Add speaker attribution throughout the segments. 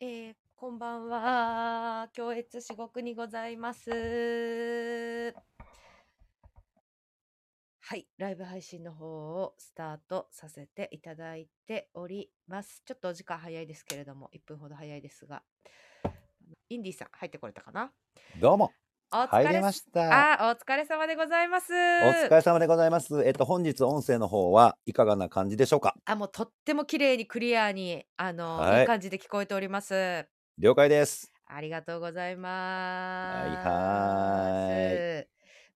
Speaker 1: えー、こんばんは。京越至極にございます。はい、ライブ配信の方をスタートさせていただいております。ちょっとお時間早いですけれども、1分ほど早いですが、インディさん入ってこれたかな
Speaker 2: どうも
Speaker 1: お疲
Speaker 2: 入
Speaker 1: れ
Speaker 2: りま
Speaker 1: 様
Speaker 2: した。
Speaker 1: あ、お疲れ様でございます。お
Speaker 2: お疲れ様でございます。えっと本日音声の方はいかがな感じでしょうか。
Speaker 1: あ、もうとっても綺麗にクリアに、あの、
Speaker 2: はい
Speaker 1: いい感じで聞こえております。
Speaker 2: 了解です。
Speaker 1: ありがとうございます。
Speaker 2: は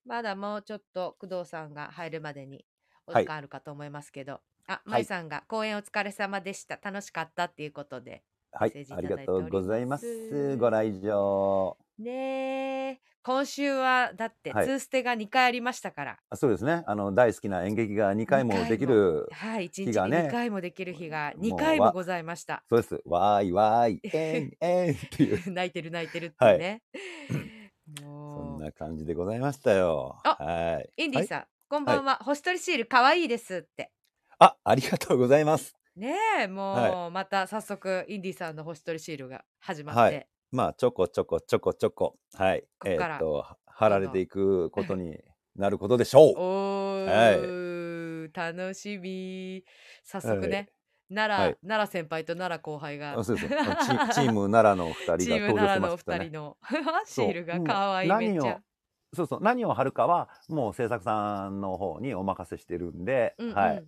Speaker 1: まだもうちょっと工藤さんが入るまでにお
Speaker 2: はい
Speaker 1: 時間あるかと思いますけど、あ、まいさんが公演お疲れ様でした。楽しかったっていうことで。メ
Speaker 2: は
Speaker 1: ッ
Speaker 2: い、
Speaker 1: セー
Speaker 2: あ
Speaker 1: ジい
Speaker 2: り
Speaker 1: た
Speaker 2: が
Speaker 1: だいて
Speaker 2: と
Speaker 1: おります
Speaker 2: うございます。ご来場。
Speaker 1: ねえ、今週はだってツ
Speaker 2: はい
Speaker 1: ーステが2回ありましたから。
Speaker 2: あそうですね。あの大好きな演劇が2
Speaker 1: 二回
Speaker 2: 回も
Speaker 1: も
Speaker 2: できる。
Speaker 1: はい、一日に
Speaker 2: 日がね
Speaker 1: 2回もできる日が
Speaker 2: もう
Speaker 1: 2回もございました。
Speaker 2: そうです。わーいわーい。えんえんってい う
Speaker 1: 泣いてる泣いてるって
Speaker 2: はい
Speaker 1: ね。も
Speaker 2: そん
Speaker 1: う
Speaker 2: な感じでございましたよ。
Speaker 1: あ
Speaker 2: はい。
Speaker 1: インディさん、こんばんは。星取りシール可愛いですって。
Speaker 2: あありがとうございます。
Speaker 1: ねえもうまた早速インディさんの星取りシールが始まって、
Speaker 2: はいまあちょこちょこちょこちょこはい
Speaker 1: こっ
Speaker 2: え
Speaker 1: から
Speaker 2: っと貼られていくことになることでしょう。
Speaker 1: おー、楽しみ早速ね、
Speaker 2: はい
Speaker 1: 奈良、
Speaker 2: はい
Speaker 1: 奈良先輩と奈良後輩が
Speaker 2: あそうですね。まあチチーム奈良のお二
Speaker 1: チ
Speaker 2: 人
Speaker 1: ー
Speaker 2: が
Speaker 1: ム
Speaker 2: 登場し
Speaker 1: 奈
Speaker 2: て
Speaker 1: 良の
Speaker 2: ま
Speaker 1: お二人。の
Speaker 2: すけどね
Speaker 1: シ
Speaker 2: そう
Speaker 1: ールが可愛い、
Speaker 2: うん
Speaker 1: めっち
Speaker 2: 何
Speaker 1: ゃ
Speaker 2: をそうそう何を貼るかはもう制作さんの方にお任せしてるんで、
Speaker 1: うんうん
Speaker 2: はい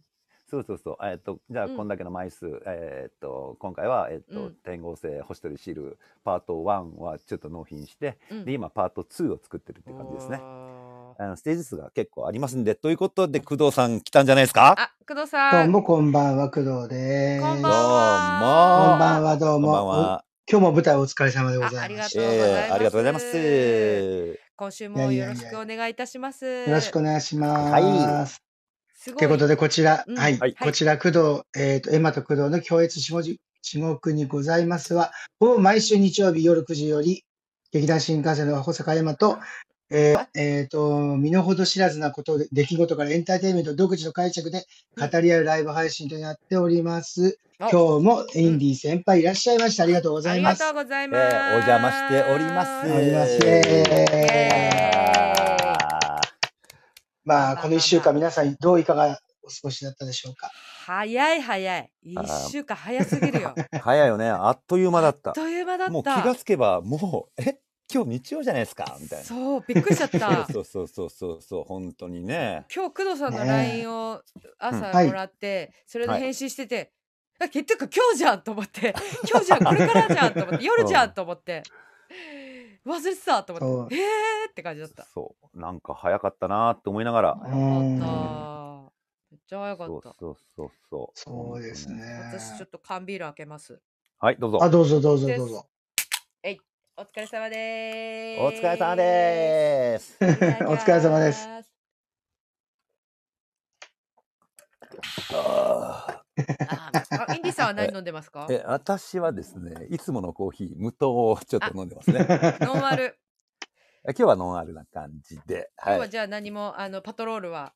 Speaker 2: そうそうそうえっ、とじゃあ
Speaker 1: うん
Speaker 2: こんだけの枚数、えっ、と今回はえっ、と、
Speaker 1: うん
Speaker 2: 天合星星取りシールパート1はちょっと納品して、
Speaker 1: うん
Speaker 2: で今パート2を作ってるって感じですね。
Speaker 1: おー
Speaker 2: あのステージ数が結構ありますんでということで工藤さん来たんじゃないですか。
Speaker 1: あ工藤さ
Speaker 3: どうんもこんばんは、工藤です。
Speaker 1: こんばん
Speaker 2: どうも
Speaker 1: は
Speaker 3: こんばんは、どう
Speaker 2: こん
Speaker 3: も。
Speaker 2: ばんは。
Speaker 3: 今日も舞台お疲れ様でございます。
Speaker 1: あありがとうございます
Speaker 2: えー、ありがとうございます。
Speaker 1: 今週もよろしくお願いいたします
Speaker 3: よろしくお願いします。
Speaker 2: はい
Speaker 1: すご
Speaker 3: ということで、こちら、
Speaker 1: うん
Speaker 3: はい、
Speaker 2: はい
Speaker 3: こちら、工藤、えっ、と、エマと工藤の共越下地、地獄にございますは、ほぼ毎週日曜日夜9時より、劇団新幹線の保坂エマと、えっ、えーと、身の程知らずなことで、出来事からエンターテインメント独自の解釈で語り合うライブ配信となっております。
Speaker 1: お
Speaker 3: 今日もインディ先輩いらっしゃいました。ありがとうご
Speaker 1: あ
Speaker 3: ざい
Speaker 1: り
Speaker 3: ま
Speaker 1: が
Speaker 3: す。
Speaker 1: とうござい
Speaker 2: え
Speaker 1: ます、
Speaker 2: ー、お邪魔しております。
Speaker 3: ありがとうございます
Speaker 2: あ
Speaker 3: まあ、この一週間皆さんどういかがお過ごしだったでしょうか。
Speaker 1: 早い早い一週間早すぎる よ
Speaker 2: ー早いよね。あっという間だっ
Speaker 1: あ
Speaker 2: た
Speaker 1: っ。という間だった
Speaker 2: もう気がつけば、もう、え、今日日曜じゃないですかみたいな。
Speaker 1: そうびっくりしちゃった
Speaker 2: そうそうそうそうそう、本当にね。
Speaker 1: 今日工藤さんの
Speaker 3: ねえ
Speaker 1: LINE を朝
Speaker 3: はい
Speaker 1: もらって、それで
Speaker 2: はい
Speaker 1: 返信してて、あ結局今日じゃんと思って 今日じゃんこれからじゃんと 思って夜じゃんと思って、忘れてたと思ってえーって感じだった
Speaker 2: そう、なんか早かったなーって思いながら。
Speaker 1: 早
Speaker 3: う
Speaker 1: かっ
Speaker 3: ん
Speaker 1: ためっちゃ早か
Speaker 2: そう
Speaker 1: った
Speaker 2: そうそうそう。
Speaker 3: そうですね。。
Speaker 1: 私ちょっと缶ビール開けます
Speaker 2: はい、どうぞ。
Speaker 3: あ、どうぞどうぞどうぞ。
Speaker 1: お疲れ様でーす
Speaker 2: お疲れ様でーす。
Speaker 1: いただきま
Speaker 3: お疲れ様です
Speaker 1: あ
Speaker 2: あ
Speaker 1: あインディさんは何飲んでますか
Speaker 2: ーえ、私はですね、いつものコーヒー、無糖をちょっと飲んでますね。
Speaker 1: ノンアル
Speaker 2: 今日はノンアルな感じで。
Speaker 1: 今日
Speaker 2: は。
Speaker 1: はいじゃあ何もあのパトロールは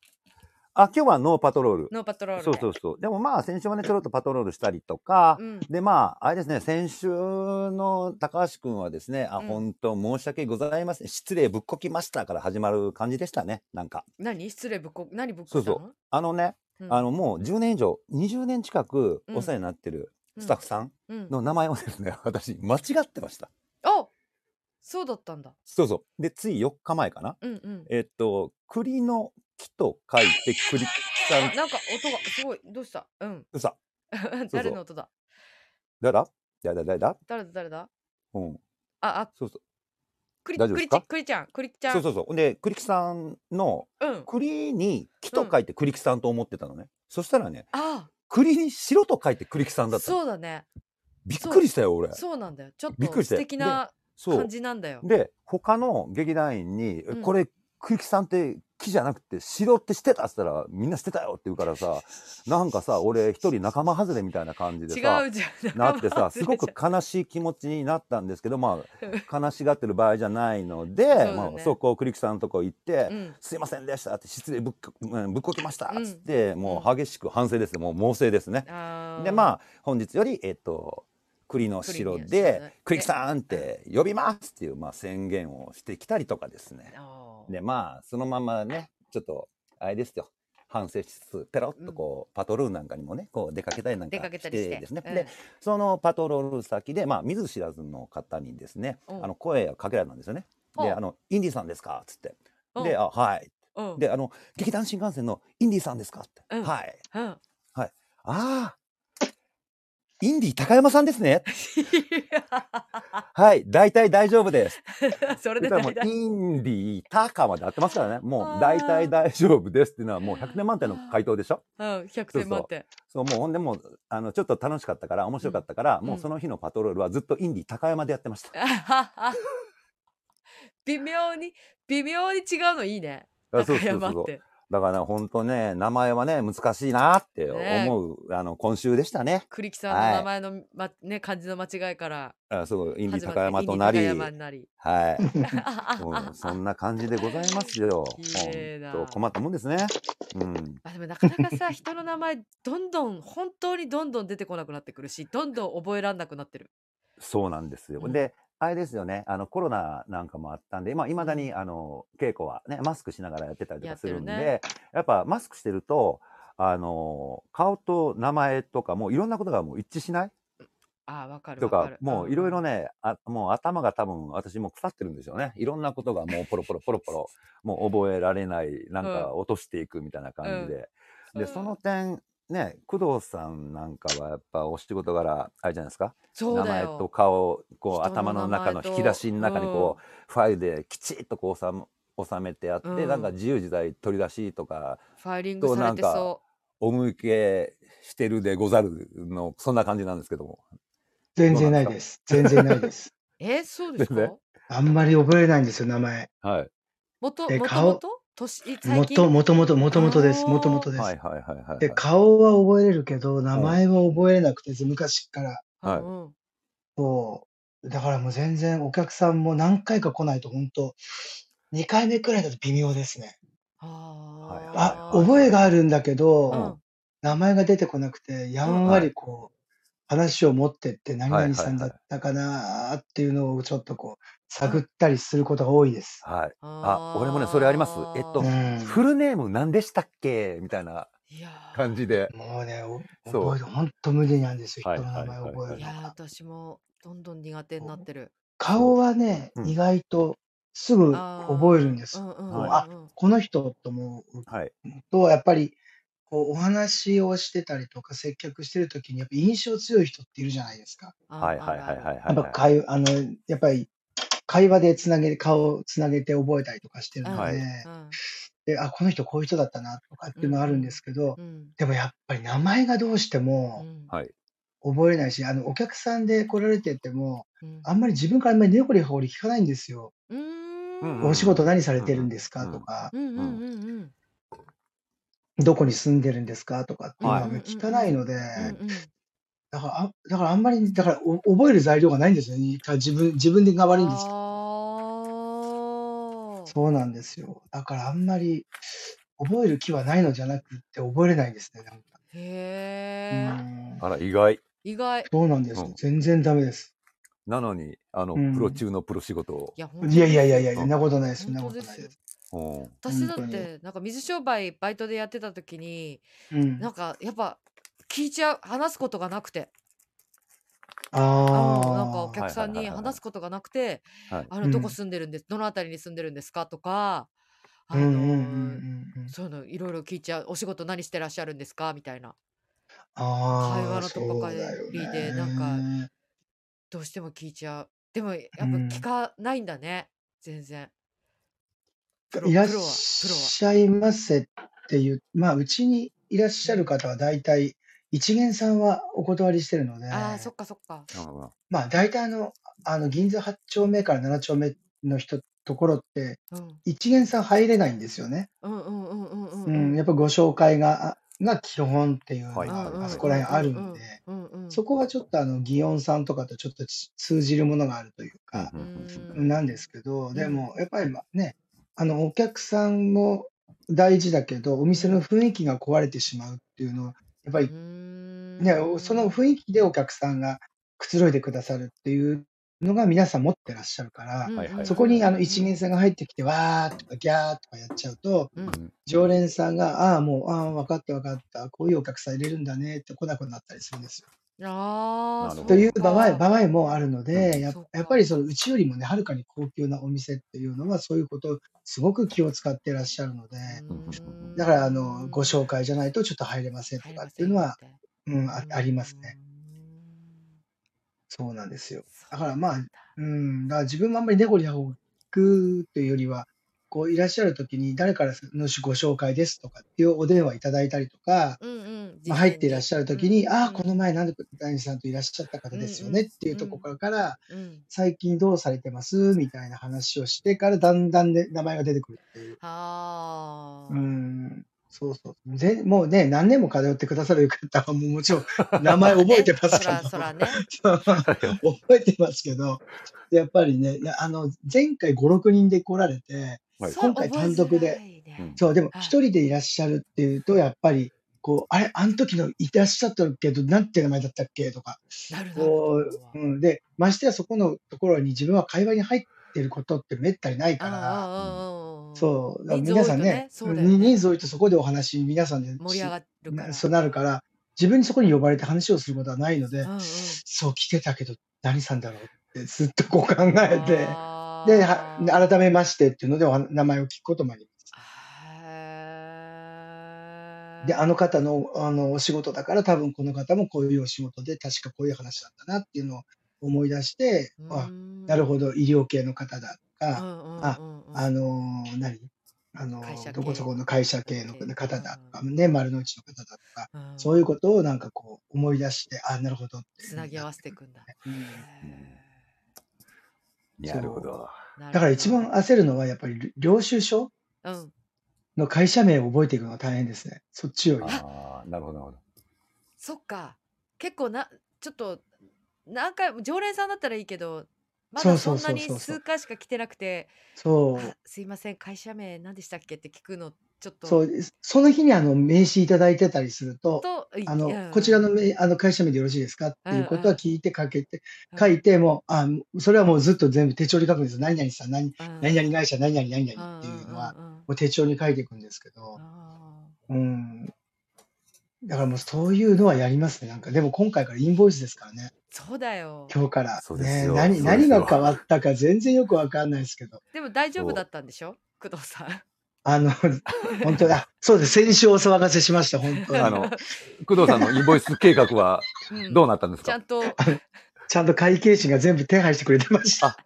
Speaker 2: あ、今日はノーパトロール。
Speaker 1: ノーパトロールで
Speaker 2: そうそうそう。でもまあ、先週はね、ちょろっとパトロールしたりとか、
Speaker 1: うん
Speaker 2: でまあ、あれですね、先週の高橋君はですね、あ、
Speaker 1: うん
Speaker 2: 本当申し訳ございません。失礼ぶっこきましたから始まる感じでしたね、なんか。
Speaker 1: 何失礼ぶっこ何ぶっこ
Speaker 2: そう
Speaker 1: した
Speaker 2: そ
Speaker 1: の
Speaker 2: うあのね、
Speaker 1: うん
Speaker 2: あのもう10年以上、20年近く
Speaker 1: うん
Speaker 2: お世話になってるスタッフさん
Speaker 1: うん、うん
Speaker 2: の名前をですね、 私、間違ってました。
Speaker 1: あそうだったんだ
Speaker 2: そうそう。で、つい4日前かな。
Speaker 1: うんうん
Speaker 2: えっと、栗の木と書いて栗さん。
Speaker 1: なんか音がすごいどうしたうん
Speaker 2: うさ、
Speaker 1: 誰の音だ
Speaker 2: だだだだだだ
Speaker 1: 誰だ誰だ
Speaker 2: うん。
Speaker 1: ああ
Speaker 2: そうそう。
Speaker 1: クリ
Speaker 2: 大丈夫
Speaker 1: クリ
Speaker 2: で
Speaker 1: ち
Speaker 2: すか
Speaker 1: クリちゃんクリちゃん
Speaker 2: そうそうそう。で、栗木さんの
Speaker 1: うん
Speaker 2: 栗に木と書いて栗木さんと思ってたのね。そしたらね、
Speaker 1: あ
Speaker 2: 栗に白と書いて栗木さんだったの。
Speaker 1: そうだね
Speaker 2: びっくりしたよ、俺。
Speaker 1: そうなんだよちょっ
Speaker 2: びっく
Speaker 1: と
Speaker 2: りした
Speaker 1: 素
Speaker 2: よ
Speaker 1: 敵な
Speaker 2: そ
Speaker 1: 感
Speaker 2: う。
Speaker 1: じなんだよ
Speaker 2: で、他の劇団員に、え
Speaker 1: うん
Speaker 2: これ、栗木さんって木じゃなくて白ってしてたっつったら、みんなしてたよって言うか らさ、なんかさ、俺一人仲間外れみたいな感じで
Speaker 1: 違
Speaker 2: さ、
Speaker 1: うじゃん
Speaker 2: なってさ、すご く
Speaker 1: 仲
Speaker 2: 悲しい気持ちになったんですけど、ま あ、悲しがってる場合じゃないので、
Speaker 1: そうだね
Speaker 2: まあ、そこを栗木さんのとこ行っ
Speaker 1: 間
Speaker 2: て、
Speaker 1: 外れちゃううん
Speaker 2: すいませんでしたって失礼ぶっこ,、うん、ぶっこきました
Speaker 1: うん
Speaker 2: っつって、もう激しく反省ですもう猛省ですね、
Speaker 1: あー
Speaker 2: でまあ本日よりえっと栗の
Speaker 1: 栗
Speaker 2: 城
Speaker 1: の城
Speaker 2: で
Speaker 1: で
Speaker 2: 「栗木さん!」って呼びますっていう、まあ、宣言をしてきたりとかですね。
Speaker 1: あー
Speaker 2: でまあそのままねちょっとあれですよ反省しつつペロッとこう、パトロールなんかにもねこう出かけたりなんか
Speaker 1: 出かけ
Speaker 2: したて
Speaker 1: りして。
Speaker 2: ですね、
Speaker 1: うん
Speaker 2: でそのパトロール先で、まあ、見ず知らずの方にですね、
Speaker 1: うん
Speaker 2: あの声をかけられたんですよね。
Speaker 1: ほ
Speaker 2: で
Speaker 1: う
Speaker 2: あの「インディさんですか?」っつって「
Speaker 1: うん
Speaker 2: であはい」
Speaker 1: うん
Speaker 2: であの「劇団新幹線のインディさんですか?」って「
Speaker 1: うん
Speaker 2: はい」
Speaker 1: うん
Speaker 2: 「ああインディ高山さんですね」はい大体大丈夫です」
Speaker 1: それ
Speaker 2: 言
Speaker 1: で
Speaker 2: ったらも
Speaker 1: 大
Speaker 2: う
Speaker 1: 体
Speaker 2: インディータカまで合ってますからね。も
Speaker 1: あ
Speaker 2: う
Speaker 1: ー
Speaker 2: 大体大丈夫ですっていうのはもう100点満点の回答でしょ
Speaker 1: うん100点満点
Speaker 2: そう、もうほんでもう、あの、ちょっと楽しかったから、面白かったから、
Speaker 1: うん
Speaker 2: もうその日のパトロールはずっとインディー高山でやってました。
Speaker 1: 微妙に微妙に違うのいいね
Speaker 2: あ
Speaker 1: 高
Speaker 2: そうそう
Speaker 1: 山
Speaker 2: そう
Speaker 1: っ
Speaker 2: そう。
Speaker 1: て
Speaker 2: だからね本当ね、名前はね、難しいなって
Speaker 1: ね
Speaker 2: 思う、あの、今週でしたね。
Speaker 1: 栗木さんの名前の、まね、漢字の間違いから
Speaker 2: あそう、インディ
Speaker 1: 始
Speaker 2: ー
Speaker 1: まって
Speaker 2: 高山となり、
Speaker 1: インディ高山になり
Speaker 2: はい。
Speaker 1: ああ
Speaker 2: も
Speaker 1: あ
Speaker 2: うそ んな感じでございますよ。
Speaker 1: 綺麗な
Speaker 2: ほんと困ったもんですね。うん。
Speaker 1: まあでもなかなかさ人の名前どんどん本当にどんどん出てこなくなってくるしどんどん覚えらんなくなってる
Speaker 2: そうなんですよ。
Speaker 1: うん
Speaker 2: で、あれですよね、あのコロナなんかもあったんで、まあ、いまだにあの稽古はね、マスクしながらやってたりと
Speaker 1: や
Speaker 2: か
Speaker 1: っ
Speaker 2: す
Speaker 1: て
Speaker 2: る
Speaker 1: る
Speaker 2: んで、
Speaker 1: ね
Speaker 2: やっぱマスクしてると、あの顔と名前とかもういろんなことがもう一致しない
Speaker 1: ああわかる
Speaker 2: と
Speaker 1: わ
Speaker 2: か
Speaker 1: かる
Speaker 2: もういろいろ
Speaker 1: ね
Speaker 2: ねあもう頭が多分私もう腐ってるんでしょうねいろんなことがもうポロポロポロポロもう覚えられないなんか落としていくみたいな感じで、
Speaker 1: うん
Speaker 2: でその点ね工藤さんなんかはやっぱお仕事柄あれじゃないですか
Speaker 1: そう
Speaker 2: 名
Speaker 1: だ
Speaker 2: 前
Speaker 1: よ
Speaker 2: と顔をこう
Speaker 1: 人の
Speaker 2: 頭の中
Speaker 1: 名
Speaker 2: の
Speaker 1: 前と
Speaker 2: 引き出しの中にこう、ファイルできちっとこう収め収めてあって、
Speaker 1: うん
Speaker 2: なんか自由自在取り出しとか
Speaker 1: ファイリングされて
Speaker 2: となん
Speaker 1: そ
Speaker 2: お向けしてるでござるのそんな感じなんですけども
Speaker 3: 全然ないです。全然ないです。
Speaker 1: うえそうです
Speaker 2: 全
Speaker 1: か
Speaker 2: 然
Speaker 3: あんまり覚えないんですよ、名前。
Speaker 2: はい
Speaker 1: もと
Speaker 3: え
Speaker 1: もと
Speaker 3: 顔
Speaker 1: もと年最近
Speaker 3: もと、もともと、もともとで
Speaker 1: あ
Speaker 3: す。
Speaker 1: ー
Speaker 3: もともとです。
Speaker 2: はいはいはいはい
Speaker 3: で、顔は覚えれるけど、名前は覚えれなくて、昔から。
Speaker 2: はい
Speaker 1: うんうん
Speaker 3: こう、だからもう全然お客さんも何回か来ないと、本当2回目くらいだと微妙ですね。
Speaker 2: はい
Speaker 1: あ
Speaker 3: あ、
Speaker 1: ー
Speaker 3: 覚えがあるんだけど、
Speaker 1: うん
Speaker 2: うん
Speaker 3: 名前が出てこなくて、やんわりこう、話を持ってって、何々さんだったかなーっていうのをちょっとこう、探ったりすることが多いです。
Speaker 2: はい
Speaker 1: あ
Speaker 2: あ俺もねそれありますえっ
Speaker 1: ー
Speaker 2: とう
Speaker 3: うん
Speaker 2: フルネーム何でしたっけみたいない
Speaker 1: やー
Speaker 2: 感じで
Speaker 3: もうね、お
Speaker 2: そう
Speaker 3: 覚えて、ほんと無理なんですよ、
Speaker 2: はい
Speaker 3: 人の名前
Speaker 2: はい
Speaker 3: 覚
Speaker 2: はい
Speaker 3: えるの
Speaker 1: いやー
Speaker 3: が。
Speaker 1: 私もどんどん苦手になってる
Speaker 3: 顔はね、
Speaker 2: うん
Speaker 3: 意外とすぐ
Speaker 1: あー
Speaker 3: 覚えるんです
Speaker 1: う。んうんうんうん
Speaker 2: はい
Speaker 3: この人とも、
Speaker 2: はい
Speaker 3: とやっぱり、こうお話をしてたりとか、接客してるときに、やっぱ印象強い人っているじゃないですか。
Speaker 1: あ
Speaker 2: はいは
Speaker 1: あ
Speaker 2: い
Speaker 1: る
Speaker 2: は
Speaker 1: あ
Speaker 2: い
Speaker 1: る
Speaker 2: はいは
Speaker 3: や
Speaker 2: い
Speaker 3: っぱ
Speaker 2: はい
Speaker 3: 会あの、やっぱり、会話でつなげ、顔をつなげて覚えたりとかしてるので、
Speaker 2: はい
Speaker 1: うん
Speaker 3: であ、この人こういう人だったなとかっていうのはあるんですけど、
Speaker 1: うん
Speaker 3: でもやっぱり名前がどうして
Speaker 1: う
Speaker 3: も
Speaker 1: ん
Speaker 2: はい
Speaker 3: 覚えれないし、あの、お客さんで来られてても、
Speaker 1: うん
Speaker 3: あんまり自分からあんまり根掘り葉掘り聞かないんですよ。
Speaker 1: うー
Speaker 2: うん
Speaker 1: ん
Speaker 3: お仕事何されてるんです
Speaker 2: うん
Speaker 3: か
Speaker 2: うん
Speaker 3: とか、
Speaker 1: うんうんうんうん
Speaker 3: どこに住んでるんですかとかっていうのは
Speaker 2: はい
Speaker 3: 聞かないので、
Speaker 1: うんうん
Speaker 3: だからあ、だからあんまり、だからお覚える材料がないんですよね。た自分、自分でが悪いんですよ。
Speaker 1: あー
Speaker 3: そうなんですよ。だからあんまり、覚える気はないのじゃなくって覚えれないですね。なんか
Speaker 1: へえ
Speaker 3: うん
Speaker 2: あら意外
Speaker 1: 意外い
Speaker 3: そうなんです
Speaker 2: うん
Speaker 3: よ。全然ダメです。
Speaker 2: なのにあの、
Speaker 3: うん
Speaker 2: プロ中のプロ仕事を、
Speaker 1: やほん
Speaker 3: いやいやいやいや、
Speaker 2: うん
Speaker 3: そんなことないです。そんな
Speaker 1: 本
Speaker 3: こ
Speaker 1: 当
Speaker 3: と
Speaker 1: で
Speaker 3: ない
Speaker 1: すよ
Speaker 3: です。
Speaker 2: うん、
Speaker 1: 私だ
Speaker 3: 本当
Speaker 1: っ
Speaker 3: に
Speaker 1: てなんか水商売バイトでやってた時に
Speaker 3: うん。
Speaker 1: なんかやっぱ聞いちゃう話すことがなくてあのなんか
Speaker 3: あ
Speaker 1: お
Speaker 3: あ。
Speaker 1: 客さんに
Speaker 2: はいはいはいはいはい
Speaker 1: 話すことがなくて「
Speaker 2: はい
Speaker 1: あ
Speaker 3: う
Speaker 1: の
Speaker 3: ん
Speaker 1: どこ住んでるんです、どの辺りに住んでるんですか?」とか「あ
Speaker 3: う
Speaker 1: の
Speaker 3: ん
Speaker 1: ー
Speaker 3: うんうんうんうん。
Speaker 1: そういうのいろいろ聞いちゃうお仕事何してらっしゃるんですか?」みたいな
Speaker 3: ああ。
Speaker 1: 会話のとこ
Speaker 3: そうだよ
Speaker 1: 帰りでなんか
Speaker 3: ね
Speaker 1: どうしても聞いちゃうでもやっぱ
Speaker 3: うん
Speaker 1: 聞かないんだね、全然プロ
Speaker 3: い
Speaker 1: プロ
Speaker 3: ら
Speaker 1: は
Speaker 3: っ
Speaker 1: プロは
Speaker 3: しゃいませっていう、まあ、うちにいらっしゃる方は大体、一元さんはお断りしてるので、
Speaker 1: あーそっかそっか
Speaker 2: うんうん
Speaker 3: まあ、大体あの、あの、銀座8丁目から7丁目の人、ところって、
Speaker 1: うん
Speaker 3: 一元さん入れないんですよね。
Speaker 1: うんうんうんうんうん
Speaker 3: う、
Speaker 1: うんん
Speaker 3: やっぱご紹介が、あが基本っていうの
Speaker 2: はいはいはい
Speaker 3: が、あそこら辺あるんで、
Speaker 1: うんうん
Speaker 3: そこはちょっとあの、祇園さんとかとちょっと通じるものがあるというか、
Speaker 2: うんうん
Speaker 1: うん
Speaker 3: なんですけど、
Speaker 1: ん
Speaker 3: でもやっぱりまね、あのお客さんも大事だけど、お店の雰囲気が壊れてしまうっていうのは、やっぱり、
Speaker 1: うん
Speaker 3: ね、その雰囲気でお客さんがくつろいでくださるっていうのが皆さん持ってらっしゃるから、
Speaker 1: うん
Speaker 2: はいはい
Speaker 3: そこにあの一元さんが入ってきて、わーとかギャーとかやっちゃうと、
Speaker 1: うん
Speaker 2: うん
Speaker 3: 常連さんが、ああ、もう、ああ、分かった分かった、こういうお客さん入れるんだねって来なくなったりするんですよ。
Speaker 1: ああ
Speaker 2: なるほど
Speaker 3: という場
Speaker 1: 場
Speaker 3: 合
Speaker 1: 合
Speaker 3: 場合もあるので、
Speaker 1: うん
Speaker 3: やっ
Speaker 1: そうか
Speaker 3: やっぱりそのうちよりもね、はるかに高級なお店っていうのは、そういうことをすごく気を使ってらっしゃるので、だから、あの、ご紹介じゃないとちょっと入れませんとかっていうのは、うん、あありますね。。そうなんですよ。だからまあうん、だから自分もあんまり猫にほ行くというよりは、こういらっしゃるときに誰からのご紹介ですとかっていうお電話いただいたりとか、
Speaker 1: うんうん、
Speaker 3: まあ、入っていらっしゃるときに、ああ、この
Speaker 1: 前、
Speaker 3: 前、なんで谷さんといらっしゃった方ですよね
Speaker 1: うんうん
Speaker 3: っていうところから、
Speaker 1: うん、
Speaker 3: 最近どうされてますみたいな話をしてから、だんだん、ね、名前が出てくるっていう。
Speaker 1: ああ、
Speaker 3: うん。そうそう。で、もうね、何年も通ってくださる方は、もうもちろ ん、名前覚えてま
Speaker 1: そ
Speaker 3: すからら。
Speaker 1: そらね。
Speaker 3: 覚えてますけど、やっぱりね、いやあの、前回5、6人で来られて、
Speaker 2: はい
Speaker 1: そう
Speaker 3: 今回単独で。
Speaker 1: 覚えづらいね
Speaker 2: うん
Speaker 3: そう、でも
Speaker 1: は
Speaker 3: 1
Speaker 1: い
Speaker 3: 人でいらっしゃるっていうと、やっぱり、こう、あれ、あの時のいらっしゃったけど、なんて名前だったっけとか、
Speaker 1: なるなる
Speaker 3: こう、うん、で、ましてやそこのところに自分は会話に入ってることってめったにないから、
Speaker 1: ら
Speaker 3: そう、だ
Speaker 1: 人数
Speaker 3: から
Speaker 1: 多い
Speaker 3: 皆
Speaker 1: と
Speaker 3: さん
Speaker 1: ね
Speaker 3: ね、
Speaker 1: そうだよね
Speaker 3: 人数多いとそこでお話、皆さんで
Speaker 1: 盛り上がるから。
Speaker 3: なそうなるから、自分にそこに呼ばれて話をすることはないので
Speaker 1: うんう、ん
Speaker 3: そう来てたけど、何さんだろうってずっとこう考えて、
Speaker 1: あー
Speaker 3: で、は改めましてっていうのでお名前を聞くこともあります。
Speaker 1: へー
Speaker 3: で、あの方のあのお仕事だから、多分この方もこういうお仕事で、確かこういう話だったなっていうのを思い出して、
Speaker 1: う
Speaker 3: あ
Speaker 1: ーん
Speaker 3: なるほど、医療系の方だと
Speaker 1: う
Speaker 3: か、
Speaker 1: んうんうんうん
Speaker 3: ああのー何あのー
Speaker 1: 会社系
Speaker 3: どこそこの会社系の
Speaker 1: うん
Speaker 3: 方だとか、ね、丸の内の方だとか、
Speaker 1: うん
Speaker 3: そういうことをなんかこう思い出して、あ、なるほどって。
Speaker 1: つなぎ合わせていくんだ。
Speaker 3: うん
Speaker 2: なるほど。
Speaker 1: だ
Speaker 3: だから一番、焦るのは、やっぱり領収書
Speaker 1: うん、
Speaker 3: の会社名を覚えていくのが大変ですね。そっちより。
Speaker 2: ああ、なるほど、なるほど。
Speaker 1: そっか結構なちょっと何回も常連さんだったらいいけどまだそ
Speaker 3: そうん
Speaker 1: な
Speaker 3: そうそうそう
Speaker 1: に数回しか来てなくて「
Speaker 3: そ
Speaker 1: あ
Speaker 3: う。
Speaker 1: すいません会社名何でしたっけ?」って聞くのちょっと
Speaker 3: そう。その日にあの名刺いただいてたりすると、
Speaker 1: とい
Speaker 3: あ
Speaker 1: うん
Speaker 3: の、こちらの名あの会社名でよろしいですかっていうことは聞いてかけて、
Speaker 1: うん
Speaker 3: 書いて、もう、あ、それはもうずっと全部手帳に書くんです。何々さん、
Speaker 1: う
Speaker 3: 何
Speaker 1: ん
Speaker 3: 何々会社、何々何々って
Speaker 1: ん
Speaker 3: いうのは、
Speaker 1: んうん
Speaker 3: もう手帳に書いていくんですけど、
Speaker 1: あ
Speaker 3: うん。だからもうそういうのはやりますね。なんか、でも今回からインボイスですからね。
Speaker 1: ーそうだよ
Speaker 3: 今日から。
Speaker 2: そうです
Speaker 3: ね
Speaker 2: よ
Speaker 3: 何、
Speaker 2: そうで
Speaker 3: 何
Speaker 2: すよ
Speaker 3: が変わったか全然よくわかんないですけど。
Speaker 1: でも大丈
Speaker 2: そ
Speaker 1: 夫
Speaker 2: う
Speaker 1: だったんでしょ工藤さん
Speaker 3: あの、本当だ。そうです。先週お騒がせしました。本当に
Speaker 2: あの、工藤さんのインボイス計画は
Speaker 1: うん
Speaker 2: どうなったんです
Speaker 1: ちゃ
Speaker 2: か
Speaker 1: んと
Speaker 3: ちゃんと会計士が全部手配してくれてました。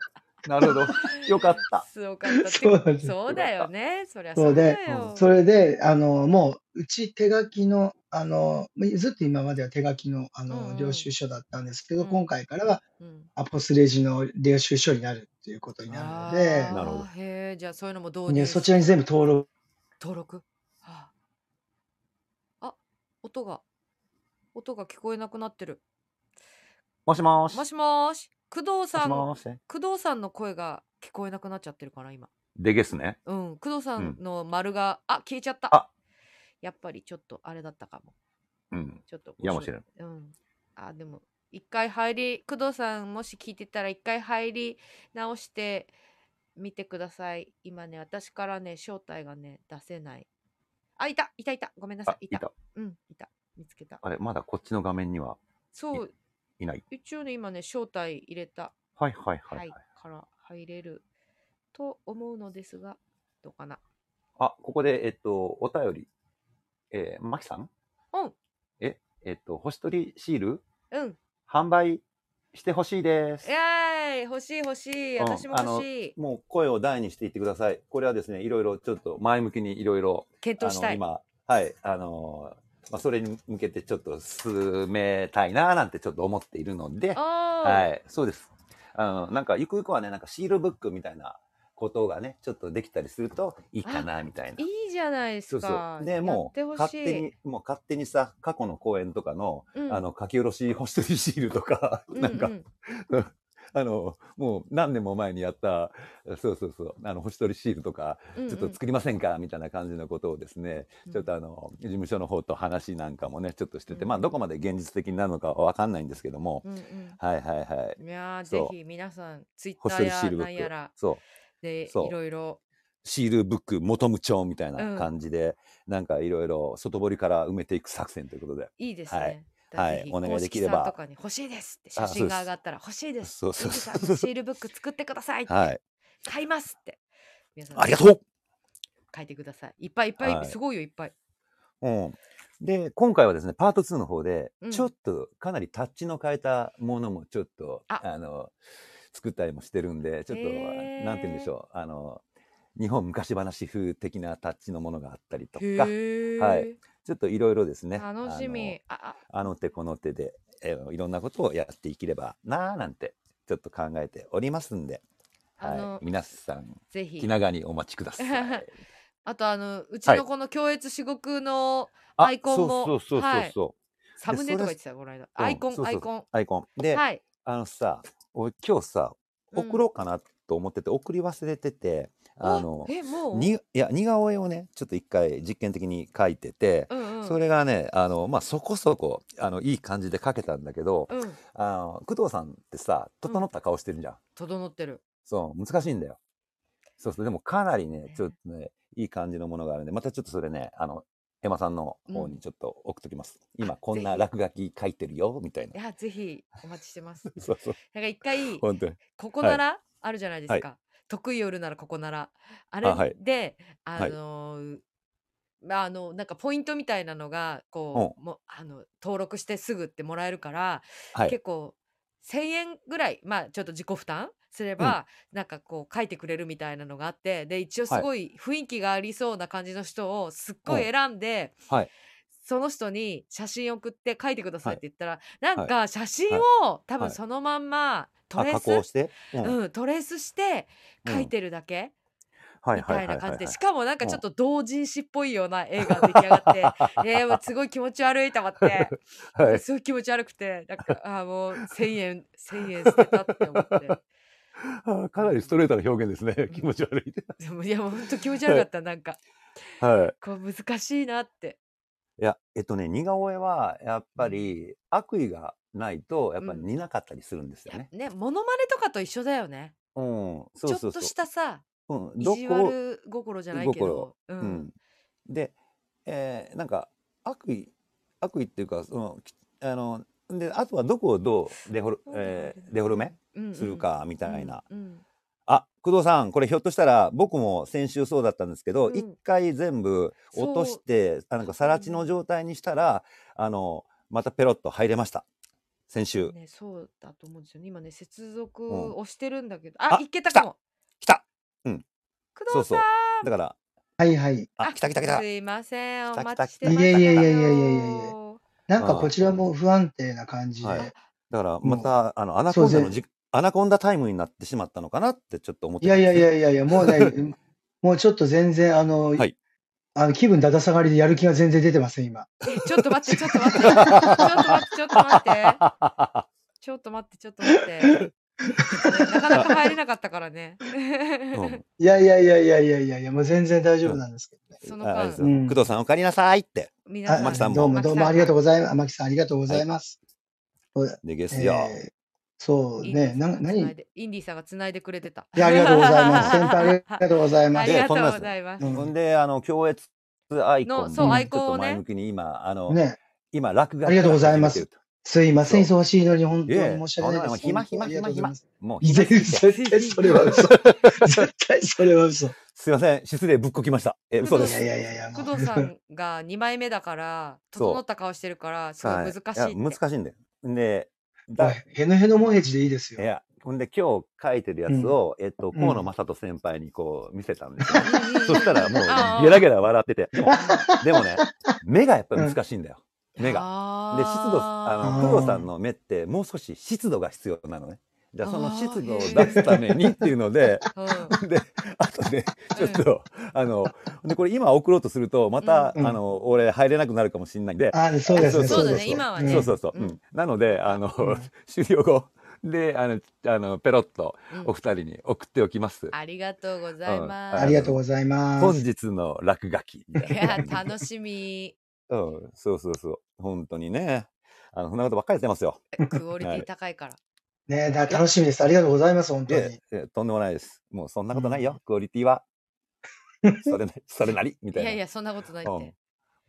Speaker 2: なるほど。よかった。
Speaker 1: 強かったって
Speaker 3: そうなんです
Speaker 1: そうだよねそりゃ
Speaker 3: そうで
Speaker 1: だよ
Speaker 3: それで、あの、もう、うち手書きの、あの、ずっと今までは手書きの、あ
Speaker 1: うんうん
Speaker 3: の、領収書だったんですけど、
Speaker 1: うん
Speaker 3: 今回からは
Speaker 1: うん
Speaker 3: アポスレジの領収書になるっていうことになる
Speaker 1: あー
Speaker 2: なるほど
Speaker 1: へえじゃあそういうのも導
Speaker 3: ので、
Speaker 1: 入
Speaker 3: ね、
Speaker 1: し
Speaker 3: そちらに全部登録。
Speaker 1: 登録ああ音が音が聞こえなくなってる
Speaker 2: もしもーし。
Speaker 1: もしもーし工藤さん
Speaker 2: もしもーし。
Speaker 1: 工藤さんの声が聞こえなくなっちゃってるから今
Speaker 2: でげすね。
Speaker 1: うん工藤さん
Speaker 2: う
Speaker 1: の丸が、あ消えちゃった
Speaker 2: あ
Speaker 1: やっぱりちょっとあれだったかも
Speaker 2: うん。
Speaker 1: ちょっと
Speaker 2: やもしれん。
Speaker 1: うんあでも一回入り工藤さんもし聞いてたら一回入り直してみてください今ね私からね正体がね出せないあいたいたいたごめんなさ
Speaker 2: あ、
Speaker 1: いい
Speaker 2: い
Speaker 1: た
Speaker 2: た。
Speaker 1: うんいた見つけた
Speaker 2: あれ、まだこっちの画面には
Speaker 1: そう
Speaker 2: いない。
Speaker 1: 一応ね今ね正体入れた
Speaker 2: はいはい
Speaker 1: は、
Speaker 2: はいい。はい、
Speaker 1: から入れると思うのですがどうかな
Speaker 2: あ、ここで、えっと、お便り。えー、まきさん
Speaker 1: うん
Speaker 2: え、えっと、星取りシール
Speaker 1: うん
Speaker 2: 販売してほしいです
Speaker 1: い。やーい欲しい欲しい
Speaker 2: うん
Speaker 1: 私も
Speaker 2: あ
Speaker 1: 欲
Speaker 2: の
Speaker 1: しい
Speaker 2: もう声を大にしていってください。これはですね、いろいろちょっと前向きにいろいろ、
Speaker 1: 検
Speaker 2: あ
Speaker 1: 討した
Speaker 2: の、
Speaker 1: い
Speaker 2: 今、はい、あのーまあ、それに向けてちょっと進めたいななんてちょっと思っているので、
Speaker 1: あー、
Speaker 2: はい、そうです。あの、なんか、ゆくゆくはね、なんかシールブックみたいなことがね、ちょっとできたりするといいかな、みたいな。
Speaker 1: いいじゃないです
Speaker 2: そうそ
Speaker 1: か。
Speaker 2: う。で、もう、
Speaker 1: やってほ
Speaker 2: 勝
Speaker 1: しい
Speaker 2: 手に、もう勝手にさ、過去の公演とかの、
Speaker 1: うん
Speaker 2: あの、書き下ろし星取りシールとか、
Speaker 1: う
Speaker 2: なんか
Speaker 1: う、ん
Speaker 2: あの、もう何年も前にやった、そうそうそう、あの、星取りシールとか、ちょっと作りませんかみたいな感じのことをですね、ちょっとあの、事務所の方と話なんかもね、ちょっとしてて、
Speaker 1: うん
Speaker 2: まあ、どこまで現実的になるのかはわかんないんですけども、
Speaker 1: うんうん
Speaker 2: はいはいはい。
Speaker 1: いやーぜ
Speaker 2: そう
Speaker 1: ひ皆さんツイッタ
Speaker 2: 星取
Speaker 1: ー
Speaker 2: りシ
Speaker 1: や
Speaker 2: ールブ
Speaker 1: なんや
Speaker 2: ッ
Speaker 1: ら
Speaker 2: ク。そう。
Speaker 1: でい
Speaker 2: そう
Speaker 1: ろいろ
Speaker 2: シールブック元無帳みたい
Speaker 1: うん
Speaker 2: な感じで、なんかいろいろ外堀から埋めていく作戦ということで。
Speaker 1: いいです
Speaker 2: はい
Speaker 1: ね。
Speaker 2: はい
Speaker 1: ぜひ
Speaker 2: お願いできれ
Speaker 1: 公式
Speaker 2: ば
Speaker 1: さんとかに欲しいですって写
Speaker 2: あそう
Speaker 1: 真
Speaker 2: です
Speaker 1: が上がったら欲しいです。
Speaker 2: そうそう
Speaker 1: ミキ
Speaker 2: そ
Speaker 1: さ
Speaker 2: うん
Speaker 1: のシールブック作ってくださいって。
Speaker 2: はい。
Speaker 1: 買いますって。皆さん
Speaker 2: ありがとう
Speaker 1: 書いてください。いっぱいいっぱい、
Speaker 2: はい
Speaker 1: すごいよいっぱい。
Speaker 2: うん。で、今回はですね、パート2の方で
Speaker 1: うん、
Speaker 2: ちょっとかなりタッチの変えたものもちょっと、
Speaker 1: あ
Speaker 2: あの、作ったりもしてるんで、ちょっと、
Speaker 1: へー
Speaker 2: なんて言うんでしょう、あの、日本昔話風的なタッチのものがあったりとか、ち
Speaker 1: へえ、
Speaker 2: はいょっといろいろですね、
Speaker 1: 楽しみ。ああ
Speaker 2: あの。あの手この手で、えーいろんなことをやっていければなあなんて、ちょっと考えておりますんで、
Speaker 1: あの
Speaker 2: はい、皆さん、
Speaker 1: ぜひ
Speaker 2: 気。長にお待ちくださ い。
Speaker 1: あとあのうち
Speaker 2: はい
Speaker 1: のこの共越至極の
Speaker 2: あ
Speaker 1: アイコンも
Speaker 2: そうそうそうそうそう、
Speaker 1: サムネとか言
Speaker 2: それ
Speaker 1: ってたよこの間。アイコ
Speaker 2: そうそう
Speaker 1: ンアイコン。
Speaker 2: アイコン。で、
Speaker 1: はい。
Speaker 2: あのさ、俺今日
Speaker 1: う
Speaker 2: さ、
Speaker 1: ん
Speaker 2: 送ろうかなと思ってて、送り忘れてて、あの
Speaker 1: お、えもう。
Speaker 2: に、いや、似顔絵をね、ちょっと一回実験的に描いてて、
Speaker 1: うんうん。
Speaker 2: それがね、あの、まあ、そこそこ、あの、いい感じで描けたんだけど、
Speaker 1: うん。
Speaker 2: あの、工藤さんってさ、整った顔してるじゃん。
Speaker 1: 整ってる。
Speaker 2: そう、難しいんだよ。そうそう、でもかなりね、ちょっとね、いい感じのものがあるんで、またちょっとそれね、あの、エマさんの方
Speaker 1: うん
Speaker 2: にちょっと送っときます。今
Speaker 1: あ
Speaker 2: こんな
Speaker 1: ぜ
Speaker 2: 落書き書いてるよ、みたい
Speaker 1: い
Speaker 2: な。
Speaker 1: やぜひお待ちして ます。
Speaker 2: そうそう、
Speaker 1: なんか一回
Speaker 2: 本当に。
Speaker 1: ここ
Speaker 2: はい
Speaker 1: ならあるじゃないです
Speaker 2: はい
Speaker 1: か。得意夜ならここなら。あ
Speaker 2: あは
Speaker 1: れ
Speaker 2: い
Speaker 1: で、あ
Speaker 2: はい
Speaker 1: のーまああのなんかポイントみたいなのがこうもあの登録してすぐってもらえるから、
Speaker 2: はい。
Speaker 1: 結構1,000円ぐらいまあちょっと自己負担すれば、なんかこう書いてくれるみたいなのがあってで一応す
Speaker 2: はい
Speaker 1: ごい雰囲気がありそうな感じの人をすっごい
Speaker 2: うん
Speaker 1: 選んで、
Speaker 2: はい
Speaker 1: その人に写真送って書いてくださいっ
Speaker 2: は
Speaker 1: て
Speaker 2: い
Speaker 1: 言ったら、なんか写真を、多分
Speaker 2: はい
Speaker 1: そのまんまト
Speaker 2: あ
Speaker 1: レー
Speaker 2: 加
Speaker 1: ス、
Speaker 2: 工して、うん
Speaker 1: うん、トレースして
Speaker 2: うん
Speaker 1: 書いてるだけ
Speaker 2: は
Speaker 1: みたいな感じでし
Speaker 2: は
Speaker 1: かもなんか
Speaker 2: うん
Speaker 1: ちょっと同人誌っぽいような絵が出来上が ってえーもうすごい気持ち悪いと思って
Speaker 2: い はいはいはい
Speaker 1: すごい気持ち悪くてなんかあーもう1,000円1,000円捨てたって思って
Speaker 2: はいあかなりストレートな表現ですね気持ち悪い
Speaker 1: でもいやもうほんと気持ち悪かったなんか
Speaker 2: は
Speaker 1: こう難しいなって
Speaker 2: いいやえっとね似顔絵はやっぱり悪意がないとやっぱり似なかったりするんですよね、
Speaker 1: ねモノマネとかと一緒だよね
Speaker 2: うんそうそうそう
Speaker 1: ちょっとしたさ
Speaker 2: うん、
Speaker 1: 意
Speaker 2: ど
Speaker 1: 地
Speaker 2: こ、
Speaker 1: 悪心じゃないけど、う
Speaker 2: うんん、で、えーなんか悪意悪意っていうかそのきあのであとはどこをどうデフォル,、えーデフォルメ
Speaker 1: うん
Speaker 2: するかみたいな、
Speaker 1: うんうん
Speaker 2: あ、工藤さん、これひょっとしたら僕も先週そうだったんですけど、
Speaker 1: うん
Speaker 2: 一、回全部落として、あなんかさら地の状態にしたら、あの、またペロッと入れました。先週。
Speaker 1: ね、そうだと思うんですよね今ね接続
Speaker 2: うん
Speaker 1: をしてるんだけど、あ
Speaker 2: あ
Speaker 1: いけたかも
Speaker 2: 来た
Speaker 1: 工藤さん
Speaker 2: そうそうだから、
Speaker 3: はいはい。
Speaker 2: あ、来た来た来た
Speaker 1: す。いませんお
Speaker 2: 来た来た
Speaker 1: 待ちしてました
Speaker 3: いやいやいやいやいやいやいや
Speaker 1: よ
Speaker 3: なんかこちらも不安定な感じで。
Speaker 2: はいい、だから、また、あの、アナ
Speaker 3: そ
Speaker 2: コ
Speaker 3: う
Speaker 2: ンダ
Speaker 3: ぜ
Speaker 2: のじ、アナコンダタイムになってしまったのかなってちょっと思って
Speaker 3: やいやい
Speaker 2: や。
Speaker 3: やいやいや、もうね、 もうちょっと全然、あの、
Speaker 2: はい
Speaker 3: あの気分だだ下がりでやる気が全然出てません、今。
Speaker 1: えちょっと待って、ちょっと待って。ちょっと待って、ちょっと待って。ちょっと待って、ちょっと待って。なかなか入れなかったから ね。
Speaker 2: うん
Speaker 3: いやいやいやいやいやいやいや、もう全然大丈夫なんですけどね。
Speaker 1: その
Speaker 2: ああれ
Speaker 1: 間
Speaker 2: ですよ
Speaker 3: うん
Speaker 2: 工藤さん、お帰りなさいって。
Speaker 1: 皆
Speaker 3: あ
Speaker 1: さん、
Speaker 2: マキさんも
Speaker 3: どうもどうもありがと
Speaker 1: う。
Speaker 3: うございます。マキさんありがとうございます。
Speaker 2: で、ゲ
Speaker 3: え
Speaker 2: スよ。
Speaker 3: ーそう
Speaker 1: インデ
Speaker 3: ね、
Speaker 1: ィさ
Speaker 3: なん
Speaker 1: が繋
Speaker 3: 何
Speaker 1: い
Speaker 3: い
Speaker 1: でインディさんがつないでくれてた。
Speaker 3: や、ありがとうござ います。先輩ありがとうござい
Speaker 1: あ
Speaker 3: ます
Speaker 1: り。がとうご
Speaker 2: いやそんな
Speaker 1: ざいます。
Speaker 3: う
Speaker 2: ほん
Speaker 3: ん
Speaker 2: で、あの、強越アイコン
Speaker 1: の
Speaker 2: も
Speaker 1: そう
Speaker 3: ア
Speaker 1: イコンをね
Speaker 2: ちょっと前向きに今、あの、
Speaker 3: ね、
Speaker 2: 今、落書き
Speaker 3: ありがとうございます
Speaker 2: 始めてる
Speaker 3: すいません、忙しいのに本当
Speaker 2: いえ
Speaker 3: に申し訳ないです。
Speaker 2: そんなの暇
Speaker 3: 本
Speaker 2: 暇
Speaker 3: 当にありがとうござい
Speaker 2: 暇
Speaker 3: ます
Speaker 2: と。もう、
Speaker 3: 全然、絶対それ は嘘。絶対それは嘘。い
Speaker 2: すいません、失礼ぶっこきました。え、嘘で
Speaker 3: や
Speaker 2: す。
Speaker 3: いやいやいや、もう
Speaker 1: 工藤さんが2枚目だから、
Speaker 2: そう
Speaker 1: 整った顔してるから、すごい難しいって。
Speaker 2: はや難しいんだよ。で、
Speaker 3: は
Speaker 2: だ、い
Speaker 3: いへのへのもへじでいいですよ。
Speaker 2: や、ほんで今日書いてるやつを、えっと、河野正人先輩にこう見せたん ですよ。
Speaker 1: うんうん
Speaker 2: そしたらも
Speaker 1: ああ
Speaker 2: う、ゲラゲラ笑ってて。でも、でもね、目がやっぱり難しいんだよ。目が。
Speaker 1: あ
Speaker 2: で、湿度、あ
Speaker 3: あー
Speaker 2: の、工藤さんの目ってもう少し湿度が必要なのね。じゃあそ
Speaker 1: あ
Speaker 2: の
Speaker 1: ー
Speaker 2: 湿度を出すためにっていうので、
Speaker 1: の、
Speaker 2: で、あとね、 ちょっと、あの、で、これ今送ろうとすると、また、
Speaker 3: うん
Speaker 2: あの、俺入れなくなるかもしれないんで、
Speaker 3: ああ、そうですね。
Speaker 2: そ
Speaker 1: そ
Speaker 2: うそう
Speaker 3: です
Speaker 1: うだね今はね
Speaker 2: そうそうそう。
Speaker 1: う
Speaker 2: うんんなので、あの
Speaker 3: うん、
Speaker 2: 終了後、であのあのペロッと
Speaker 1: うん
Speaker 2: お二人に送っておきます。
Speaker 1: ありがとうござい
Speaker 2: うん
Speaker 1: ます。
Speaker 3: ありがとうございま
Speaker 2: 本
Speaker 3: す。
Speaker 2: 日の落書きみた
Speaker 1: い
Speaker 2: いな
Speaker 1: や、楽しみ。
Speaker 2: うん、そうそうそう本当にねあのそんなことばっかりやってますよ。
Speaker 1: クオリティ高いから。
Speaker 3: ねだ楽しみです。ありがとうございます、本
Speaker 2: い
Speaker 3: 当
Speaker 2: やい
Speaker 3: に。
Speaker 2: やとんでもないです。もうそんなことないよ、クオリティはそれなそれな りみ
Speaker 1: い
Speaker 2: たいな。
Speaker 1: やいや、そんなことないって。
Speaker 2: うん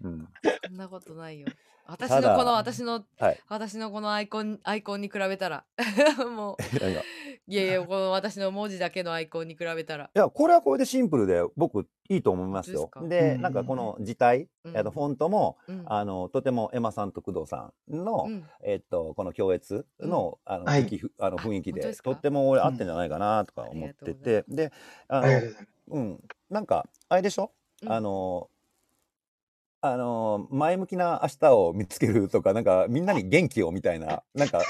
Speaker 2: うん
Speaker 1: そんなことないよ。私
Speaker 2: ただ
Speaker 1: のこの、私の、
Speaker 2: はい
Speaker 1: 私のこのアイコン、アイコンに比べたら。 もう、
Speaker 2: いやいやい
Speaker 1: いやいや、この私の文字だけのアイコンに比べたら。
Speaker 2: やこれはこれでシンプルで僕いいと思いますよ
Speaker 1: 本当。
Speaker 2: で
Speaker 3: ですかうん
Speaker 2: なんかこの字体、
Speaker 1: うん
Speaker 2: あとフォントも、
Speaker 1: うん
Speaker 2: あのとてもエマさんと工藤さんの、
Speaker 1: うん
Speaker 2: えっとこの共越の,、あの
Speaker 3: はい
Speaker 2: 雰囲気ふあの
Speaker 1: あ
Speaker 2: 雰囲気
Speaker 1: 本当で
Speaker 2: です
Speaker 1: か
Speaker 2: とっても俺合ってんじゃないかなとか思ってて、であ
Speaker 3: ありがと
Speaker 2: の
Speaker 3: うございます。
Speaker 2: うんなんかあれでしょ、
Speaker 1: うん
Speaker 2: あのあの前向きな明日を見つけるとかなんかみんなに元気をみたいななんか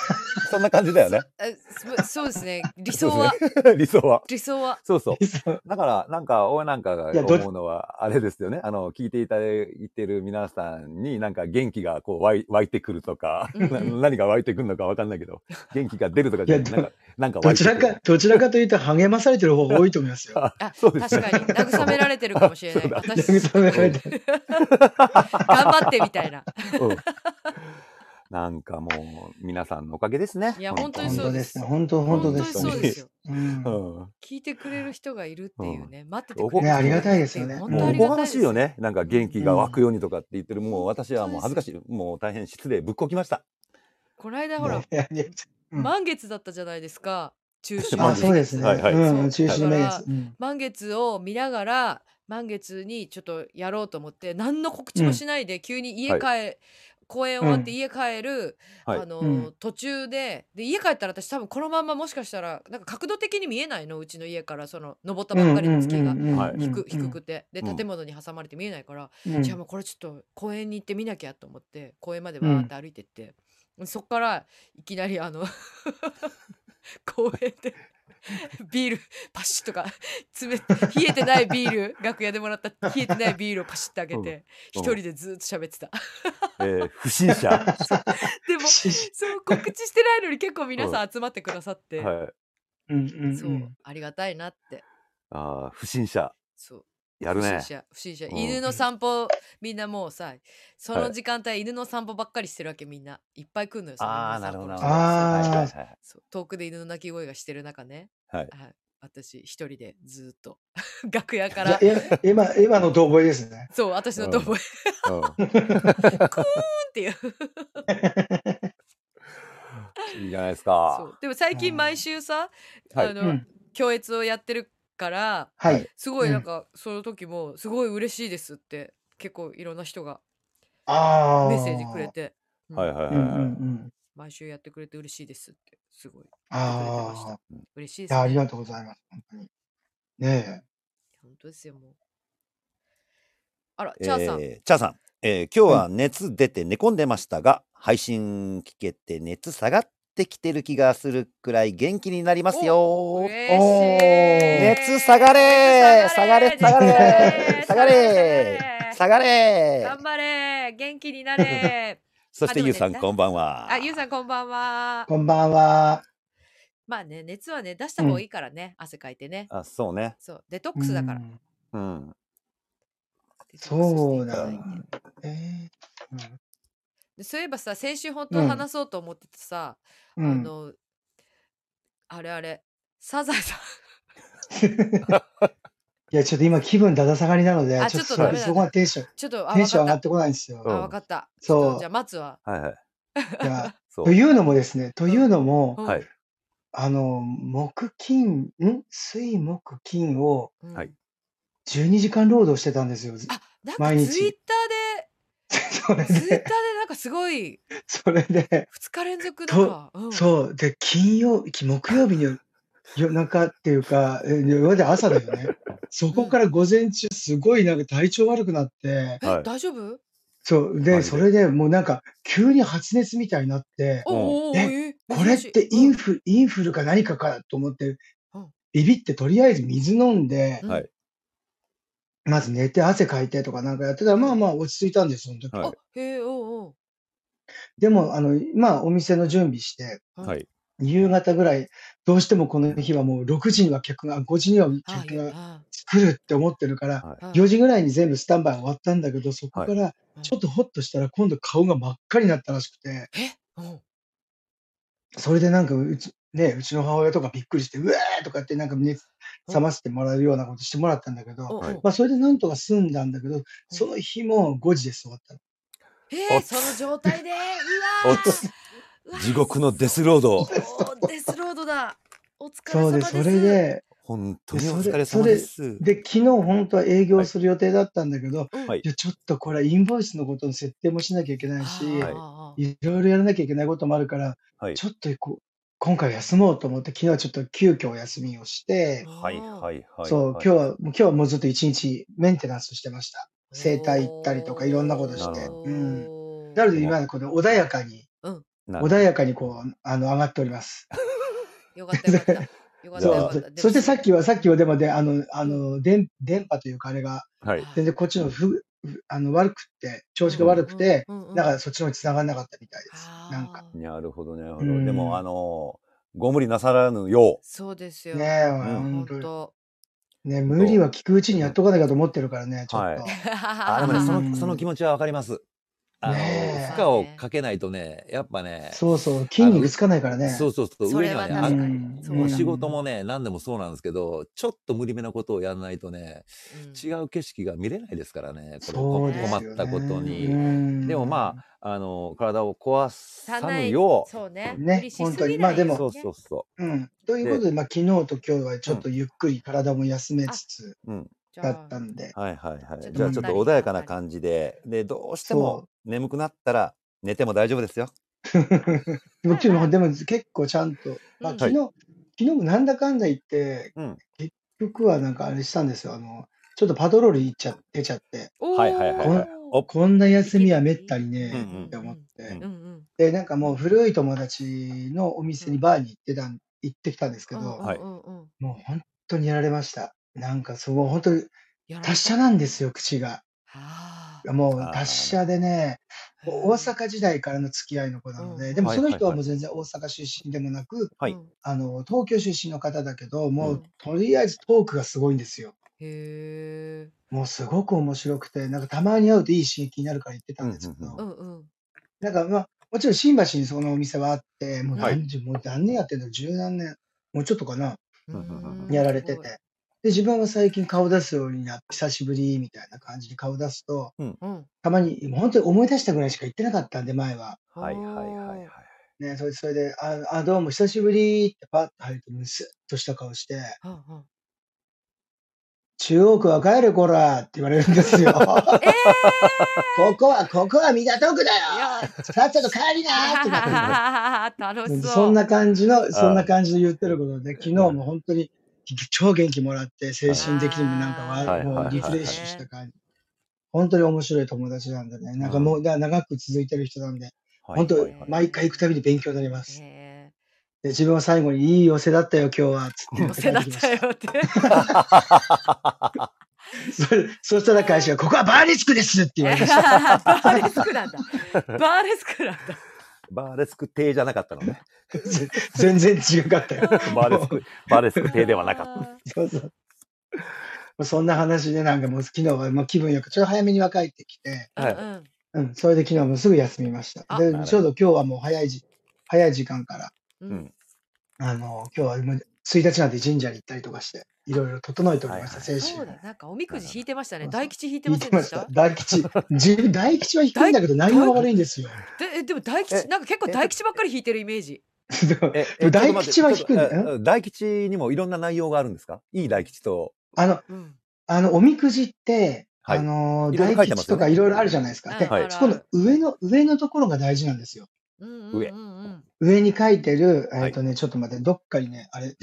Speaker 2: そんな感じだ よね
Speaker 1: えそそうですね。理想 は、
Speaker 2: 理想は。
Speaker 1: 理想は。
Speaker 2: そうそうだから、なんか、俺なんかが
Speaker 3: いやど
Speaker 2: 思うのは、あれですよね。あの、聞いていただいてる皆さんに、なんか元気がこう湧い湧いてくるとか、
Speaker 1: うんうん
Speaker 2: な何が湧いてくるのかわかんないけど、元気が出るとかじゃなくて
Speaker 3: いや
Speaker 2: なんか、なんか湧
Speaker 3: ど
Speaker 2: いて
Speaker 3: ち
Speaker 2: く
Speaker 3: ら
Speaker 2: る。
Speaker 3: か、どちらかというと励まされてる方が多いと思いますよ。
Speaker 1: あ、
Speaker 2: そう
Speaker 1: 確
Speaker 2: で
Speaker 1: か
Speaker 2: す
Speaker 1: に
Speaker 2: ね。
Speaker 1: 慰められてるかもしれない。
Speaker 2: そうだ
Speaker 1: 私、
Speaker 3: 慰められてる。
Speaker 1: 頑張ってみたいな。
Speaker 2: うんなんかもう、皆さんのおかげですね。
Speaker 1: いや本当に
Speaker 3: 本
Speaker 1: そう
Speaker 3: 当
Speaker 1: で
Speaker 3: ですすね。本当、本当
Speaker 1: に
Speaker 3: です。
Speaker 1: そうですよ。
Speaker 3: うん
Speaker 2: う。ん
Speaker 1: 聞いてくれる人がいるっていうね。待ってて
Speaker 2: お
Speaker 1: く
Speaker 2: こ
Speaker 1: れる人
Speaker 2: ねあり
Speaker 3: がたいですよね
Speaker 1: 本
Speaker 2: も
Speaker 1: 当あ
Speaker 2: うお
Speaker 1: り
Speaker 2: こ
Speaker 1: が
Speaker 2: が
Speaker 1: た
Speaker 2: ま
Speaker 1: い
Speaker 2: しいよ。ね。なんか元気が湧くようにとかって言ってる、もう
Speaker 1: うん
Speaker 2: 私はもう恥ずかしい。もう大変失礼。ぶっこきました。
Speaker 1: この間ほら、
Speaker 3: いやいやうん
Speaker 1: 満月だったじゃないですか。中秋。
Speaker 3: あ、そうですね。
Speaker 2: はいはい
Speaker 3: うん、
Speaker 1: そ
Speaker 3: 中
Speaker 1: う
Speaker 3: 止の名
Speaker 1: だから
Speaker 3: 月。うん
Speaker 1: 満月を見ながら満月にちょっとやろうと思って何の告知もしないで急に家帰、公演終わって家帰る、
Speaker 2: はい
Speaker 1: あの、
Speaker 3: うん
Speaker 1: 途中でで家帰ったら私多分このまんまもしかしたらなんか角度的に見えないのうちの家からその登ったばっかりの月が
Speaker 2: はい
Speaker 1: 低,、低くてで
Speaker 2: うん
Speaker 1: 建物に挟まれて見えないから、
Speaker 3: うん
Speaker 1: じゃあもうこれちょっと公園に行って見なきゃと思って公園までバーって歩いてって、そっからいきなりあの 公園でビールパシッとか冷冷えてないビール楽屋でもらった冷えてないビールをパシッと開けて
Speaker 2: う
Speaker 1: 一
Speaker 2: ん
Speaker 1: 人でずっと喋ってた
Speaker 2: えー不審者。は
Speaker 1: でもそう告知してないのに結構皆さん集まってくださって、
Speaker 2: い。
Speaker 3: うんうんうん
Speaker 1: そうありがたいなって
Speaker 2: あー不審者。
Speaker 1: そう
Speaker 2: やる
Speaker 1: 不審
Speaker 2: ね。
Speaker 1: 者不審者
Speaker 2: うん
Speaker 1: 犬の散歩みんなもうさその時間帯犬の散歩ばっかりしてるわけみんないっぱい来るのよその
Speaker 2: ああ、
Speaker 1: 皆
Speaker 2: な
Speaker 1: さ
Speaker 2: る
Speaker 1: ん
Speaker 2: ほど。な
Speaker 1: こ
Speaker 2: る
Speaker 1: の人
Speaker 2: ほどはい
Speaker 3: あー
Speaker 2: はいはい
Speaker 1: そう遠くで犬の鳴き声がしてる中ね、
Speaker 2: はい
Speaker 1: 私一人でずーっと 楽屋か
Speaker 3: じゃ
Speaker 1: ら
Speaker 3: あえ今、今の遠吠えですね。
Speaker 1: そう私の遠 吠えっ
Speaker 2: うん
Speaker 1: ていう
Speaker 2: いいじゃないです
Speaker 1: そ
Speaker 2: か。
Speaker 1: うでも最近毎週さあ
Speaker 2: はい。
Speaker 1: の
Speaker 3: うん
Speaker 1: 共越をやってるから
Speaker 3: はい。
Speaker 1: すごい
Speaker 3: うん
Speaker 1: なんかその時もすごい嬉しいですって結構いろんな人が
Speaker 3: ああ。
Speaker 1: メッセージくれ。て、うん
Speaker 2: はいはいは
Speaker 3: う
Speaker 2: い
Speaker 3: んう
Speaker 2: はい。
Speaker 3: んうん。
Speaker 1: 毎週やってくれて嬉しいですってすごい言ってくれてました
Speaker 3: ああ。
Speaker 1: 嬉しい
Speaker 3: い
Speaker 1: で
Speaker 3: や、あ
Speaker 1: す
Speaker 3: り
Speaker 1: ね
Speaker 3: がとうございます。本当に。ね
Speaker 1: 本当ですよもうあらチャーさん、
Speaker 2: えーチャーさん、えー今日は熱出て寝込んでましたが、配信聞けて熱下がってきてる気がするくらい元気になりますよ。
Speaker 1: 嬉しい
Speaker 3: おー
Speaker 2: 熱下がれ下がれ下がれ下がれ下がれ
Speaker 1: 頑張れ元気になれ
Speaker 2: そして
Speaker 1: あでもね
Speaker 2: ゆうさんこんばんは。
Speaker 1: あゆうさんこんばんは
Speaker 3: え。こんばんは。
Speaker 1: まあね熱はね出した方がいいからね、汗かいてね
Speaker 2: あそうね。
Speaker 1: そうデトックスだから、
Speaker 3: うん
Speaker 2: うん。
Speaker 1: デトックスして
Speaker 3: そ
Speaker 1: いうた
Speaker 3: な
Speaker 1: だいて
Speaker 3: んだ。えー
Speaker 1: でそういえばさ先週本
Speaker 3: う
Speaker 1: 当
Speaker 3: ん
Speaker 1: 話そうと思っててさ、
Speaker 3: う
Speaker 1: あ
Speaker 3: ん。うん
Speaker 1: のあれあれサザエさん
Speaker 3: いや、ちょっと今気分だだ下がりなので
Speaker 1: あ、
Speaker 3: ちょっ
Speaker 1: ちょ
Speaker 3: と
Speaker 1: っとダメ
Speaker 3: そ
Speaker 1: だ
Speaker 3: そこがテンション、
Speaker 1: ちょっとあ
Speaker 3: テンション上
Speaker 1: わか
Speaker 3: が
Speaker 1: っ
Speaker 3: ってこないんですよ。
Speaker 1: た
Speaker 2: う
Speaker 1: あ
Speaker 2: ん
Speaker 1: わかったち
Speaker 3: そう
Speaker 1: ょっとじゃあ待つわ
Speaker 2: はいはい。
Speaker 3: いや
Speaker 2: そう
Speaker 3: と。いうのもですね、というのも、
Speaker 1: うん
Speaker 2: はい。
Speaker 3: あの、木金、ん水木金を
Speaker 1: うん
Speaker 2: はい
Speaker 3: 12時間労働してたんですよ。ず
Speaker 1: あなんか
Speaker 3: 毎日
Speaker 1: ツイッタ
Speaker 3: それ
Speaker 1: ーでツイッターで
Speaker 3: で、
Speaker 1: なんかすごい
Speaker 3: それで、
Speaker 1: 2日連続なんか、うん、
Speaker 3: そう、で、金曜日、木曜日の夜中っていうか、え夜で朝だよね。 そこから午前中、すごいなんか体調悪くなって、
Speaker 1: え、
Speaker 2: はい
Speaker 1: 大丈夫
Speaker 3: そう、
Speaker 2: マジで
Speaker 3: で、それでもうなんか、急に発熱みたいになって、
Speaker 1: おおー、えー
Speaker 3: これっ
Speaker 1: 珍しい
Speaker 3: てイ
Speaker 1: う
Speaker 3: ン
Speaker 1: ん
Speaker 3: フル、インフルか何かかと思って
Speaker 1: うん、
Speaker 3: ビビってとりあえず水飲んで、
Speaker 1: うん
Speaker 2: はい
Speaker 3: まず寝て汗かいてとかなんかやってたら、まあまあ落ち着いたんですよ、その時
Speaker 2: はい
Speaker 1: あへえおうおう
Speaker 3: でも、あの、まあお店の準備して、
Speaker 1: うん
Speaker 2: はい。
Speaker 3: 夕方ぐらい、どうしてもこの日はもう6時には客が、5時には
Speaker 1: はい
Speaker 3: 客が
Speaker 1: あ
Speaker 3: 来るって思ってるから、
Speaker 2: はい
Speaker 1: あ
Speaker 3: 4時ぐらいに全部スタンバイ終わったんだけど、そこからちょっとホッとしたら今度顔が真っ赤になったらしくて、
Speaker 1: えうん
Speaker 3: それでなんかうち、ね、うちの母親とかびっくりして、うえーとかってなんか熱冷ませてもらうようなことしてもらったんだけど、
Speaker 1: お
Speaker 2: はい
Speaker 1: お
Speaker 3: まあそれでなんとか済んだんだけど、その日も5時で終わったの。
Speaker 1: えー、
Speaker 2: おつ
Speaker 1: その状態でう
Speaker 2: お
Speaker 1: わ
Speaker 2: つ
Speaker 1: ーうわー
Speaker 2: 地獄のデスロード
Speaker 1: そうデスロードだお疲れ
Speaker 3: そ
Speaker 1: 様
Speaker 3: う
Speaker 1: で
Speaker 3: ですそれで、
Speaker 2: 本当にお疲れ様です。
Speaker 3: で、昨日本当は営業する予定だったんだけど、
Speaker 1: うん
Speaker 2: はい
Speaker 3: いや、ちょっとこれインボイスのことの設定もしなきゃいけないし、
Speaker 1: あー
Speaker 2: はい
Speaker 3: いろいろやらなきゃいけないこともあるから、
Speaker 2: はい
Speaker 3: ちょっとこう今回は休もうと思って、昨日はちょっと急遽お休みをして、
Speaker 2: はいはいはい。
Speaker 3: そう、今日は、もう今日はもうずっと一日メンテナンスしてました。整体行ったりとかいろんなことして
Speaker 2: なるほ
Speaker 1: お
Speaker 2: ど
Speaker 3: うん
Speaker 1: ー
Speaker 3: なので今、この穏やかに、
Speaker 2: なる
Speaker 3: 穏やかにこう、あの、上がっております。
Speaker 1: よかったよかったよかったよ
Speaker 3: そ
Speaker 2: じゃ
Speaker 1: か
Speaker 2: あ
Speaker 1: っ
Speaker 3: う
Speaker 1: た
Speaker 3: そ
Speaker 1: でも
Speaker 3: そしてさっきは、さっきはでもで、あの、あの、電電波というかあれが、
Speaker 2: はい。
Speaker 3: 全然こっちのふ、ふあの、悪くって、調子が悪くて、
Speaker 1: うんうんうん
Speaker 3: だからそっちの方に繋がんなかったみたいです。なんか。
Speaker 1: あー
Speaker 2: なるほどね。
Speaker 3: うん
Speaker 2: でもあのご無理なさらぬよ
Speaker 1: そうですよ
Speaker 3: ねえ、
Speaker 2: ん
Speaker 3: 本
Speaker 1: 本
Speaker 3: 当に
Speaker 1: 当
Speaker 3: ね、無理は聞くうちにやっとかなきゃと思ってるからね、ちょっと。
Speaker 2: はい
Speaker 1: あ
Speaker 2: う。あでもね
Speaker 3: うん
Speaker 2: そのその気持ちはわかります。あの
Speaker 3: ねえ
Speaker 2: 負荷をかけないとねやっぱね。
Speaker 3: そうそう、筋肉つかないからね。
Speaker 2: そうそうそう
Speaker 1: そ
Speaker 2: 上
Speaker 1: れ
Speaker 2: に
Speaker 1: は
Speaker 2: は
Speaker 1: 確
Speaker 2: ね
Speaker 1: かに、
Speaker 2: あ
Speaker 3: うん
Speaker 1: そうだ
Speaker 2: お仕事もね何でもそうなんですけどちょっと無理めなことをやらないとね
Speaker 1: うん
Speaker 2: 違う景色が見れないですからねこれ
Speaker 3: そうです
Speaker 2: 困
Speaker 3: よ
Speaker 2: っ
Speaker 3: ね
Speaker 2: たことに。
Speaker 3: うん
Speaker 2: でもまあ、あの、体を壊さぬよう。
Speaker 1: そうね
Speaker 3: ね
Speaker 1: 無理しすぎない
Speaker 3: まあでも
Speaker 2: そうそうそ
Speaker 3: うん。ということで、まあ、昨日と今日はちょっとゆっくり体も休めつつ
Speaker 2: う。うん。
Speaker 1: じゃあ
Speaker 3: だったんで、
Speaker 2: はいはいは
Speaker 1: ちょっと
Speaker 2: い。じゃあちょ
Speaker 1: まっ
Speaker 2: っと
Speaker 1: たり
Speaker 2: 穏やかな感じで、で、どうしても
Speaker 3: そ
Speaker 2: 眠くなったら寝ても大丈夫ですよ。
Speaker 3: でも昨日でも結構ちゃんと、まあ、
Speaker 1: うん
Speaker 3: 昨日、昨日もなんだかんだ言って、
Speaker 2: うん。
Speaker 3: 結局はなんかあれしたんですよ。あの、ちょっとパトロール行っちゃ、出ちゃって、
Speaker 2: はいはいはいはい
Speaker 1: おー
Speaker 2: お
Speaker 3: こんな休みはめったにね、
Speaker 2: うんうん
Speaker 3: って思って、
Speaker 2: うん
Speaker 1: うんうん
Speaker 3: で、なんかもう古い友達のお店にバーに行ってたん、行ってきたんですけど、
Speaker 1: うん
Speaker 2: はい
Speaker 1: うんうんうん
Speaker 3: もう本当にやられました。なんかそう、本当に
Speaker 1: やられた
Speaker 3: 達者なんですよ、口が。
Speaker 1: あー
Speaker 3: もう
Speaker 2: あー
Speaker 3: 達者でね、
Speaker 1: へー
Speaker 3: 大阪時代からの付き合いの子なの
Speaker 1: うん
Speaker 3: で、でも
Speaker 2: はい
Speaker 3: その人
Speaker 2: はい
Speaker 3: はもう全然大阪出身でもなく、
Speaker 2: はい
Speaker 1: うん
Speaker 3: あの、東京出身の方だけど、も
Speaker 1: うん
Speaker 3: うとりあえずトークがすごいんですよ。
Speaker 1: へえ
Speaker 3: もうすごく面白くて、なんかたまに会うといい刺激になるから言ってたんですけ
Speaker 2: うんうん
Speaker 1: う
Speaker 3: ど、
Speaker 1: んうん
Speaker 3: なんかまあ、もちろん新橋にそのお店はあって、もう
Speaker 2: はい
Speaker 3: 何十、もう何年やってんの十何年、もうちょっとかな、
Speaker 2: うんうんうん
Speaker 1: うーん
Speaker 3: やられて
Speaker 1: すごい
Speaker 3: て。で、自分は最近顔出すようになって、久しぶりみたいな感じで顔出すと、
Speaker 1: うん
Speaker 3: たまに、もう本当に思い出したぐらいしか言ってなかったんで、前は。
Speaker 2: はいはいはいはい。
Speaker 3: ね、それそれで、あ、あどうも久しぶりってパッと入って、むすっとした顔して、
Speaker 1: うんうん
Speaker 3: 中央区は帰れこらって言われるんです よ。こ
Speaker 1: えー
Speaker 3: こは、ここは港区だ
Speaker 1: い
Speaker 3: よ
Speaker 1: や
Speaker 3: さっさと帰りなとかっ
Speaker 1: 楽
Speaker 3: て。
Speaker 1: しそう。
Speaker 3: そんな感じの、そんな感じで言ってることで、昨日も本当に超元気もらって、精神的にもなんか
Speaker 2: は
Speaker 3: わ、
Speaker 2: い
Speaker 3: もうリフレッシュした感じ。本当に面白い友達なんでね、なんかもう、だから長く続いてる人なんで、
Speaker 2: はい
Speaker 3: 本当
Speaker 2: はいはい
Speaker 3: 毎回行くたびに勉強になります。
Speaker 1: ね
Speaker 3: で自分は最後にいい寄せだったよ、今日は。つって
Speaker 1: え
Speaker 3: 言
Speaker 1: お
Speaker 3: って
Speaker 1: 世
Speaker 3: 帰っ
Speaker 1: 話
Speaker 3: てき
Speaker 1: だ
Speaker 3: まし
Speaker 1: よって。
Speaker 3: た。 それそしたら会社が、ここはバーリスクですって言われました。
Speaker 1: バーレスクなんだ。バーレスクなんだ。
Speaker 2: バーレスク亭じゃなかったのね。
Speaker 3: 全然違かったよ。
Speaker 2: バーレス ク、バーレスク亭ではなかった。
Speaker 1: た。
Speaker 3: そうそう。そんな話で、なんかもう昨日はもう気分よく、ちょっと早めに帰ってきて、
Speaker 2: はい
Speaker 1: うんうん
Speaker 3: うん、それで昨日もすぐ休みました。
Speaker 1: あ
Speaker 3: で
Speaker 2: なるほ、ど
Speaker 3: ちょうど今日はもう早いじ、早い時間から、
Speaker 1: う
Speaker 2: うんん
Speaker 3: あの、今日はもう1日なんて神社に行ったりとかして、いろいろ整えておりました、
Speaker 2: はいは
Speaker 3: 精
Speaker 2: い
Speaker 1: そ
Speaker 3: 神
Speaker 1: う
Speaker 3: を。
Speaker 1: だ、なんかおみくじ引いてましたね。
Speaker 3: そうそう
Speaker 1: 大吉引いて
Speaker 3: 行
Speaker 1: ま
Speaker 3: っ
Speaker 1: せんで
Speaker 3: てま
Speaker 1: し
Speaker 3: したた。大吉。自分、大吉は低いんだけど、内容が悪いんですよ。
Speaker 1: でえでも大吉、
Speaker 2: え
Speaker 1: なんか結構
Speaker 2: え
Speaker 1: 大吉ばっかり引いてるイメージ。
Speaker 2: え
Speaker 3: でも大吉は低い
Speaker 2: ちょっ
Speaker 3: ね
Speaker 2: と待ってちょっとえ大吉にもいろんな内容があるんですかいい大吉と。
Speaker 3: あの、
Speaker 1: うん
Speaker 3: あの、おみくじって、
Speaker 2: はい
Speaker 3: あの
Speaker 2: い
Speaker 3: ー、
Speaker 2: ろいろ書い
Speaker 3: 大
Speaker 2: てますよ
Speaker 3: 吉
Speaker 2: ね
Speaker 3: とかいろいろあるじゃないですか。で、
Speaker 2: はい
Speaker 1: ある
Speaker 3: そ
Speaker 1: あ
Speaker 3: こ
Speaker 1: る
Speaker 3: の上の、上のところが大事なんですよ。
Speaker 1: うん
Speaker 2: 上
Speaker 1: うんうん
Speaker 3: 上に書いてる、えっ、
Speaker 2: はい
Speaker 3: とね、ちょっと待って、どっかにね、あれ、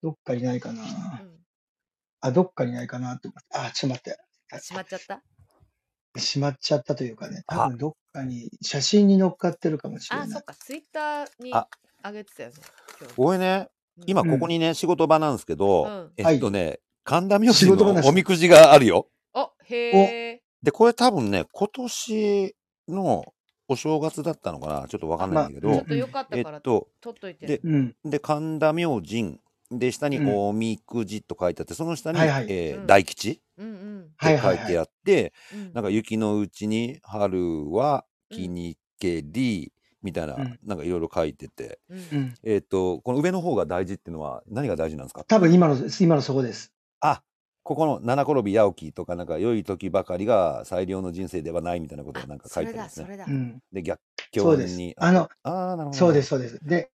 Speaker 3: どっかにないかな
Speaker 1: う。ん
Speaker 3: あ、どっかにないかなって思って。あ、ちょっと待って。
Speaker 1: しまっちゃった。
Speaker 3: しまっちゃったというかね、
Speaker 2: あ
Speaker 3: 多分どっかに写真に乗っかってるかもしれ
Speaker 1: あ、
Speaker 3: な
Speaker 1: そ
Speaker 3: い
Speaker 1: っ。か、ツイッターに
Speaker 2: あ
Speaker 1: あげてたよね。今日
Speaker 2: これね、今
Speaker 1: うん
Speaker 2: ここにね、仕事場なんですけど、
Speaker 1: うん
Speaker 2: えっとね、神田明
Speaker 3: 仕
Speaker 2: 神
Speaker 3: 事話
Speaker 2: のおみくじがあるよ。
Speaker 1: お、へえ。
Speaker 2: で、これ多分ね、今年の
Speaker 4: お正月だったのかなちょっとわかんないんだけど、
Speaker 3: ま
Speaker 1: ち
Speaker 3: あ
Speaker 1: ょっとよかった
Speaker 4: え
Speaker 1: から
Speaker 4: っと
Speaker 1: 取っといて。
Speaker 4: で
Speaker 3: うん。
Speaker 4: で神田明神で下に
Speaker 3: うん
Speaker 4: おみくじと書いてあって、その下に、
Speaker 3: はいはい
Speaker 4: えー
Speaker 1: うん
Speaker 4: 大吉っ
Speaker 1: うんうん
Speaker 3: はい
Speaker 4: て書
Speaker 3: はい
Speaker 4: い
Speaker 3: はい
Speaker 4: てあって、
Speaker 1: うん。
Speaker 4: なんか雪のうちに春は木にけりみたいな、
Speaker 3: うん
Speaker 4: なんかいろいろ書いてて、
Speaker 1: う
Speaker 3: うんん。
Speaker 4: えっ、とこの上の方が大事っていうのは何が大事なんですか？
Speaker 3: 多分今の、今のそこです。
Speaker 4: あここの七転び八起きとかなんか良い時ばかりが最良の人生ではないみたいなことがなんか書いてあるんです
Speaker 1: そ
Speaker 4: ね。
Speaker 1: れだ、
Speaker 3: う
Speaker 1: それだ。
Speaker 3: ん。
Speaker 4: で逆
Speaker 3: そ
Speaker 4: 境
Speaker 3: うです
Speaker 4: に。
Speaker 3: あの、
Speaker 4: あーなるほど。
Speaker 3: そうです、。そうです。で、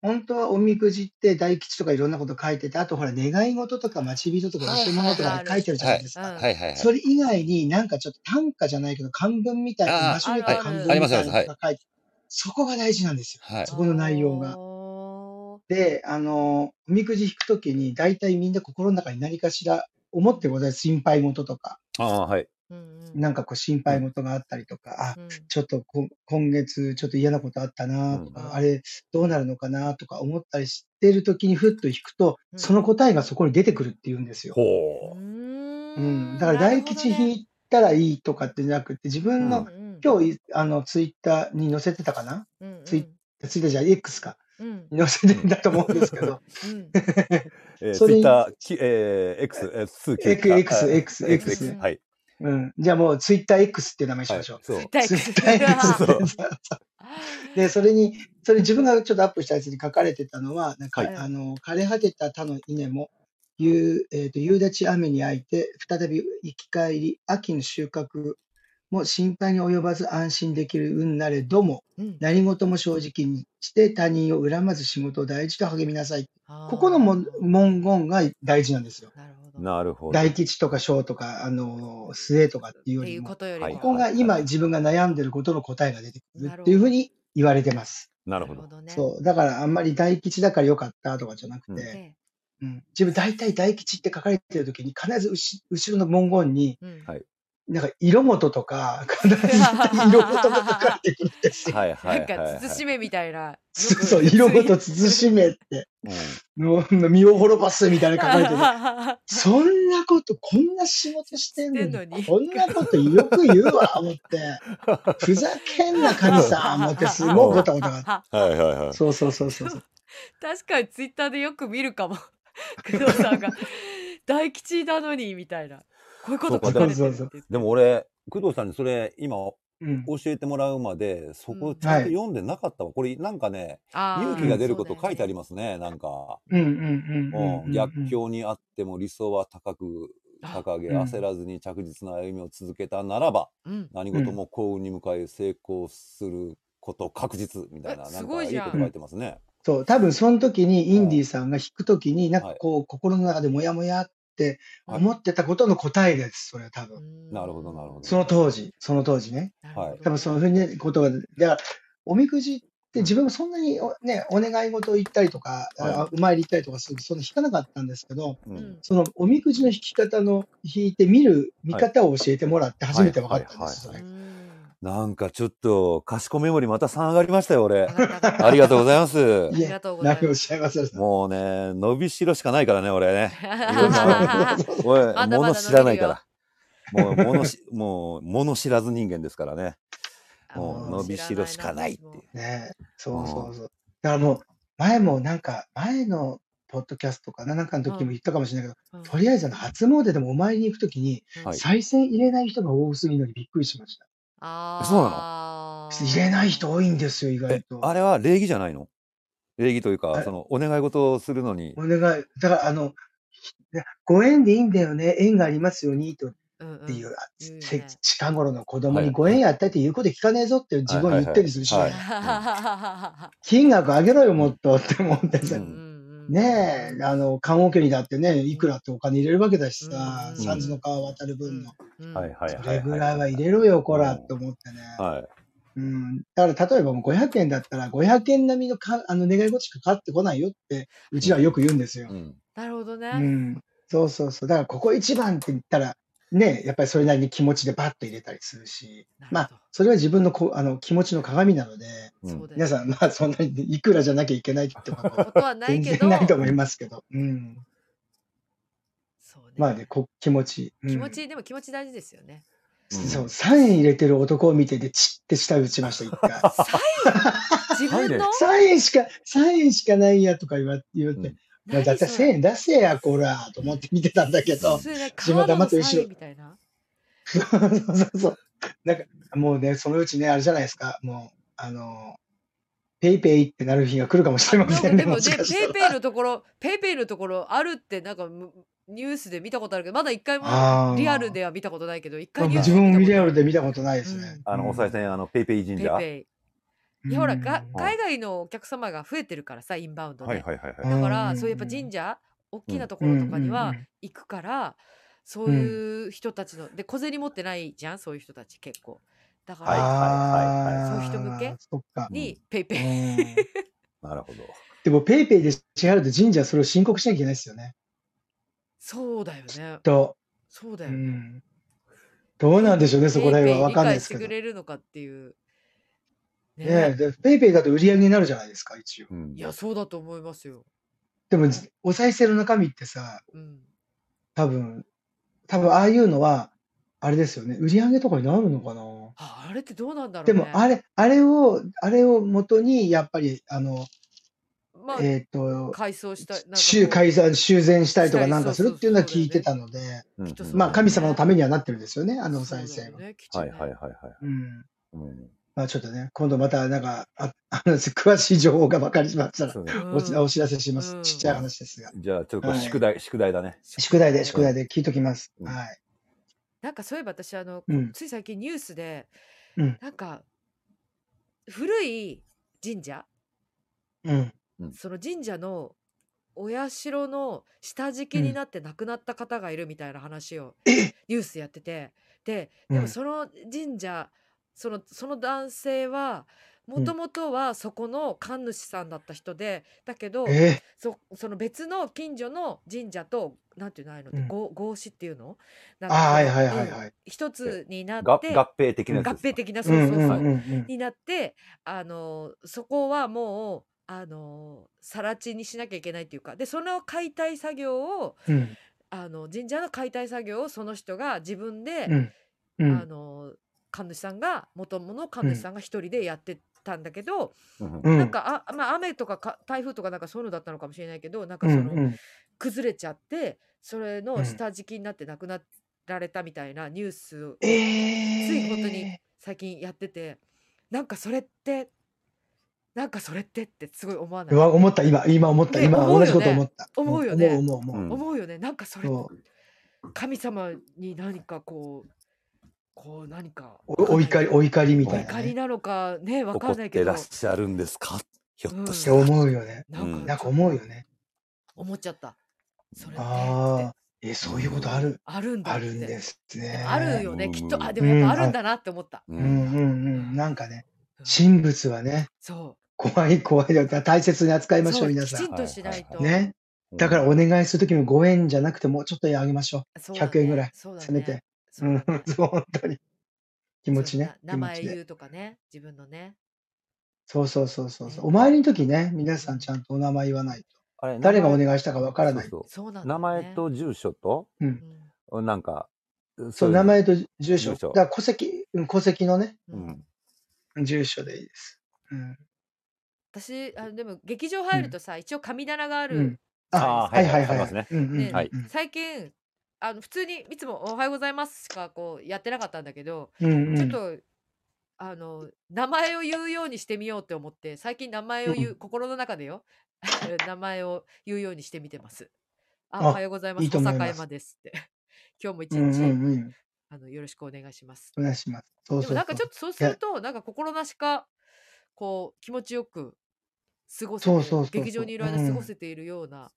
Speaker 3: 本当はおみくじって大吉とかいろんなこと書いてて、あとほら、願い事とか待ち人とか
Speaker 4: はい
Speaker 3: そういうものとか書いてるじゃないですか。
Speaker 1: はい
Speaker 4: はいはいはい。
Speaker 3: それ以外になんかちょっと短歌じゃないけど、漢文みたい
Speaker 4: あ
Speaker 3: な、
Speaker 4: ー
Speaker 3: 場所によっては漢
Speaker 1: あ
Speaker 3: 文
Speaker 1: る
Speaker 4: あ
Speaker 3: み
Speaker 4: るあ
Speaker 3: た
Speaker 4: り
Speaker 3: い
Speaker 4: ます
Speaker 3: な
Speaker 4: あ
Speaker 3: の
Speaker 4: りま
Speaker 3: が書いて、そこが大事なんですよ。
Speaker 4: はい
Speaker 3: そこの内容が
Speaker 1: おー
Speaker 3: で、あの、おみくじ引くときに、大体みんな心の中に何かしら思ってございます。心配事とか、
Speaker 4: ああはい。
Speaker 1: うんうん。
Speaker 3: なんかこう心配事があったりとか、あ、
Speaker 1: うん、
Speaker 3: ちょっとこ今月ちょっと嫌なことあったなとか、
Speaker 1: うん
Speaker 3: あれどうなるのかなとか思ったりしてるときにふっと引くと、
Speaker 1: うん
Speaker 3: その答えがそこに出てくるっていうんですよ。
Speaker 4: ほう。
Speaker 1: う
Speaker 3: う
Speaker 1: ー
Speaker 3: ん。
Speaker 1: ん
Speaker 3: だから大吉引
Speaker 1: い
Speaker 3: いたらいいとかってじゃなくて、自分
Speaker 4: う
Speaker 3: の、今日い、あの、ツイッターに載せてたかな
Speaker 1: 日
Speaker 3: ツイツイッターじゃない X か。
Speaker 1: うん
Speaker 3: 載せてたと思うんですけど、
Speaker 1: うん
Speaker 2: えー、
Speaker 3: そ
Speaker 2: ツ
Speaker 3: れ
Speaker 2: イッ
Speaker 3: に
Speaker 2: ター、きえー、X、えー、数
Speaker 3: X X X
Speaker 2: X、はい。
Speaker 3: うん。じゃあもうツイッター X っていう名前にし
Speaker 2: は
Speaker 3: ま
Speaker 2: い、
Speaker 3: しょう。
Speaker 2: そう。
Speaker 1: Twitter
Speaker 3: ツイッター X
Speaker 2: そう
Speaker 3: で、それに、それ自分がちょっとアップしたやつに書かれてたのは、なんか、
Speaker 1: はい
Speaker 3: あの、枯れ果てた他の稲も、夕、えっ、と、夕立ち雨に焼いて、再び生き返り、秋の収穫も心配に及ばず安心できる運なれども、
Speaker 1: うん
Speaker 3: 何事も正直にして他人を恨まず仕事を大事と励みなさい。
Speaker 1: あー
Speaker 3: ここのもん文言が大事なんですよ。
Speaker 1: なるほどっ
Speaker 2: なるほど。
Speaker 3: 大吉とか小とか、あの、末とかっていうよ
Speaker 1: てい
Speaker 3: り
Speaker 1: う
Speaker 3: も、
Speaker 1: こ
Speaker 3: こと
Speaker 1: よりも、
Speaker 2: はい
Speaker 3: こが今自分が悩んでることの答えが出てくるっていうふうに言われてます。
Speaker 2: なるほど。
Speaker 1: ね
Speaker 3: そう。だからあんまり大吉だから良かったとかじゃなく
Speaker 1: う
Speaker 3: て、
Speaker 1: ね
Speaker 3: うん自分大体大吉って書かれてる時に必ずうし後ろの文言に、
Speaker 1: うん
Speaker 2: はい
Speaker 3: なんか色元 とか、必ず色元とか書いてくるんですよ。
Speaker 2: はいはい
Speaker 1: なん
Speaker 2: はい、
Speaker 1: か
Speaker 2: はい。
Speaker 1: 慎めみたいな
Speaker 3: そうそう、色ごと慎めって、もう身を滅ぼすみたいな書かれてる。
Speaker 1: か
Speaker 3: そんなこと、こんな仕事してんの
Speaker 1: してんのに
Speaker 3: に、こんなことよく言うわ、思って。ふざけんな、神さん、思って、すごいことがあ った。
Speaker 2: うん、はいはいはい。
Speaker 3: そうそうそうそうそう。
Speaker 1: 確かにツイッターでよく見るかも 工藤さんが「大吉なのに」みたいなこういうこと書かれてるって
Speaker 3: そうか
Speaker 1: 言って
Speaker 2: でも俺、工藤さんにそれ今教
Speaker 3: うん。
Speaker 2: えてもらうまで、そこち
Speaker 3: は
Speaker 2: ゃん
Speaker 3: い
Speaker 2: と読んでなかったわ。これなんかね、
Speaker 1: あー
Speaker 2: 勇気が出るこ
Speaker 1: そ
Speaker 2: と
Speaker 1: うだ
Speaker 2: 書
Speaker 1: よね
Speaker 2: いてありますね、なんか。
Speaker 3: うんうんうんうんうん
Speaker 2: う
Speaker 3: うんん。
Speaker 2: 逆境にあっても理想は高く
Speaker 1: あ
Speaker 2: 掲げ、
Speaker 3: うん
Speaker 2: 焦らずに着実な歩みを続けたならば、
Speaker 1: うん
Speaker 2: 何事も幸運に向かい成功すること確実みたいな、
Speaker 1: え
Speaker 2: な
Speaker 1: す
Speaker 2: ん
Speaker 1: ご
Speaker 2: か
Speaker 1: い
Speaker 2: い
Speaker 1: じ
Speaker 2: い
Speaker 1: ゃん
Speaker 2: こと書いてますね。
Speaker 3: そう、多分その時にインディーさんが弾く時に、なん
Speaker 2: は
Speaker 3: か
Speaker 2: い
Speaker 3: こう、心の中でモヤモヤって思ってたことの答えです、それは多分。
Speaker 2: なるほどなるほど
Speaker 3: その当時、その当時ね。
Speaker 1: なるほど
Speaker 2: はい
Speaker 3: 多分そのふうにことが、だから、おみくじって自分もそんなにおね、お願い事を言ったりとか、
Speaker 2: はい
Speaker 3: あお参り行ったりとかする、そんな弾かなかったんですけど、
Speaker 2: うん
Speaker 1: うん
Speaker 3: そのおみくじの弾き方の、弾いて見る見方を教えてもらって初めて分かったんです、そ
Speaker 2: は
Speaker 3: れ。
Speaker 1: うん
Speaker 2: なんかちょっと、かしこメモリまた3上がりましたよ、
Speaker 1: 上。
Speaker 2: 俺
Speaker 1: がった上がった
Speaker 2: ありがとうございます。
Speaker 1: ありがとうござい
Speaker 3: 何
Speaker 1: ま
Speaker 3: をおっ
Speaker 1: す。
Speaker 3: しゃいます
Speaker 2: もうね、伸びしろしかないからね、俺 ね。いろんな
Speaker 1: は
Speaker 2: 俺、
Speaker 1: まだまだ
Speaker 2: 物知らないから。もう、物し、 もう、物知らず人間ですからね。もう、伸びしろしかないっていう。
Speaker 3: ねえ、そうそううそう。だからもう、前もなんか、前のポッドキャストかな、なんかの時も言ったかもしれないけど、とりあえずあの初詣でもお参りに行く時に、
Speaker 2: はい
Speaker 3: 再銭入れない人が多すぎるのにびっくりしました。
Speaker 2: そう
Speaker 1: な
Speaker 2: なの
Speaker 3: 入れない人多いんですよ、意
Speaker 2: え
Speaker 3: 外と。
Speaker 2: あれは礼儀じゃないの礼儀というか、
Speaker 3: え
Speaker 2: その、お願い事をするのに
Speaker 3: お。願い。だから、あの、いやご縁でいいんだよね、縁がありますようにとっ
Speaker 1: って
Speaker 3: いう、あ
Speaker 1: 言うよね
Speaker 3: せ近頃の子供
Speaker 2: は
Speaker 3: に
Speaker 2: い
Speaker 3: ご縁やったって言うこと聞かねえぞって自分は言ったりするし、
Speaker 2: はいはいはい
Speaker 3: 金額上げろよ、もっとって思ってさ
Speaker 2: うん
Speaker 3: ねえ、あの、棺桶にだってね、いくらってお金入れるわけだし
Speaker 1: う
Speaker 3: さ、
Speaker 1: ん
Speaker 3: 三途の川渡る分の、
Speaker 2: はいはい
Speaker 3: そ
Speaker 2: は
Speaker 3: れ
Speaker 2: い。
Speaker 3: ぐらいは入れろよ、こら、
Speaker 2: うん
Speaker 3: と思ってね。
Speaker 2: はい。
Speaker 3: うん。だから、例えばもう500円だったら、500円並みのかあの願い事しかかかってこないよって、うちらはよく言うんですよ
Speaker 2: う。ん。
Speaker 1: なるほどね。
Speaker 3: うん。そうそうそう。だから、ここ一番って言ったら、ね、やっぱりそれなりに気持ちでバッと入れたりするし、まあ、それは自分のこあの気持ちの鏡なので、
Speaker 2: うん
Speaker 1: そうだよ
Speaker 3: 皆さん、まあ、そんなにいくらじゃなきゃいけないってことは
Speaker 1: ことはない
Speaker 3: 全
Speaker 1: け
Speaker 3: 然
Speaker 1: ど、
Speaker 3: ないと思いますけど。うん。
Speaker 1: そうね
Speaker 3: まあね、こ気持ち。うん
Speaker 1: 気持ちでも気持ち大事ですよね。
Speaker 3: そう、サイン入れてる男を見てて、チッて下打ちました、一回。
Speaker 1: サイン自分の
Speaker 3: サインしか、サインしかないやとか言わ言って、
Speaker 2: うん
Speaker 3: まあだって1000円出せや、こら、と思って見てたんだけど。
Speaker 1: それなんか
Speaker 3: 自分は黙って後ろ
Speaker 1: カードのサインみたいな。
Speaker 3: そうそうそう。 なんか、もうね、そのうちね、あれじゃないですか、もう、あの、ペイペイってなる日が来るかもしれま
Speaker 1: なん
Speaker 3: せ
Speaker 1: か
Speaker 3: ん
Speaker 1: で
Speaker 3: ね、
Speaker 1: も
Speaker 3: も
Speaker 1: ね、
Speaker 3: し
Speaker 1: ペ
Speaker 3: かした
Speaker 1: イ
Speaker 3: ら。
Speaker 1: ペイのところ、ペイペイのところあるってなんかむニュースで見たことあるけど、まだ一回も
Speaker 3: あー
Speaker 1: リアルでは見たことないけど、一
Speaker 3: まあ
Speaker 1: 回ニュース
Speaker 3: 自分も
Speaker 1: 見
Speaker 3: リ
Speaker 1: た
Speaker 3: ア
Speaker 1: こ
Speaker 3: ル
Speaker 1: とあ
Speaker 3: で
Speaker 1: る
Speaker 3: 見たことないですね。
Speaker 2: あの、お賽銭、あの、ペイペイ神
Speaker 1: ペイ
Speaker 2: 社。はい
Speaker 1: ペイ。いやほら、が
Speaker 3: うん
Speaker 1: 海外のお客様が増えてるからさ、インバウンド
Speaker 2: はい
Speaker 1: で。
Speaker 2: はいはい。
Speaker 1: だか
Speaker 3: う
Speaker 1: ら、
Speaker 3: ん
Speaker 1: そういうやっぱ神社、大きなところとかには行くから、そういう人たちの、で、小銭持ってないじゃん、そういう人たち結構。だか
Speaker 2: はい
Speaker 1: ら、
Speaker 2: はい
Speaker 1: そ
Speaker 2: はい
Speaker 1: ういう人向け
Speaker 3: そっか。
Speaker 1: にペイペイ。
Speaker 3: うん
Speaker 2: なるほど。
Speaker 3: でも、ペイペイで支払うと神社はそれを申告しなきゃいけないですよね。
Speaker 1: そうだよね。
Speaker 3: と、
Speaker 1: そうだ
Speaker 3: う
Speaker 1: よね。
Speaker 3: ん。どうなんでしょうね、そこら辺は。わかんないですけ
Speaker 1: ペイペ
Speaker 3: ど。ね
Speaker 1: イ理解してくれるのかっていう。ね
Speaker 3: えでペイペイだと売り上げになるじゃないですか、一応。
Speaker 2: うん
Speaker 1: いや、そうだと思いますよ。
Speaker 3: でも、お賽銭の中身ってさ、
Speaker 1: うん。
Speaker 3: 多分、多分ああいうのは、あれですよね、売り上げとかになるのかな。
Speaker 1: ああれってどうなんだろう
Speaker 3: で
Speaker 1: ね。
Speaker 3: も、あれ、あれを、あれを元に、やっぱり、あの、
Speaker 1: まあ、
Speaker 3: えっ、と、
Speaker 1: 改装した、なんかこう
Speaker 3: 修改ざ修繕したりと
Speaker 1: した
Speaker 3: か
Speaker 1: り
Speaker 3: なんかするっていうのは聞いてたので、
Speaker 2: うん
Speaker 1: きっとそうだよね
Speaker 3: まあ神様のためにはなってるんですよね、あのお賽
Speaker 1: そうだよ
Speaker 3: 銭は。
Speaker 1: ねきっと
Speaker 2: は
Speaker 1: ね
Speaker 2: いはいはいはい。
Speaker 3: うん。
Speaker 2: うん
Speaker 3: まあちょっとね、今度またなんか、ああの詳しい情報が分かりましたら、
Speaker 2: そうね
Speaker 1: うん
Speaker 3: お知お知らせします、
Speaker 1: うん
Speaker 3: ちっちゃい話ですが。
Speaker 2: じゃあ、ちょっとこれ
Speaker 3: はい
Speaker 2: 宿題、宿題だね。
Speaker 3: 宿題で、宿題で聞いときます。
Speaker 2: うん
Speaker 3: はい。
Speaker 1: なんかそういえば私、あの、
Speaker 3: うん
Speaker 1: つい最近ニュースで、
Speaker 3: うん
Speaker 1: なんか、古い神社、
Speaker 3: うん。
Speaker 1: その神社のお社の下敷きになって亡くなった方がいるみたいな話をニュースやっててでで
Speaker 3: う
Speaker 1: も
Speaker 3: ん
Speaker 1: その神社そのその男性はもともとはそこの神主さんだった人でだけど
Speaker 3: え
Speaker 1: そその別の近所の神社となんていうのああいうのって、
Speaker 3: うん
Speaker 1: 合合祀っていうのなんか
Speaker 3: ああ、
Speaker 1: そ
Speaker 3: はい
Speaker 1: の
Speaker 3: はいはい
Speaker 1: うん
Speaker 3: はい。
Speaker 1: 一つになっ
Speaker 2: が合
Speaker 1: て
Speaker 2: 併的なやつ
Speaker 1: 合
Speaker 2: ですか。
Speaker 1: 併的な
Speaker 3: う
Speaker 1: そうんそううそ
Speaker 3: ん
Speaker 1: う。
Speaker 3: うんうん。
Speaker 1: になってあのそこはもうあの更地にしなきゃいけないっていうかでその解体作業を
Speaker 3: うん
Speaker 1: あの神社の解体作業をその人が自分で、
Speaker 3: うんう
Speaker 1: あ
Speaker 3: ん
Speaker 1: の神主さんが元々の神主さんが一人でやってたんだけど、
Speaker 2: うん
Speaker 3: うん。
Speaker 1: なんかあ、まあ、雨とかか台風とかなんかそういうのだったのかもしれないけどなん
Speaker 3: う
Speaker 1: か
Speaker 3: ん
Speaker 1: その、
Speaker 3: うん
Speaker 1: 崩れちゃってそれ
Speaker 3: う
Speaker 1: の
Speaker 3: ん
Speaker 1: 下敷きになって亡くなられたみたいなニュースを
Speaker 3: えー、
Speaker 1: つい本当に最近やっててなんかそれってなんかそれってってすごい思わな
Speaker 3: うわ
Speaker 1: い
Speaker 3: 思った今今思った
Speaker 1: ね
Speaker 3: 今
Speaker 1: 思うよね
Speaker 3: 同じこと思った
Speaker 1: 思うよね
Speaker 3: 思う思う思う、
Speaker 2: ん
Speaker 1: 思うよねなんかそれ
Speaker 3: そ
Speaker 1: 神様に何かこうこう何か
Speaker 3: おお怒りお怒りみたい
Speaker 1: お
Speaker 3: な、
Speaker 1: 怒り
Speaker 3: ね、
Speaker 1: なのかねわ
Speaker 2: 怒
Speaker 1: か
Speaker 2: っ
Speaker 1: んないけ
Speaker 2: て
Speaker 1: ど
Speaker 2: らっしゃるんですかひょっとし
Speaker 3: ってて。思うよね
Speaker 1: なん
Speaker 3: なん
Speaker 1: か
Speaker 3: か思うよね
Speaker 1: 思っちゃったそれって
Speaker 3: あ
Speaker 1: あ
Speaker 3: あえそういうことある
Speaker 1: あるんだ
Speaker 3: あ
Speaker 1: って
Speaker 3: るんですね
Speaker 1: あるよね
Speaker 2: うん
Speaker 1: きっとあでもやっぱあるんだなって思った
Speaker 2: う
Speaker 3: うんんうんうんなんかね
Speaker 1: うん
Speaker 3: 神仏はね
Speaker 1: そ
Speaker 3: 怖い怖いよ大切に扱いうましょ
Speaker 1: そうう
Speaker 3: 皆
Speaker 1: き
Speaker 3: さ
Speaker 1: ち
Speaker 3: ん
Speaker 1: んとしないと
Speaker 3: ねだからお願いするときも5円じゃなくてもうちょっと上げましょ
Speaker 1: そうだね
Speaker 3: 100円ぐらい
Speaker 1: そう
Speaker 3: う
Speaker 1: だね
Speaker 3: せめて
Speaker 1: そううだ
Speaker 3: ん
Speaker 1: ね
Speaker 3: そう本当に気持ちね
Speaker 1: そう名前
Speaker 3: 気持ち
Speaker 1: 言
Speaker 3: で
Speaker 1: うとかね自分のね
Speaker 3: そうそうそうそうそう
Speaker 1: ね
Speaker 3: お参りの時ね皆さんちゃんとお名前言わないと
Speaker 2: あれ
Speaker 3: 誰がお
Speaker 2: 名前
Speaker 3: 願いしたかわからない
Speaker 2: そうそ
Speaker 1: そうなんだよ
Speaker 2: う
Speaker 1: ね
Speaker 2: 名前と住所と、
Speaker 1: うん
Speaker 2: なんか、
Speaker 3: そう、名前と住所。
Speaker 2: 住所
Speaker 3: だから戸籍、うん戸籍のね、
Speaker 2: う
Speaker 1: うん
Speaker 2: ん。
Speaker 3: 住所でいいです。うん。
Speaker 1: 私あのでも劇場入るとさ、一応神棚がある、
Speaker 3: うん
Speaker 2: あー
Speaker 3: はいはいはい
Speaker 2: ありま
Speaker 3: はい。
Speaker 2: すね
Speaker 3: うんうんうん
Speaker 1: ね
Speaker 2: はい
Speaker 1: 最近あの普通にいつも「おはようございます」しかこうやってなかったんだけど、
Speaker 3: うんうん
Speaker 1: ちょっとあの名前を言うようにしてみようって思って最近名前を言う、
Speaker 3: うん
Speaker 1: 心の中でよ 名前を言うようにしてみてます。あ
Speaker 3: あ
Speaker 1: おはようございます。
Speaker 3: いいと思います
Speaker 1: 小坂山ですって。 今日も一
Speaker 3: う
Speaker 1: 日、
Speaker 3: んうんうん。
Speaker 1: あのよろしくお願いします。
Speaker 3: お願いします。そう
Speaker 1: で
Speaker 3: そ
Speaker 1: も
Speaker 3: うそう。
Speaker 1: なんかちょっとそうすると、なんか心なしか、こう、気持ちよく過ごせて
Speaker 3: そうそうそうそう
Speaker 1: 劇場にいる間
Speaker 3: うん
Speaker 1: 過ごせているような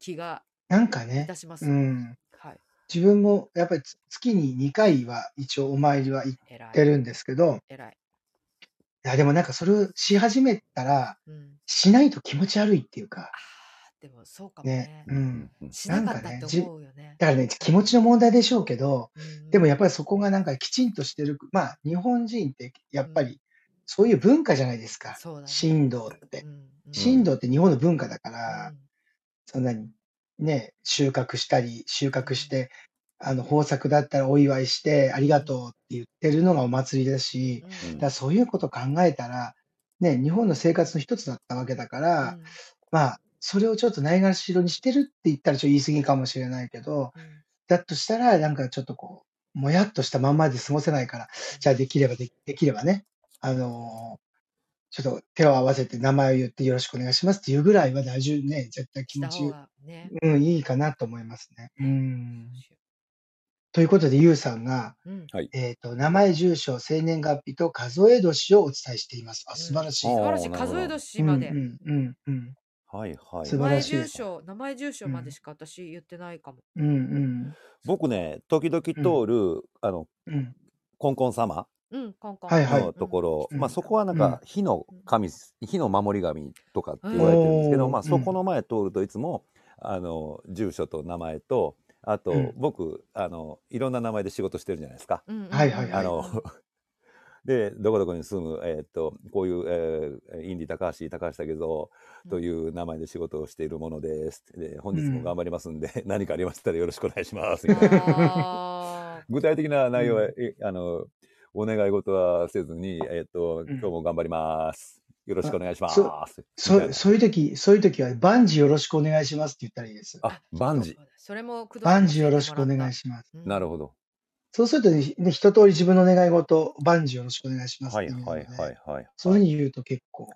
Speaker 1: 気が
Speaker 3: なんか
Speaker 1: い
Speaker 3: ね
Speaker 1: た、します。
Speaker 3: うん。
Speaker 1: はい。
Speaker 3: 自分もやっぱりつ月に2回は一応お参りは行っ
Speaker 1: えらい。
Speaker 3: てるんですけど、い
Speaker 1: えらい。
Speaker 3: やでもなんかそれをし始めたら、
Speaker 1: うん。
Speaker 3: しないと気持ち悪いっていうか
Speaker 1: あ、ーでもそうかも
Speaker 3: ね
Speaker 1: ね。。
Speaker 3: うん。
Speaker 2: うん
Speaker 1: しなかっ
Speaker 3: なんか
Speaker 1: た
Speaker 3: ね
Speaker 1: って
Speaker 3: じ
Speaker 1: 思うよね。
Speaker 3: だからね、気持ちの問題でしょうけど、
Speaker 1: うん
Speaker 3: でもやっぱりそこがなんかきちんとしてる、まあ日本人ってやっぱりそういう文化じゃないですか。
Speaker 1: そうだね
Speaker 3: 神道って
Speaker 1: う。んうん
Speaker 3: 神道って日本の文化だから、
Speaker 1: うん
Speaker 3: そんなにね、収穫したり、収穫して、あの、豊作だったらお祝いして、ありがとうって言ってるのがお祭りだし、
Speaker 1: うん
Speaker 3: だからそういうこと考えたら、ね、日本の生活の一つだったわけだから、
Speaker 1: うん
Speaker 3: まあ、それをちょっとないがしろにしてるって言ったらちょっと言い過ぎかもしれないけど、
Speaker 1: うん
Speaker 3: だとしたら、なんかちょっとこう、もやっとしたまんまで過ごせないから、じゃあできればでき、できればね、あのーちょっと手を合わせて名前を言ってよろしくお願いしますっていうぐらいは大丈夫ね、絶対
Speaker 1: し
Speaker 3: 気持
Speaker 1: た
Speaker 3: ち
Speaker 1: 方、がね。
Speaker 3: うん、いいかなと思いますね。うん
Speaker 1: どう。しよ
Speaker 3: ということで、ゆうさんが、
Speaker 1: ううん
Speaker 3: えっ、と、名前、住所、生年月日と数え年をお伝えしています。あ、素晴らしい。
Speaker 2: うん
Speaker 1: 素
Speaker 2: あ
Speaker 1: 晴らしい
Speaker 2: なるほど
Speaker 1: 数え年まで、
Speaker 3: うんうんうんうん
Speaker 2: はいはい
Speaker 3: 素
Speaker 1: 名
Speaker 3: 晴
Speaker 1: 前
Speaker 3: らしい
Speaker 1: 住所名前住所までしか私言ってないかも、
Speaker 3: うん
Speaker 2: 僕ね時々通る、あの
Speaker 3: うんうん
Speaker 2: コンコン様
Speaker 1: うん、コンコン
Speaker 3: はいはい
Speaker 2: のところ、
Speaker 3: うん
Speaker 2: まあ、そこはなんか火の神、火の守り神とかって言われてるんですけ
Speaker 3: う
Speaker 2: ど、
Speaker 3: ん
Speaker 2: まあ、
Speaker 3: おー
Speaker 2: そこの前通るといつもあの住所と名前とあと、
Speaker 3: うん
Speaker 2: 僕あのいろんな名前で仕事してるじゃないですか。
Speaker 1: うんうんうん
Speaker 3: はいはいはい
Speaker 2: あの でどこどこに住む、えーっとこういう、えーインディ高橋高橋武蔵という名前で仕事をしているものです。で本日も頑張りますんで、 何かありましたらよろしくお願いします。みたいな
Speaker 1: あ
Speaker 2: 具体的な内容は、
Speaker 3: うん
Speaker 2: えあのお願い事はせずに、えっと、今日も頑張ります。よろしくお願いします。
Speaker 3: あ
Speaker 2: みたい
Speaker 3: そ
Speaker 2: な
Speaker 3: そういう時、そういう時は、万事よろしくお願いしますって言ったらいいです。
Speaker 1: ー
Speaker 2: あ、万事
Speaker 1: そう。だそれも工藤さん
Speaker 3: 万
Speaker 1: に教え
Speaker 3: 事
Speaker 1: てもらった
Speaker 3: よろしくお願いします。
Speaker 1: うん
Speaker 2: なるほど。
Speaker 3: そうするとね、ね一通り自分の願い事、万事よろしくお願いしますっ
Speaker 2: は
Speaker 3: て
Speaker 2: い
Speaker 3: いうので、
Speaker 2: はいはいはい。
Speaker 3: そういうふうに言うと結構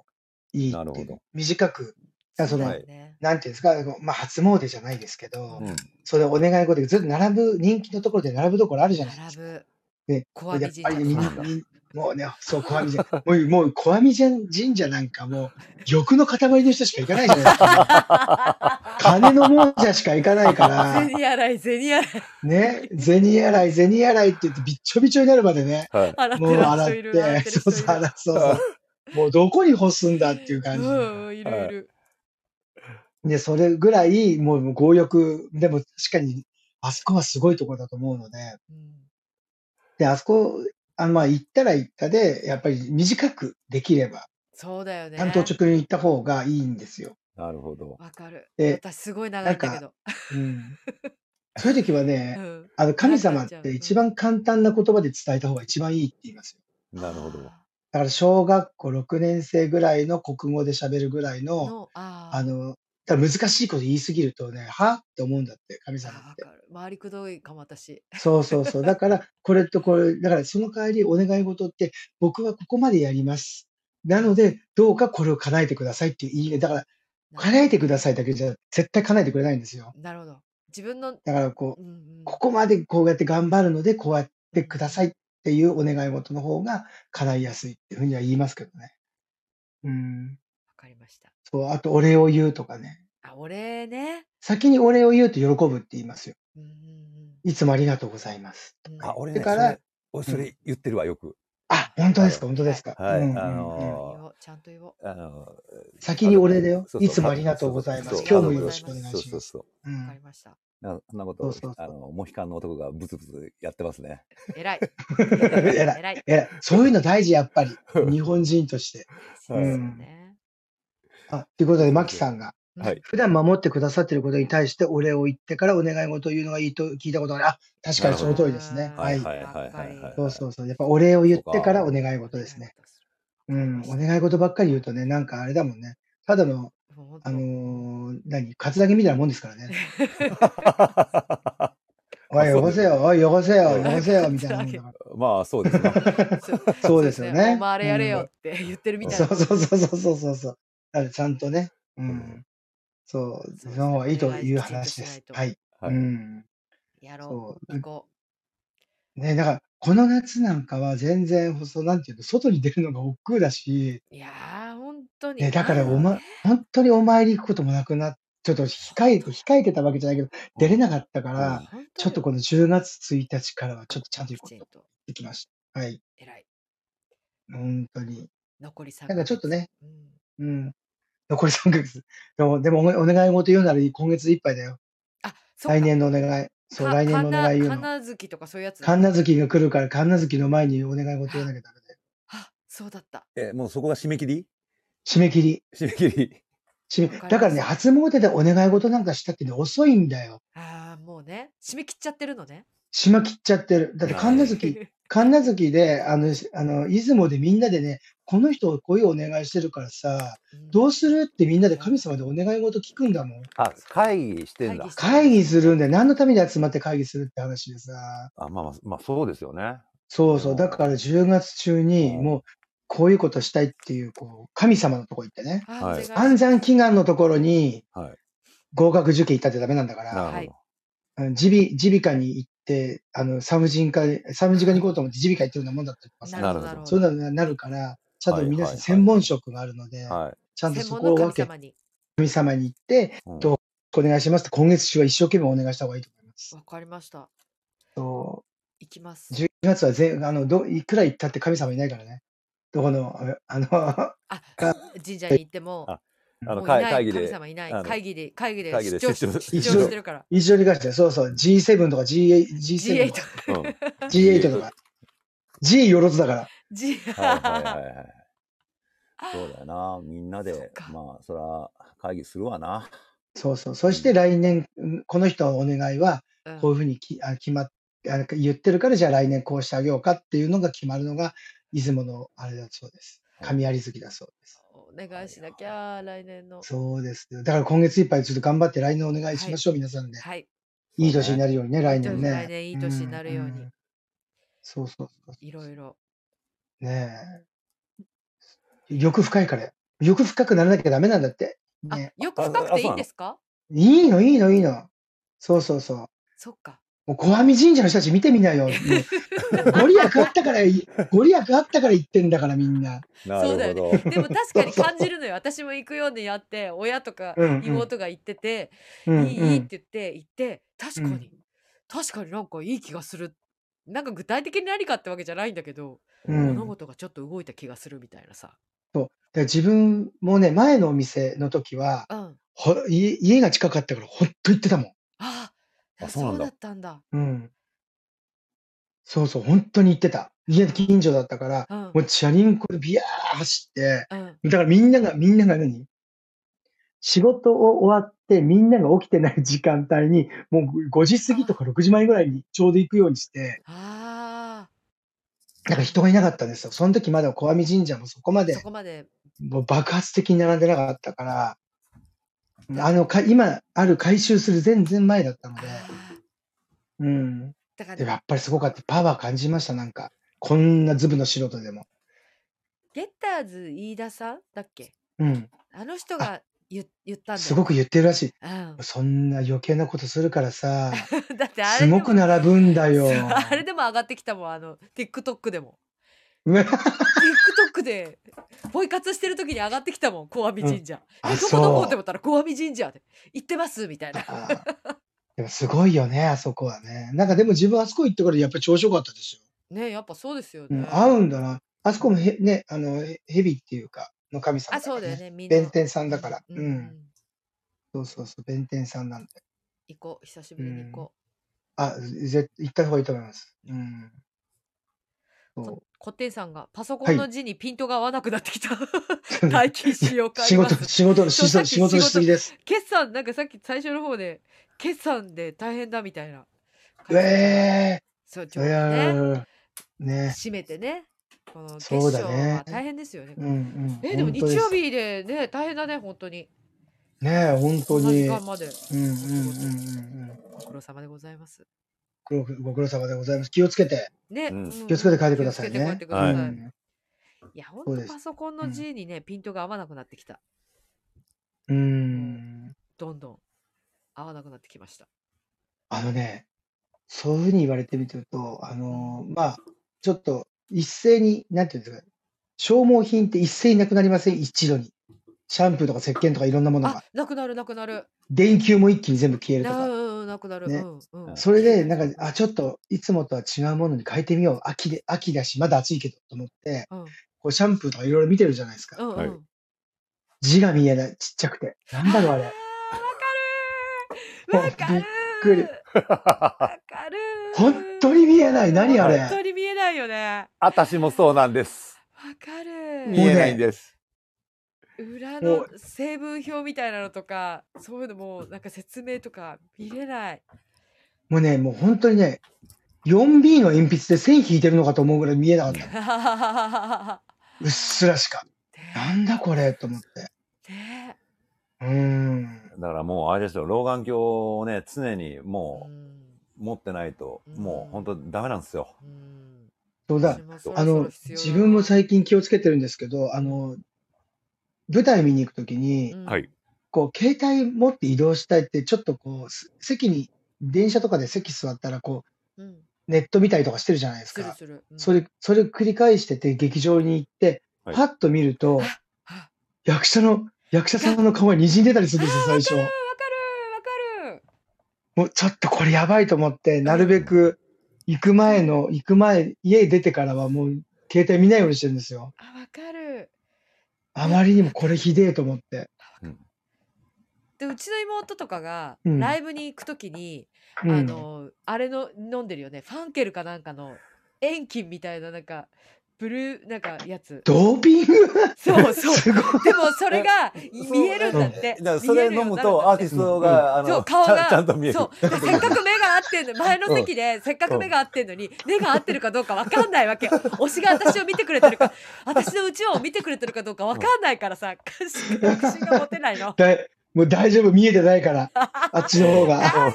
Speaker 3: いいっていう
Speaker 2: なるほど
Speaker 3: 短く、だからその、
Speaker 1: うだよね
Speaker 3: なんていうんですか、こうまあ、初詣じゃないですけど、
Speaker 2: うん
Speaker 3: それお願い事でずっと並ぶ、人気のところで並ぶところあるじゃないです
Speaker 1: 並
Speaker 3: か。
Speaker 1: ぶ
Speaker 3: ね
Speaker 1: 小網
Speaker 3: やっ
Speaker 1: 神
Speaker 3: ぱりねみん
Speaker 1: 社
Speaker 3: な
Speaker 1: とか
Speaker 3: みんもうね、そう、小網神社。もう、もう小網神社なんかもう、欲の塊の人しか行かないじゃないですか。金の亡者しか行かないから、
Speaker 1: 銭洗い銭洗い
Speaker 3: ね、銭洗い、銭洗いって言って、びっちょびちょになるまでね、
Speaker 2: はい。
Speaker 1: 洗っ
Speaker 3: もう
Speaker 1: てる
Speaker 3: 洗
Speaker 1: 人
Speaker 3: っ、
Speaker 1: いる洗っててる
Speaker 3: そう
Speaker 1: 人
Speaker 3: そう、
Speaker 1: いる
Speaker 3: 洗そうそう。もうどこに干すんだっていう感じ。
Speaker 1: うんうんいるいる
Speaker 3: で、それぐらい、もうもう強欲、でも確かに、あそこはすごいとこだと思うので、
Speaker 1: うん
Speaker 3: で、あそこ、あまあ、行ったら行ったで、やっぱり短くできれば、
Speaker 1: そうだよね
Speaker 3: 単刀直入に行った方がいいんですよ。
Speaker 2: なるほど。
Speaker 1: わかる
Speaker 3: で
Speaker 1: 私すごい長いんだけど
Speaker 3: うん。そういう時はね、
Speaker 1: うん
Speaker 3: あの、神様っ
Speaker 1: なんか
Speaker 3: て
Speaker 1: じゃあ
Speaker 3: 一番簡単な言葉で伝えた方が一番いいって言いますよ。
Speaker 2: なるほど。
Speaker 3: だから、小学校6年生ぐらいの国語で喋るぐらい
Speaker 1: あー
Speaker 3: の、
Speaker 1: のあー
Speaker 3: あの、だから難しいこと言いすぎるとね、はって思うんだって、神様
Speaker 1: あ
Speaker 3: っ
Speaker 1: ー
Speaker 3: て
Speaker 1: わ。かる回りくどいかも私
Speaker 3: そうそうそう。だから、これとこれ、だからその代わりお願い事って、僕はここまでやります。なので、どうかこれを叶えてくださいっていう言い、だから、叶えてくださいだけじゃ、絶対叶えてくれないんですよ。
Speaker 1: なるほど自分の
Speaker 3: だから、こう、
Speaker 1: うんうん
Speaker 3: ここまでこうやって頑張るので、こうやってくださいっていうお願い事の方が叶いやすいっていうふうには言いますけどね。うん。
Speaker 1: わかりました
Speaker 3: そう、あと、お礼を言うとかね。
Speaker 1: あ俺ね
Speaker 3: 先にお礼を言うと喜ぶって言いますよ。
Speaker 1: うんうん
Speaker 3: いつもありがとうございます。
Speaker 1: うんうん
Speaker 2: あ、俺
Speaker 3: だ
Speaker 2: ね、
Speaker 3: か
Speaker 2: そ
Speaker 3: ら
Speaker 2: れ、おそれ言ってるわ、よく。
Speaker 3: あ、本当ですか、本当ですか。
Speaker 2: はい
Speaker 3: うんうんうん
Speaker 2: あのー
Speaker 1: 言おうちゃんと言おう
Speaker 2: あの
Speaker 3: 先にお礼だよ
Speaker 2: そうそう
Speaker 3: いつもありがとうございます
Speaker 2: そう
Speaker 1: 今日も
Speaker 2: あの
Speaker 1: よろしくお願いし
Speaker 3: ます
Speaker 2: そうそうそう
Speaker 3: う
Speaker 1: わかり
Speaker 3: ん
Speaker 1: ました
Speaker 2: なそんなこ
Speaker 3: そ
Speaker 2: と
Speaker 3: うそうそう
Speaker 2: あのモヒカンの男がブツブツやってますね。
Speaker 1: 偉い
Speaker 3: 偉い
Speaker 1: 偉い
Speaker 3: えらいそういうの大事、やっぱ り。日本人として。
Speaker 1: そうですよね
Speaker 3: あということで、マキさんが、
Speaker 2: はい。
Speaker 3: 普段守ってくださっていることに対してお礼を言ってからお願い事を言うのがいいと聞いたことがある。あ、確かにその通りですね。
Speaker 1: なるほど
Speaker 3: はい。
Speaker 1: はい
Speaker 3: そうそうそう。やっぱお礼を言ってからお願い
Speaker 1: こ
Speaker 3: 事ですね。
Speaker 1: う
Speaker 3: う
Speaker 1: か
Speaker 3: ん。お願い事ばっかり言うとね、なんかあれだもんね。ただの、
Speaker 1: もう本当
Speaker 3: あのー何 カツだけみたいなもんですからね。 おい、
Speaker 2: あそう
Speaker 3: 汚せよ、おい、汚せよ、汚せよ、
Speaker 1: うん
Speaker 3: みたいなもんだから。
Speaker 2: まあそうで す ね。
Speaker 1: そう
Speaker 3: そうですよね
Speaker 1: お前あれやれよって言ってるみたい
Speaker 3: そ
Speaker 1: な
Speaker 3: うそうそうそうそうそうそう。だからちゃんとね、うん。
Speaker 2: うん
Speaker 3: そう、
Speaker 1: す
Speaker 3: そ
Speaker 1: ね
Speaker 3: の方がいいという
Speaker 1: お願いき
Speaker 3: 話
Speaker 1: ちん
Speaker 3: で
Speaker 1: としない
Speaker 3: す。
Speaker 1: と
Speaker 2: は
Speaker 3: はい。う
Speaker 2: い。
Speaker 3: ん。
Speaker 1: やろう
Speaker 3: そう
Speaker 1: 行こ
Speaker 3: ね、だから、この夏なんかは全然、そう、なんていうの、外に出るのが億劫だし、
Speaker 1: ういやー本当に
Speaker 3: ね、だからお
Speaker 1: なん
Speaker 3: ま
Speaker 1: ね、
Speaker 3: 本当にお参り行くこともなくなっちょっと控えて、控えてたわけじゃないけど、出れなかったから、
Speaker 1: 本当に
Speaker 3: ちょっとこの10月1日からは、ちょっとちゃんと
Speaker 1: き
Speaker 3: 行こ
Speaker 1: ち
Speaker 3: うんと
Speaker 1: と
Speaker 3: できました。はい。
Speaker 1: 偉い
Speaker 3: 本当に。
Speaker 1: 残り3
Speaker 3: なんかちょっとね
Speaker 1: うん
Speaker 3: うん。残り3ヶ月。でも、でもお願い事言うなら今月いっぱいだよ。
Speaker 1: あそっか
Speaker 3: 来年のお願い。そう、
Speaker 1: か
Speaker 3: 来年のお願い言う
Speaker 1: か
Speaker 3: の。
Speaker 1: な月とかそういうやつだ
Speaker 3: 神奈月が来るから、神奈月の前にお願い事言わなきゃダメだよ。
Speaker 1: あそうだった
Speaker 2: えもうそこが締め切り？
Speaker 3: 締め切り。
Speaker 2: 締め切り。
Speaker 3: 締
Speaker 1: わかります
Speaker 3: めだからね、初詣でお願い事なんかしたってね、遅いんだよ。
Speaker 1: ああもうね締め切っちゃってるのね
Speaker 3: 島切っちゃってる。だって 神奈月、神奈月で、あの、あの、出雲でみんなでね、この人をこういうお願いしてるからさ、どうするってみんなで神様でお願い事聞くんだもん。
Speaker 2: あ、会議してんだ
Speaker 1: 会議。
Speaker 3: 会議するんで、何のために集まって会議するって話でさ。
Speaker 2: あ、まあまあ、まあ、そうですよね。
Speaker 3: そうそう。だから10月中に、もう、こういうことしたいっていう、こう、神様のとこ行ってね。
Speaker 1: あ
Speaker 2: はい
Speaker 1: お願
Speaker 3: 安産祈願のところに
Speaker 2: はい。
Speaker 3: 合格受験行ったってダメなんだから、
Speaker 2: な
Speaker 1: は
Speaker 2: る
Speaker 1: い
Speaker 2: ほ
Speaker 3: うん耳鼻、耳鼻科に行って、あの、産婦人科、産婦人科に行こうと思って耳鼻科行ってるようなもんだったりとかさ
Speaker 1: なるほど
Speaker 2: なるほど
Speaker 3: そういうのになるから、ちゃんと皆
Speaker 2: はい
Speaker 3: さ
Speaker 2: はいは
Speaker 3: ん
Speaker 2: い
Speaker 3: 専門職があるので、
Speaker 2: ど。はい。
Speaker 3: ちゃんと
Speaker 1: 専
Speaker 3: そ
Speaker 1: 門
Speaker 3: こ
Speaker 1: の
Speaker 3: を分
Speaker 1: 神
Speaker 3: け、
Speaker 1: 様に。
Speaker 3: 神様に行って、
Speaker 2: うん
Speaker 3: どお願いしますって、今月中は一生懸命お願いした方がいいと思います。
Speaker 1: わかりました。
Speaker 3: と
Speaker 1: 行きます。
Speaker 3: 11月は全あのど、いくら行ったって神様いないからね。どこの、あの、
Speaker 1: あ、 神社に行っても、
Speaker 2: ああの
Speaker 1: もういない
Speaker 2: 会会議
Speaker 1: 神
Speaker 2: で
Speaker 1: 様いな
Speaker 2: あ
Speaker 1: い。
Speaker 2: の
Speaker 1: 会議で、会議で
Speaker 2: 会議
Speaker 1: 出
Speaker 2: で
Speaker 1: 張
Speaker 2: 出張
Speaker 1: 出張
Speaker 3: 出張
Speaker 1: してるから。
Speaker 3: 一緒に関してそうそう、G7 とか G8
Speaker 1: G8
Speaker 3: G7 とか、。
Speaker 2: うん。はい
Speaker 3: G8 とか、G よろずだから。
Speaker 1: G
Speaker 2: はいはいはい。そうだよな。みんな
Speaker 1: そっ
Speaker 2: で
Speaker 1: か、
Speaker 2: まあ、そら、会議するわな。
Speaker 3: そうそう。そして来年、この人のお願いは、
Speaker 1: うん
Speaker 3: こういうふうにきあ決まっあ言ってるから、じゃあ来年こうしてあげようかっていうのが決まるのが、出雲のあれだそうです。神有月だそうです。
Speaker 1: お願いしなきゃ、来年の。
Speaker 3: そうですよ。だから今月いっぱいちょっと頑張って来年お願いしましょう、皆さんで。
Speaker 1: はい。
Speaker 3: いい年 になるようにね、来年ね。
Speaker 1: 来年いい年になるように
Speaker 3: んんそうそうそう。
Speaker 1: いろいろ。
Speaker 3: ねえ。欲深いから。欲深くならなきゃダメなんだって。
Speaker 1: あ
Speaker 3: ね、
Speaker 1: よく深くていいんですか
Speaker 3: いいの、いいの、いいの。そうそうそう。
Speaker 1: そっ か。
Speaker 3: もう小網神社の人たち見てみな よ。もうご利益あったから、ご利益あったから言ってんだからみんな。
Speaker 2: なる
Speaker 1: そうだよ
Speaker 2: ほど。
Speaker 1: でも確かに感じるのよ。私も行くようにやって、親とか
Speaker 3: うんうん
Speaker 1: 妹が行ってて、
Speaker 3: うんうん
Speaker 1: いいいいって言って行って確かに、
Speaker 3: うん
Speaker 1: 確かになんかいい気がするなんか具体的に何かってわけじゃないんだけど、
Speaker 3: うん
Speaker 1: 物事がちょっと動いた気がするみたいなさ、
Speaker 3: で自分もね、前のお店の時は、
Speaker 1: うん、
Speaker 3: ほ家家が近かったからほっと行ってたもん。
Speaker 1: あ
Speaker 2: あ
Speaker 1: そ
Speaker 2: そ
Speaker 1: う
Speaker 2: うなんだ
Speaker 1: だったんだ、
Speaker 3: うん。そうそう、本当に行ってた。家近所だったから、
Speaker 1: うん
Speaker 3: もうチャリンコでビヤー走って、
Speaker 1: うん、
Speaker 3: だからみんなが、みんなが何仕事を終わってみんなが起きてない時間帯に、もう5時過ぎとか6時前ぐらいにちょうど行くようにして、
Speaker 1: あ
Speaker 3: なんか人がいなかったんですよ。その時まだ小網神社もそこま
Speaker 1: ー
Speaker 3: で
Speaker 1: そこまで
Speaker 3: もう爆発的に並んでなかったから、あのか、今ある改修する全然前だったの
Speaker 1: あ
Speaker 3: で、
Speaker 1: ー
Speaker 3: うん。
Speaker 1: だか
Speaker 3: でもや
Speaker 1: ら
Speaker 3: っぱりすごかった。パワー感じました、なんか。こんなズブの素人でも。
Speaker 1: ゲッターズ飯田さんだっけ
Speaker 3: うん。
Speaker 1: あの人が言言ったんだよ
Speaker 3: すごく言ってるらしい。
Speaker 1: うん
Speaker 3: そんな余計なことするから さ、
Speaker 1: だってあれ
Speaker 3: す
Speaker 1: でも
Speaker 3: ごく並ぶんだ よ
Speaker 1: そう。あれでも上がってきたもんあの TikTok でも TikTok でポイ活してる時に上がってきたもん小網神社、
Speaker 3: うんあ
Speaker 1: えどこどこ
Speaker 3: そう
Speaker 1: って思ったら小網神社で行ってますみたいな
Speaker 3: あーでもすごいよね、あそこはね。なんかでも自分あそこ行ってからやっぱり調子良かったですよ。
Speaker 1: ねやっぱそうですよ
Speaker 3: う
Speaker 1: ね、
Speaker 3: ん、合うんだな。あそこもへね、あの、へヘビっていうか、の神様
Speaker 1: あ
Speaker 3: だか
Speaker 1: そ
Speaker 3: ら、
Speaker 1: うだよ
Speaker 3: ね。
Speaker 1: ねみんな
Speaker 3: 弁天さんだから。うん。
Speaker 1: うん
Speaker 3: そうそうそう、弁天さんなんで。
Speaker 1: 行こう久しぶりに行こ
Speaker 3: あ、ぜ行った方がいいと思います。うん。
Speaker 1: う、
Speaker 3: そ
Speaker 1: ここってんさんがパソコン
Speaker 3: は
Speaker 1: の
Speaker 3: い
Speaker 1: 字にピントが合わなくなってきた
Speaker 3: う。
Speaker 1: 待機しようか
Speaker 3: 仕事、仕事の、
Speaker 1: そう
Speaker 3: し
Speaker 1: さっき
Speaker 3: 仕事の
Speaker 1: 仕
Speaker 3: し
Speaker 1: 事
Speaker 3: すぎです。
Speaker 1: 決算なんかさっき最初の方で決算で大変だみたいな
Speaker 3: うえ
Speaker 1: そうち
Speaker 3: ー、
Speaker 1: ょ
Speaker 3: う
Speaker 1: うどね
Speaker 3: えー、ね。
Speaker 1: 締めてねこの決
Speaker 3: そうだ
Speaker 1: 勝
Speaker 3: ね
Speaker 1: は大変ですよね
Speaker 3: うんうん。
Speaker 1: えでも日
Speaker 3: 本当す
Speaker 1: 曜日でね大変だね本当に
Speaker 3: ねえ、本当
Speaker 1: こんな
Speaker 3: に。
Speaker 1: 時
Speaker 3: うん
Speaker 1: 間まで
Speaker 3: うんうんうんうん。
Speaker 1: ご苦労様でございます
Speaker 3: ご苦労ご苦労様でございます。気をつけて。
Speaker 1: ね、
Speaker 2: うん
Speaker 1: うん
Speaker 3: 気をつけて帰ってください
Speaker 1: 気をつけ
Speaker 3: ね
Speaker 1: て帰って。くだ
Speaker 2: は
Speaker 1: さ
Speaker 2: い
Speaker 1: い、
Speaker 3: う
Speaker 1: い、
Speaker 3: ん
Speaker 1: や本
Speaker 3: そうで
Speaker 1: 当
Speaker 3: す
Speaker 1: パソコンの字にね、ピントが合わなくなってきた
Speaker 3: うん。
Speaker 1: どんどん合わなくなってきました
Speaker 3: あのね、そういうふうに言われてみてると、あのーまあ、ちょっと一斉に、なんていうんですか、消耗品って一斉になくなりません、一度に。シャンプーとか石鹸とかいろんなもの
Speaker 1: あ
Speaker 3: が。
Speaker 1: なくなるなくなる
Speaker 3: 電球も一気に全部消えると
Speaker 1: な
Speaker 3: か。
Speaker 1: うんなくなる、
Speaker 3: ね
Speaker 1: うんうん
Speaker 2: はい
Speaker 3: それで、なんか、あ、ちょっといつもとは違うものに変えてみよう。秋で、秋だし、まだ暑いけど、と思って、
Speaker 1: うん
Speaker 3: こうシャンプーとかいろいろ見てるじゃないです
Speaker 1: う
Speaker 3: か。
Speaker 1: んうん、
Speaker 2: はい
Speaker 3: 字が見えない、ちっちゃくて。なんだろ う、あれ。
Speaker 1: あーわかる
Speaker 3: もう
Speaker 1: ー
Speaker 3: び
Speaker 1: わ
Speaker 3: っくり
Speaker 1: かるー
Speaker 3: 本当に見えない。何あれ。
Speaker 1: 本当に見えないよね
Speaker 2: 私もそうなんです。
Speaker 1: わかる
Speaker 2: 見えないんです。
Speaker 1: 裏
Speaker 3: も
Speaker 1: の
Speaker 3: う
Speaker 1: 成分表みたいなのとかそういうのもなんか説明とか見れない
Speaker 3: もうね、もう本当にね、 4B の鉛筆で線引いてるのかと思うぐらい見え なかった。うっすらしか。なんだこれと思って。
Speaker 1: ね
Speaker 3: うーん。
Speaker 4: だからもうあれですよ、老眼鏡をね、常にも
Speaker 1: うん
Speaker 4: う持ってないと、も
Speaker 1: うん
Speaker 4: う本当ダメなんですよ。
Speaker 1: うん
Speaker 3: そうだ
Speaker 1: 私。もそろ
Speaker 3: あ
Speaker 1: そ
Speaker 3: の
Speaker 1: ろ、必要だ
Speaker 3: 自分も最近気をつけてるんですけど、あの、舞台見に行くときに
Speaker 1: う、ん
Speaker 2: はい
Speaker 3: こう、携帯持って移動したいって、ちょっとこう、す席に、電車とかで席座ったら、こ
Speaker 1: うん
Speaker 3: う、ネット見たりとかしてるじゃないです
Speaker 1: する
Speaker 3: か。
Speaker 1: するうん
Speaker 3: それ、それ繰り返してて、劇場に行って、パ
Speaker 4: はい
Speaker 3: ッと見ると、
Speaker 1: あ
Speaker 3: 役者の、役者さんの顔が滲んでたりするんですよ、最初。
Speaker 1: わかるわかる
Speaker 3: もうちょっとこれやばいと思って、なるべく行く前の、行く前、家出てからはもう携帯見ないようにしてるんですよ。
Speaker 1: あわかる
Speaker 3: あまりにもこれひでえと思って。
Speaker 1: でうちの妹とかが
Speaker 3: うん
Speaker 1: ライブに行くときに、
Speaker 3: うん、
Speaker 1: あのあれの飲んでるよねファンケルかなんかの遠近みたいななんかブルーなんかやつ
Speaker 3: ドーピング
Speaker 1: そうそう
Speaker 3: すごい。
Speaker 1: でもそれが
Speaker 4: そう
Speaker 1: 見えるんだっ
Speaker 4: だ
Speaker 1: て
Speaker 4: からそれ
Speaker 1: 見えるよう
Speaker 4: 飲む
Speaker 1: になるんだって
Speaker 4: とアーティストが、あ
Speaker 1: そ
Speaker 4: の
Speaker 1: う顔
Speaker 4: ちゃ
Speaker 1: が
Speaker 4: んち ゃんと見える。
Speaker 1: そうでせっかく目が合ってん の前の席でせっかく目が合ってんのに目が合ってるかどうかわかんないわ け推しが私を見てくれてるか私のうちを見てくれてるかどうかわかんないからさ確信が確信が持てないの。
Speaker 3: だいもう大丈夫、見えてない から、あっちの方が。
Speaker 1: やだ見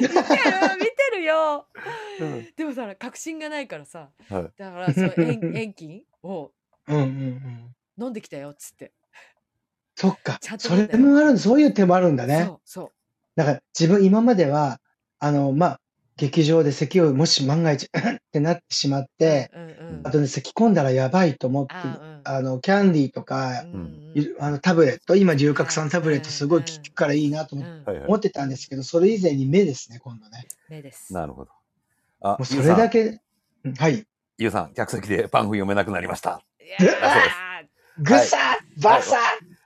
Speaker 1: てる見てるよ
Speaker 4: うん
Speaker 1: でもさ確信がないからさ、
Speaker 4: はい
Speaker 1: だからその遠 遠近を
Speaker 3: うんうんうん。
Speaker 1: 飲んできたよっつって、
Speaker 3: そっか
Speaker 1: ちゃん。と
Speaker 3: それもある、そういう手もあるんだね
Speaker 1: そ。うそう
Speaker 3: だから自分今までは、あの、まあ、劇場で咳をもし万が一 ってなってしまって、
Speaker 1: うんうん
Speaker 3: あとね、咳込んだらやばいと思って、
Speaker 1: あ
Speaker 3: あの、キャンディーとか
Speaker 1: うん、
Speaker 3: いるあのタブレット、今、龍角散タブレットすごい効くからいいなと
Speaker 1: うん
Speaker 3: 思
Speaker 1: う
Speaker 3: っ
Speaker 1: ん
Speaker 3: て
Speaker 4: はいは
Speaker 3: 思ってたんですけど、それ以前に目ですね、今度ね。
Speaker 1: 目です
Speaker 4: い。なるほど。あ
Speaker 3: もう、そ
Speaker 4: ゆう
Speaker 3: れ
Speaker 4: さ
Speaker 3: だ
Speaker 4: ん、
Speaker 3: け、うんはい。
Speaker 4: ゆうさん、客席でパンフ読めなくなりました。
Speaker 1: いやー
Speaker 3: ぐさばさ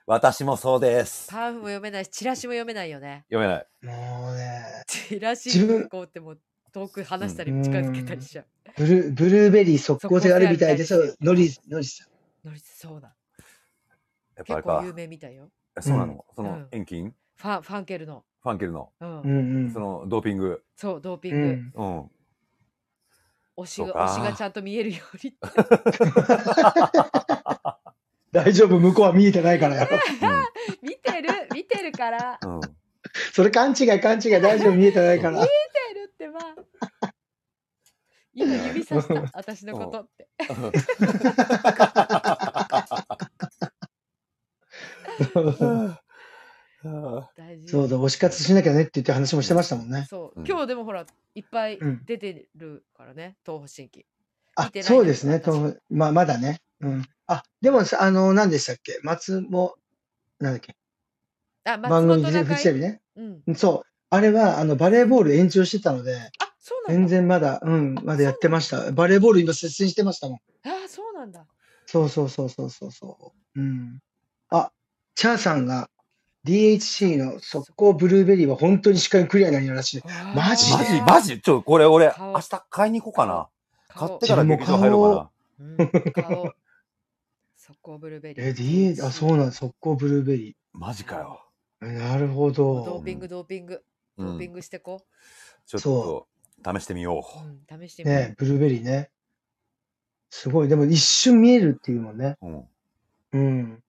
Speaker 4: 私もそうです。
Speaker 1: パンフも読めないしチラシも読めないよね
Speaker 4: 読めない。
Speaker 3: もうね、
Speaker 1: チラシ
Speaker 3: 自分
Speaker 1: こうってもう遠く離したり近づけたりしちゃう、
Speaker 3: ブルーブルーベリー即効性があるみたいで
Speaker 1: 即効性ある
Speaker 3: す。ノリ、ノリさん。
Speaker 1: ノリスそうだ
Speaker 4: やっぱあ
Speaker 1: 結
Speaker 4: れ
Speaker 1: 構
Speaker 4: か
Speaker 1: 有。名みたいよ
Speaker 4: えそうなの。そ
Speaker 1: うん
Speaker 4: の遠近、
Speaker 1: ファンファンケルの、
Speaker 4: ファンケルの、
Speaker 1: うん
Speaker 3: うんうん。
Speaker 4: そのドーピング。
Speaker 1: そうドーピン
Speaker 3: う
Speaker 1: グ、
Speaker 3: ん、
Speaker 4: うん。
Speaker 1: 推しが
Speaker 4: そうか
Speaker 1: 推しがちゃんと見えるようにって
Speaker 3: 大丈夫、向こうは見えてないからよ。
Speaker 1: 見てる見てるから
Speaker 4: うん。うん。
Speaker 3: それ勘違い勘違い、大丈夫、見えてな いから。
Speaker 1: 見てる ってば今指さした私のことって 大事
Speaker 3: そうだ、推し活しなきゃねって言って話もしてましたもんね。
Speaker 1: そう
Speaker 4: うん
Speaker 1: 今日でもほらいっぱい
Speaker 3: うん
Speaker 1: 出てるからね、東方神起
Speaker 3: あ
Speaker 1: 見てない
Speaker 3: そうですね、
Speaker 1: です私
Speaker 3: とまあ、まだね。うん。あ、でもさ、あの、何でしたっけ松も、なんだっけ
Speaker 1: あ松
Speaker 3: 番
Speaker 1: 本
Speaker 3: 組、
Speaker 1: 中
Speaker 3: フジテ
Speaker 1: 居、
Speaker 3: レビね。
Speaker 1: うん、
Speaker 3: そう。あれは、あの、バレーボール延長してたので、
Speaker 1: あそうなんだ
Speaker 3: 全然まだ、うん、まだやってました。バレーボール今、接戦してましたもん。
Speaker 1: あそうなんだ
Speaker 3: そうそうそうそうそうそう。うん。あ、チャーさんが DHC の速攻ブルーベリーは本当に視界クリアになるらしい。マジ
Speaker 4: マ
Speaker 3: で
Speaker 4: ジマジちょ、これ俺、
Speaker 1: 顔
Speaker 4: 明日買いに行こうかな。買って
Speaker 1: か
Speaker 4: からら
Speaker 3: 自分
Speaker 4: 劇
Speaker 3: も
Speaker 4: 場入ろうか
Speaker 1: 顔速攻ブルーベリー
Speaker 3: え、DH、あ、そうなんだ速攻ブルーベリ
Speaker 4: な。マジかよ。
Speaker 3: ー。なるほ
Speaker 1: もうドー
Speaker 3: ど。
Speaker 1: ピングドーピング
Speaker 4: う
Speaker 1: ドーピン
Speaker 4: ん。
Speaker 1: グしてこ
Speaker 4: ちょっと、試してみよ
Speaker 1: う、
Speaker 4: う。
Speaker 1: うん、試してみる、
Speaker 3: ね、ブルーベリーね。すごい。でも一瞬見えるっていうもんね。
Speaker 4: うん。
Speaker 3: うん。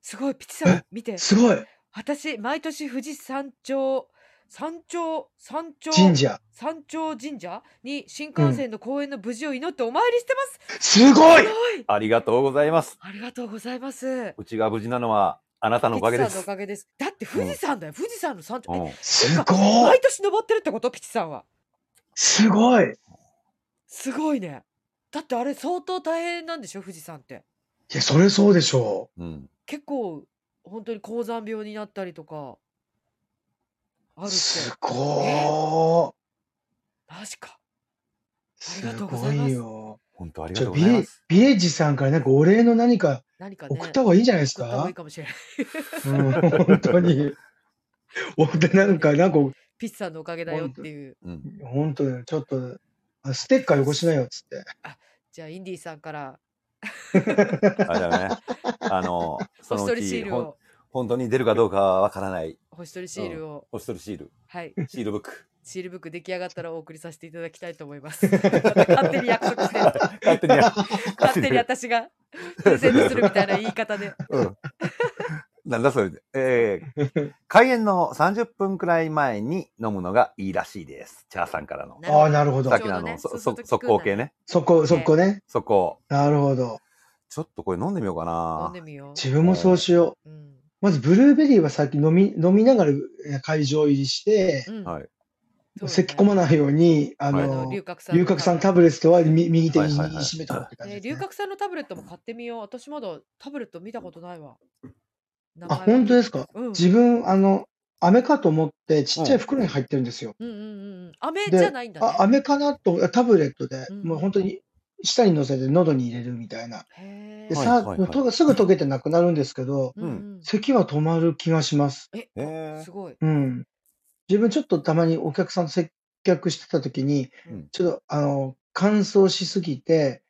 Speaker 1: すごいピチさん見て
Speaker 3: すごい
Speaker 1: 私毎年富士山頂山頂山頂
Speaker 3: 神社。
Speaker 1: 山頂神社に新幹線の公園の無事を祈ってお参りしてます、
Speaker 3: すごい
Speaker 1: すごい
Speaker 4: ありがとうございます。
Speaker 1: ありがとうございます
Speaker 4: うちが無事なのは、あなたのおかげ
Speaker 1: ピチ
Speaker 4: で
Speaker 1: さんのお
Speaker 4: す。
Speaker 1: かげですだって富士山だよ、富士山の山頂
Speaker 4: う
Speaker 1: え
Speaker 4: ん。
Speaker 3: すごい
Speaker 1: 毎年登ってるってことピチさんは
Speaker 3: すごいい
Speaker 1: すごいねだってあれ相当大変なんでしょ富士山って
Speaker 3: や、それそうでしょ
Speaker 4: うん。
Speaker 1: 結構本当に高山病になったりとかある
Speaker 3: う。
Speaker 1: って
Speaker 3: すご
Speaker 1: マジか
Speaker 3: い
Speaker 1: あり
Speaker 3: す
Speaker 1: がとうご
Speaker 3: ご
Speaker 1: ざいます
Speaker 3: いよ。
Speaker 4: 本当ありが
Speaker 3: ち
Speaker 4: とう
Speaker 3: ょ
Speaker 4: ご
Speaker 3: ビ
Speaker 4: ざいま
Speaker 3: レ
Speaker 4: す。
Speaker 3: ビレッジさんからなんかお礼の何か
Speaker 1: 何かね
Speaker 3: 送った方がいいんじゃないです
Speaker 1: 送った 方が
Speaker 3: か
Speaker 1: いいかもしれない
Speaker 3: うん本当に。おでなんか、なんか、
Speaker 1: ピッツさんのおかげだよっていう
Speaker 4: うん。
Speaker 3: 本当にちょっと、あステッカーよこしなよっつって。
Speaker 1: じゃあインディーさんから
Speaker 4: あれだね。あの、そ
Speaker 1: 星
Speaker 4: のう
Speaker 1: 取りシ
Speaker 4: ち、
Speaker 1: ール
Speaker 4: ほん
Speaker 1: を
Speaker 4: 本当に出るかどうかはわからない。
Speaker 1: 星取りシールを、
Speaker 4: 星取りシール。
Speaker 1: はい
Speaker 4: シールブック。
Speaker 1: シールブック出来上がったらお送りさせていただきたいと思い ます。勝手に約束してる、
Speaker 2: 勝手にや
Speaker 1: 勝手に私がプレゼントするみたいな言い方 で。
Speaker 2: うんなんだそれで。えー開演の30分くらい前に飲むのがいいらしいです。チャーさんからの。
Speaker 1: な
Speaker 3: ああ、なるほど
Speaker 2: さ
Speaker 1: さ
Speaker 2: っ。きのあの、
Speaker 1: ちょうどね
Speaker 2: そそ
Speaker 1: そうすると聞くんだ
Speaker 2: 速攻系ね。
Speaker 3: そこ、そこね。
Speaker 2: 速攻。
Speaker 3: なるほど。
Speaker 2: ちょっとこれ飲んでみようか
Speaker 1: 飲ん
Speaker 2: な
Speaker 1: で。みよう。
Speaker 3: 自分もそうしよ
Speaker 1: うん
Speaker 3: う。まず、ブルーベリーはさっき飲み、飲みながらえー会場入りして
Speaker 1: う、ん
Speaker 2: はい。
Speaker 3: 咳き込ま
Speaker 1: い。
Speaker 3: ないように、あ
Speaker 1: あ
Speaker 3: の
Speaker 1: の、、龍角散
Speaker 3: 龍角散タブレットはみ右手に
Speaker 2: はいはいはい
Speaker 3: 締めとくって感
Speaker 1: え
Speaker 3: じで
Speaker 1: ー
Speaker 3: す
Speaker 1: 龍
Speaker 3: ね。
Speaker 1: 角散のタブレットも買ってみよう。私まだタブレット見たことないわ。名
Speaker 3: あ、
Speaker 1: 前は
Speaker 3: 本当ですか
Speaker 1: うん。
Speaker 3: 自分、あの、飴かと思って、ちっちゃい袋に入ってるんですよ。
Speaker 1: うんうんうんうん。飴
Speaker 3: で
Speaker 1: じゃないんだ
Speaker 3: あ、
Speaker 1: ね。
Speaker 3: 飴かなと、タブレットで、
Speaker 1: うん
Speaker 3: もう本当に舌に乗せて喉に入れるみたいな。
Speaker 1: へ
Speaker 3: で、
Speaker 1: ー
Speaker 2: はい
Speaker 3: さ、
Speaker 2: はいはい
Speaker 3: とすぐ溶けてなくなるんですけど、
Speaker 1: うんうん
Speaker 3: 咳は止まる気がします。
Speaker 1: え
Speaker 2: へー
Speaker 1: あすごい。
Speaker 3: うん。自分ちょっとたまにお客さんと接客してた時に
Speaker 2: うん、
Speaker 3: ちょっと、あの、乾燥しすぎて、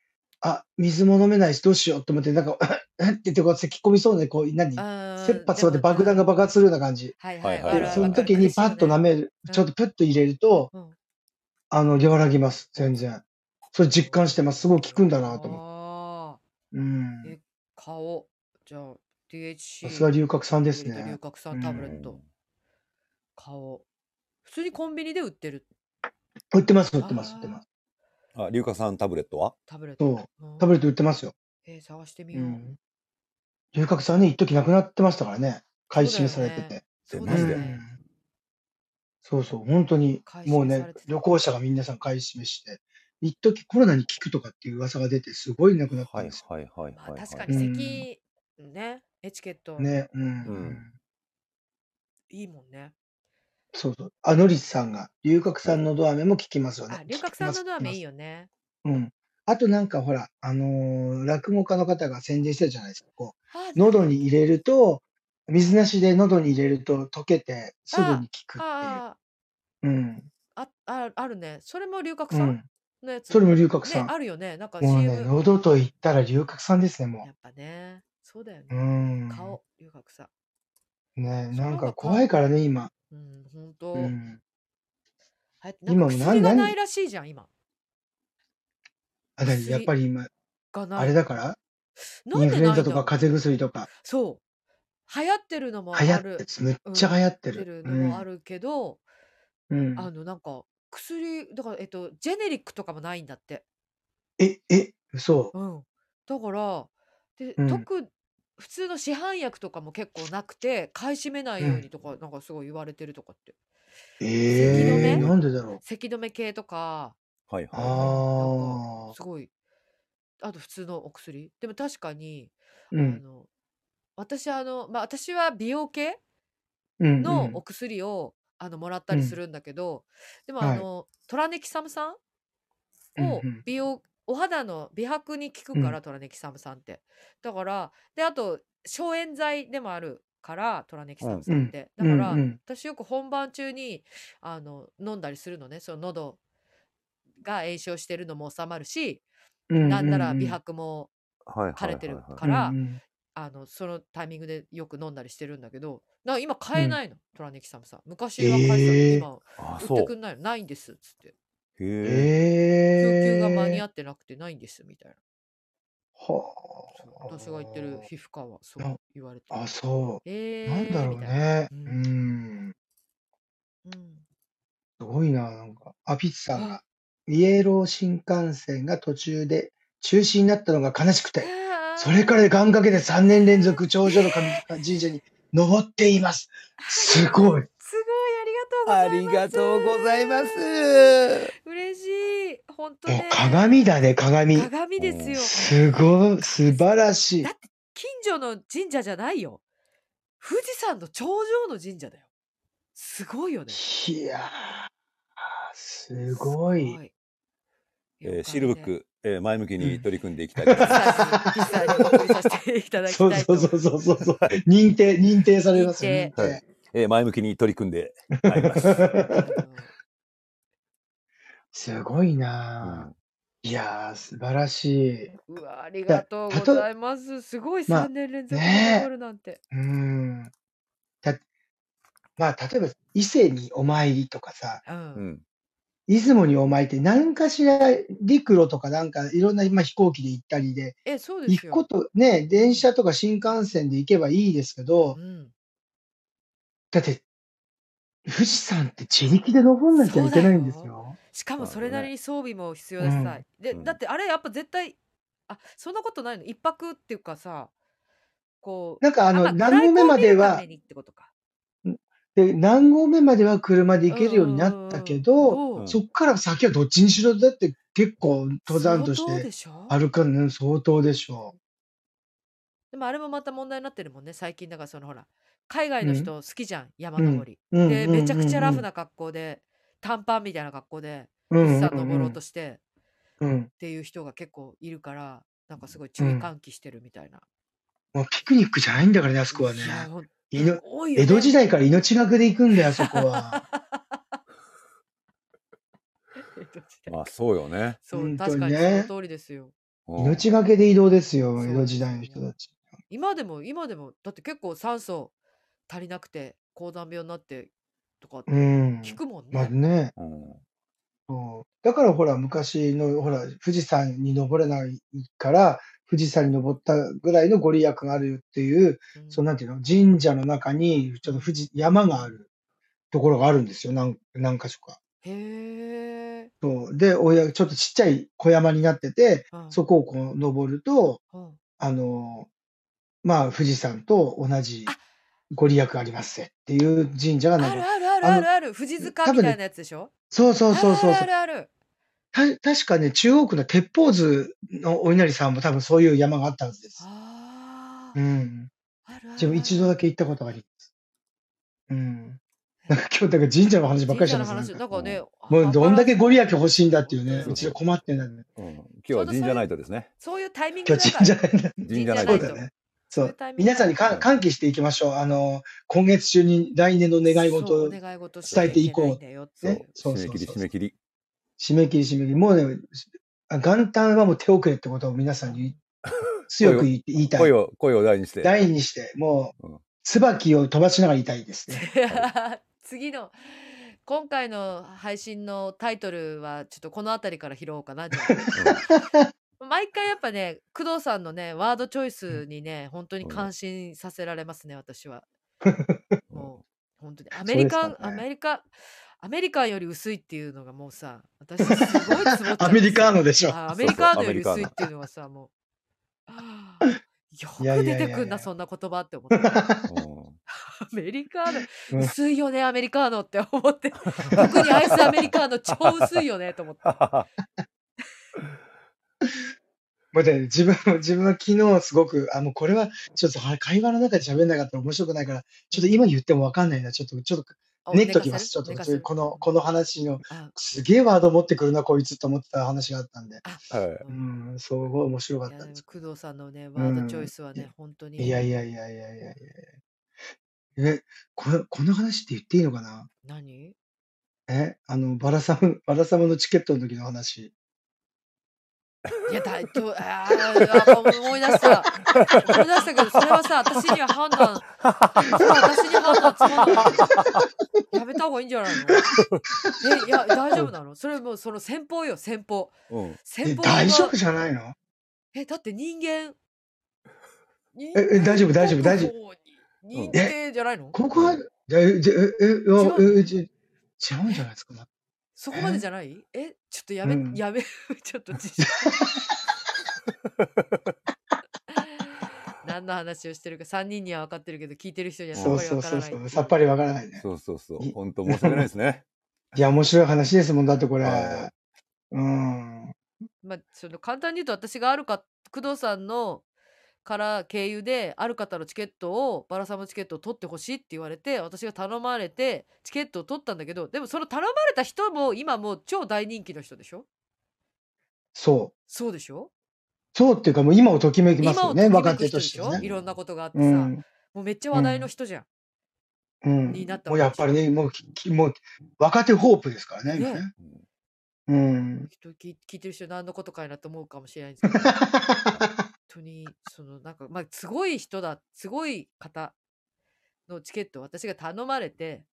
Speaker 3: あ、水も飲めないしどうしようと思って、なんか、 えって言ってこう咳込みそうで、こう、何切羽詰まって爆弾が爆発するような感じ。
Speaker 1: はいはい
Speaker 2: はい
Speaker 1: わ
Speaker 2: は
Speaker 1: かる
Speaker 2: い
Speaker 3: で
Speaker 1: わか
Speaker 3: そ
Speaker 1: る。
Speaker 3: の時にパッと舐める
Speaker 1: う、ん
Speaker 3: ちょっとプッと入れると、
Speaker 1: うん
Speaker 3: あの、和らぎます、全然。それ実感してます。すごい効くんだなと思
Speaker 1: あ
Speaker 3: って。うん。
Speaker 1: えあ、顔。じゃあ、
Speaker 3: さ
Speaker 1: DHC。
Speaker 3: すが龍角散です
Speaker 1: 龍
Speaker 3: ね。
Speaker 1: 角散タブレッ
Speaker 2: う
Speaker 1: ト
Speaker 2: ん。
Speaker 1: 顔。普通にコンビニで売ってる
Speaker 3: 売ってます、売ってます、
Speaker 1: あー
Speaker 3: 売ってます。
Speaker 2: あ、龍角散タブレットは
Speaker 1: タブレッ
Speaker 3: そ
Speaker 1: ト
Speaker 3: う。タブ
Speaker 1: レッ
Speaker 3: レット売ってますよ。
Speaker 1: えー、探してみ
Speaker 3: う
Speaker 1: よう。
Speaker 3: ん。龍角散ね、一時なくなってましたからね。回収されてて。
Speaker 1: そう
Speaker 2: だ
Speaker 1: だ
Speaker 2: よね
Speaker 1: よ
Speaker 2: マジで
Speaker 1: ね。
Speaker 3: うんそうそう、本当に、
Speaker 1: 買い占め
Speaker 3: もう
Speaker 1: さ
Speaker 3: ね
Speaker 1: れて、た
Speaker 3: 旅行者が皆さん買い占めして、一時コロナに効くとかっていう噂が出て、すごいなくなった
Speaker 2: は
Speaker 3: ん
Speaker 2: い
Speaker 3: です
Speaker 2: はいはいはい
Speaker 1: ま
Speaker 2: は
Speaker 1: あ
Speaker 2: い。
Speaker 1: 確かに
Speaker 3: うん
Speaker 1: 咳、ね、エチケット、
Speaker 3: よ。ね、うん。
Speaker 2: うん
Speaker 1: いいもんね。
Speaker 3: そうそう。あのりさんが、龍角散のドアメも効きますよね
Speaker 1: あ、。龍角散のドアメいい
Speaker 3: よ。
Speaker 1: よね。
Speaker 3: うん。あとなんかほら、あのー落語家の方が宣伝してたじゃないですか。こ
Speaker 1: あ
Speaker 3: う、喉に入れると、水なしで喉に入れると溶けてすぐに効くっ
Speaker 1: あ
Speaker 3: ていう。うん。
Speaker 1: ああああるね。それも龍角
Speaker 3: う
Speaker 1: 散
Speaker 3: ん。
Speaker 1: のやつ。
Speaker 3: それも龍角
Speaker 1: ね、あ
Speaker 3: 散。
Speaker 1: るよね。なんか
Speaker 3: もう
Speaker 1: CM。
Speaker 3: ね、喉と言ったら龍角散ですね、も
Speaker 1: やっぱね。そうだよ
Speaker 3: う。う
Speaker 1: ね。
Speaker 3: ん。
Speaker 1: 顔、龍角散。
Speaker 3: ね
Speaker 1: その
Speaker 3: なん
Speaker 1: 方
Speaker 3: か
Speaker 1: が
Speaker 3: 怖いからね、今。
Speaker 1: うん、ほんと。
Speaker 3: うん。
Speaker 1: はやなん
Speaker 3: 今
Speaker 1: か
Speaker 3: もな
Speaker 1: 薬が
Speaker 3: 何
Speaker 1: ないらしいじゃん、今。
Speaker 3: あ、だからやっぱり今、
Speaker 1: がない。
Speaker 3: あれだから
Speaker 1: なん
Speaker 3: イ
Speaker 1: で
Speaker 3: ン
Speaker 1: ない
Speaker 3: フ
Speaker 1: んだ
Speaker 3: ルエン
Speaker 1: ろ
Speaker 3: ザ
Speaker 1: う
Speaker 3: とか風邪薬とか、
Speaker 1: そう。流行ってるのもあ
Speaker 3: 流
Speaker 1: る。
Speaker 3: 行って、むっちゃ流行って
Speaker 1: 流行って
Speaker 3: る
Speaker 1: る。のもあるけど、
Speaker 3: うんうん
Speaker 1: あのなんか薬だからえっとジェネリックとかもないんだって。
Speaker 3: え、え、嘘。
Speaker 1: うん。だからで、
Speaker 3: うん
Speaker 1: 特普通の市販薬とかも結構なくて買い占めないよう
Speaker 3: う
Speaker 1: にとか、なんかすごい言われてるとかって。
Speaker 3: ええ
Speaker 1: 咳止め
Speaker 3: なんでだろう。
Speaker 1: 咳止め系とか
Speaker 2: はいはいは
Speaker 1: なん
Speaker 3: あ
Speaker 1: かすごいあと普通のお薬でも確かに、
Speaker 3: あ、う
Speaker 1: あ
Speaker 3: ん、
Speaker 1: の私あのまあ私は美容系
Speaker 3: うん、
Speaker 1: の
Speaker 3: うん
Speaker 1: お薬を、あのもらったりするんだけど、でも
Speaker 3: はい
Speaker 1: あの、トラネキサム酸を
Speaker 3: うんうん
Speaker 1: 美容、お肌の美白に効くから、
Speaker 3: う
Speaker 1: トラネキサム酸ってだからであと消炎剤でもあるからトラネキサム酸って、
Speaker 3: うん
Speaker 1: だから、
Speaker 3: うんうん
Speaker 1: 私よく本番中にあの飲んだりするのねその喉が炎症してるのも治まるし、
Speaker 3: うんうん、
Speaker 1: なんなら美白も
Speaker 2: い。はいはいはい
Speaker 1: 枯
Speaker 2: はい。
Speaker 1: れてるか、
Speaker 3: からうんうん、
Speaker 1: あのそのタイミングでよく飲んだりしてるんだけどな今買え
Speaker 3: うん
Speaker 1: ないの、トラネキサム酸昔は買えたの、
Speaker 3: えー
Speaker 1: 今
Speaker 2: あ、
Speaker 1: 売っ
Speaker 2: そ
Speaker 1: て
Speaker 2: う
Speaker 1: く。んないのないんですっつって
Speaker 2: へ
Speaker 1: 供給
Speaker 2: え。
Speaker 3: ええ
Speaker 1: が間に合
Speaker 3: っ
Speaker 1: ってなくてないんですみたいなそう
Speaker 3: はあ、
Speaker 1: 私が言ってる皮膚科はそう
Speaker 3: あ
Speaker 1: 言われて
Speaker 3: あ、そ
Speaker 1: えー、
Speaker 3: う、なんだろう
Speaker 1: みたいな、
Speaker 3: ね。
Speaker 1: う
Speaker 3: うんん、
Speaker 1: うん、
Speaker 3: すごいな、なんか。あ、ピッツさん
Speaker 1: あ
Speaker 3: が。イエロー新幹線が途中で中止になったのが悲しく て、それからら願掛けで3年連続頂上の神神社に登っています。すごい。
Speaker 1: すごいあ
Speaker 2: あ
Speaker 1: り
Speaker 2: り
Speaker 1: が
Speaker 2: が
Speaker 1: と
Speaker 2: と
Speaker 1: う
Speaker 2: う
Speaker 1: ご
Speaker 2: ご
Speaker 1: ざ
Speaker 2: ざ
Speaker 1: い
Speaker 2: い
Speaker 1: ま
Speaker 2: ますす。
Speaker 1: 嬉しい本当
Speaker 3: もう
Speaker 1: ね
Speaker 3: 鏡だね、鏡。
Speaker 1: 鏡ですよ
Speaker 3: すごい、素晴らしい
Speaker 1: だ。って近所の神社じゃないよ富士山の頂上の神社だよすごいよね
Speaker 3: いやー、すごい。
Speaker 2: えー、シールブック、えー、前向きに取り組んでいきたいと
Speaker 1: ピ
Speaker 2: 思います。
Speaker 1: ッサにお送りさせていただきた
Speaker 3: そ
Speaker 1: いうと
Speaker 3: そうそう そうそうそう。認定、認定されますよ。
Speaker 1: 認
Speaker 3: 認
Speaker 2: 定
Speaker 3: 定。
Speaker 2: えー、前向きに取り組んでまいります。
Speaker 3: すごいうなあ、
Speaker 2: ん
Speaker 3: いやー、素晴らし
Speaker 1: うんうわありがとうございますすごい
Speaker 3: まあ
Speaker 1: 3年連続で
Speaker 3: ねえ
Speaker 1: 残るなんて、
Speaker 3: い。うん。た、まあ、例えば、伊勢にお参りとかさ、
Speaker 1: うん
Speaker 4: うん。
Speaker 3: 出雲にお参りって何かしら陸路とかなんかいろんな、まあ、飛行機で行ったりで、
Speaker 1: えそうで
Speaker 3: 行
Speaker 1: す
Speaker 3: く
Speaker 1: よ。
Speaker 3: こと、ね、電車とか新幹線で行けばいいですけど
Speaker 1: う、ん、
Speaker 3: だって、富士山って自力で登んなきゃいけないんです
Speaker 1: そうだ
Speaker 3: よ。
Speaker 1: しかも
Speaker 4: そ
Speaker 1: そう
Speaker 4: だ
Speaker 1: れ
Speaker 4: ね
Speaker 1: なりに装備も必要だしさ、で
Speaker 4: うん
Speaker 1: だってあれやっぱ絶対あそんなことないの一泊っていうかさこう
Speaker 3: なんかあ
Speaker 1: ま
Speaker 3: の、
Speaker 1: あ
Speaker 3: 何合目まで
Speaker 1: 暗い子を見るた
Speaker 3: は
Speaker 1: め、にってことか
Speaker 3: で何合目までは車で行けるようになったけど、
Speaker 1: うんうんうん
Speaker 4: ん
Speaker 3: そっから先はどっちにしろだって結構登山とし
Speaker 1: 相当
Speaker 3: て
Speaker 1: でしょ
Speaker 3: 歩くの相当でしょ
Speaker 1: でもあれもまた問題になってるもんね最近だからそのほら海外の
Speaker 3: うん
Speaker 1: 人好きじゃん、山登り、
Speaker 3: う。うん
Speaker 1: で
Speaker 3: うんうんうん
Speaker 1: めちゃくちゃラフな格好で短パンみたいな格好で
Speaker 3: う
Speaker 1: 富
Speaker 3: んうんうん
Speaker 1: 士山登ろうとしてっ
Speaker 3: うん
Speaker 1: ていう人が結構いるからなんかすごい注意喚起してるみたいな。
Speaker 3: もうピクニックじゃないんだからね、あそこはいね。
Speaker 1: やほん
Speaker 3: いの
Speaker 1: 多いよね
Speaker 3: 江戸時代から命がけで行くんだよ、あそこ は。
Speaker 1: 江戸時代
Speaker 4: まあそうよね。
Speaker 1: そう、
Speaker 3: 本当
Speaker 1: 確
Speaker 3: に
Speaker 1: かにそ
Speaker 3: ね
Speaker 1: の通りですよ。
Speaker 4: うん
Speaker 3: 命がけで移動ですよ、
Speaker 1: そう
Speaker 3: 江戸時代の人たち。
Speaker 1: 今でも、今でも、だって結構酸素足りなくて、高山病になってとか
Speaker 3: うん。
Speaker 1: 聞くもんね。
Speaker 3: まあね。
Speaker 4: うん
Speaker 3: そうだからほら、昔の、ほら、富士山に登れないから、富士山に登ったぐらいのご利益があるっていう、
Speaker 1: うん
Speaker 3: そのなんていうの、神社の中に、ちょっと富士、山があるところがあるんですよ、なん何箇所か。
Speaker 1: へえ。
Speaker 3: そうで、おや、ちょっとちっちゃい小山になってて、
Speaker 1: うん
Speaker 3: そこをこう登ると、
Speaker 1: うん
Speaker 3: あの、まあ、富士山と同じご利益ありますぜっていう神社がな
Speaker 1: あ
Speaker 3: ん
Speaker 1: る
Speaker 3: か、
Speaker 1: あるあるあるある。富士塚
Speaker 3: 多
Speaker 1: み
Speaker 3: 分ね
Speaker 1: たいなやつでしょ
Speaker 3: そうそうそうそう
Speaker 1: あ
Speaker 3: そう
Speaker 1: る。あるある
Speaker 3: た確かね、中央区の鉄砲図のお稲荷さんも多分そういう山があったはずです。
Speaker 1: あ
Speaker 3: う
Speaker 1: る。
Speaker 3: ん。
Speaker 1: あーあるあるある。
Speaker 3: 自分一度だけ行ったことがあります。うん。なんか今日、だから神社の話ばっかりしてま
Speaker 1: 神社の話、
Speaker 3: すね。
Speaker 1: なんかね、
Speaker 3: もうどんだけご利益欲しいんだっていう
Speaker 1: そう
Speaker 3: ね
Speaker 1: そ。う
Speaker 3: うちら困ってんだね。
Speaker 4: うん今日は神社ナイトですね。
Speaker 1: そういうタイミング
Speaker 3: 今
Speaker 1: だ
Speaker 3: 日
Speaker 1: か
Speaker 3: 神社
Speaker 1: ら。
Speaker 3: なんだ。
Speaker 4: 神社ナイ
Speaker 3: そ
Speaker 4: ト
Speaker 1: 神社ナ
Speaker 3: う
Speaker 4: で
Speaker 1: イト
Speaker 3: だ
Speaker 4: す。
Speaker 3: ね。
Speaker 1: そ
Speaker 3: そう
Speaker 1: いう
Speaker 3: う。
Speaker 1: タイミング
Speaker 3: 皆さんに
Speaker 1: だ
Speaker 3: か
Speaker 1: か
Speaker 3: 喚起していきましょう。あの、今月中に来年の願い
Speaker 1: ら
Speaker 3: 事
Speaker 1: そ
Speaker 3: を
Speaker 1: うお願い事し
Speaker 3: 伝えていこう
Speaker 1: なきゃな
Speaker 4: そ
Speaker 1: んだよっていうう
Speaker 3: そう
Speaker 4: 締め切り
Speaker 3: そうそうそう
Speaker 4: 締め切り。
Speaker 3: 締め切り締め切り。もうね、あ元旦はもう手遅れってことを皆さんに強く言い言いた い。
Speaker 4: 声を声を大にして。
Speaker 3: 台にして、も
Speaker 4: うん
Speaker 3: う、椿を飛ばしながら言いたいですね。
Speaker 1: 次の今回の配信のタイトルはちょっとこの辺りから拾おうかなじゃあ毎回やっぱね工藤さんのねワードチョイスにね本当に感心させられますね私は もう本当にアメリカン、
Speaker 3: そうですか
Speaker 1: ア
Speaker 3: ね
Speaker 1: メリカアメリカンより薄いっていうのがもうさ私 すごいツボっちゃうんですよ
Speaker 3: アメリカーノでしょ。
Speaker 1: あアメリカーノより
Speaker 4: そうそうア
Speaker 1: 薄
Speaker 4: メリカーノ
Speaker 1: いっていうのがさもう
Speaker 3: い
Speaker 1: よ
Speaker 3: や
Speaker 1: く
Speaker 3: い
Speaker 1: 出
Speaker 3: やいやいや
Speaker 1: てくんなそんな言葉って思ってアメリカー
Speaker 3: う
Speaker 1: ノ
Speaker 3: ん
Speaker 1: 薄いよねアメリカーノって思って特にアイスアメリカーノ超薄いよねと思って
Speaker 3: もうね、自分も、自分は昨日すごく、あ、もうこれは、ちょっとは会話の中で喋んなかったら面白くないから、ちょっと今言ってもわかんないな。ちょっと、ちょっ
Speaker 1: あ
Speaker 3: と、練っと
Speaker 1: 寝かせ
Speaker 3: きま
Speaker 1: る
Speaker 3: す。ちょっ
Speaker 1: 寝
Speaker 3: と、
Speaker 1: か
Speaker 3: そ
Speaker 1: せ
Speaker 3: うい
Speaker 1: る
Speaker 3: うこの、この話の、
Speaker 1: あ
Speaker 3: すげえワード持ってくるな、こいつと思ってた話があったんで。
Speaker 1: あ
Speaker 4: はい
Speaker 3: うん、すごい面白かっ
Speaker 1: いや
Speaker 3: た
Speaker 1: で
Speaker 3: ん
Speaker 1: も
Speaker 3: です。
Speaker 1: 工藤さんのねワードチョイスはね、本当に
Speaker 3: いやいやいやいやいやいやいやえ、この、この話って言っていいのかな
Speaker 1: 何
Speaker 3: え、あの、バラサム、バラサムのチケットの時の話。
Speaker 1: いやだいとあーあ思い出した思い出したけどそれはさ私には判断 そう私に判断つまんないやめた方がいいんじゃないのえいや大丈夫なのそれもうその先方よ先方
Speaker 4: うん
Speaker 1: 先
Speaker 3: え
Speaker 1: 方
Speaker 3: 大丈
Speaker 1: が
Speaker 3: 夫じゃないの
Speaker 1: えだって人間
Speaker 3: ええ大丈夫大丈夫大丈夫
Speaker 1: 夫認定じゃないの、
Speaker 3: ここは、え、じゃえ、え、いやえ、じゃ違うんじゃないです か、ま
Speaker 1: そこまでじゃないえちょっとやめ、
Speaker 3: うん
Speaker 1: やめ ちょっと自信 何の話をしてるか3人には分かってるけど聞いてる人にはさっ
Speaker 3: そう
Speaker 1: ぱり
Speaker 3: そ
Speaker 1: 分
Speaker 3: う
Speaker 1: から
Speaker 3: そう
Speaker 1: ない
Speaker 3: そう、さっぱりわからないね。
Speaker 4: そうそうそう
Speaker 3: い。
Speaker 4: 本当申し訳ないです ね。
Speaker 3: いや、面白い話ですもんだって、これ
Speaker 4: は。
Speaker 3: うん。
Speaker 1: まあ、その簡単に言うと私があるか工藤さんのから経由である方のチケットをバラサムチケットを取ってほしいって言われて私が頼まれてチケットを取ったんだけどでもその頼まれた人も今もう超大人気の人でしょ
Speaker 3: そう。
Speaker 1: そうでしょ
Speaker 3: そうっていうか、もう今をときめきますよね、
Speaker 1: 今をと
Speaker 3: 若
Speaker 1: きめ
Speaker 3: 手
Speaker 1: く人
Speaker 3: と
Speaker 1: で
Speaker 3: して
Speaker 1: し
Speaker 3: は
Speaker 1: ょ
Speaker 3: ね。
Speaker 1: いろんなことがあってさ、
Speaker 3: う
Speaker 1: も
Speaker 3: ん。
Speaker 1: うめっちゃ話題の人じゃん、
Speaker 3: うん。
Speaker 1: になった
Speaker 3: もうやっぱりね、もうき、きもう、若手ホープですからね、今ね。うん。
Speaker 1: きっと聞聞いてる人何のことかいなと思うかもしれないんですけど本当にそのなんかまあすごい人だすごい方のチケットを私が頼まれて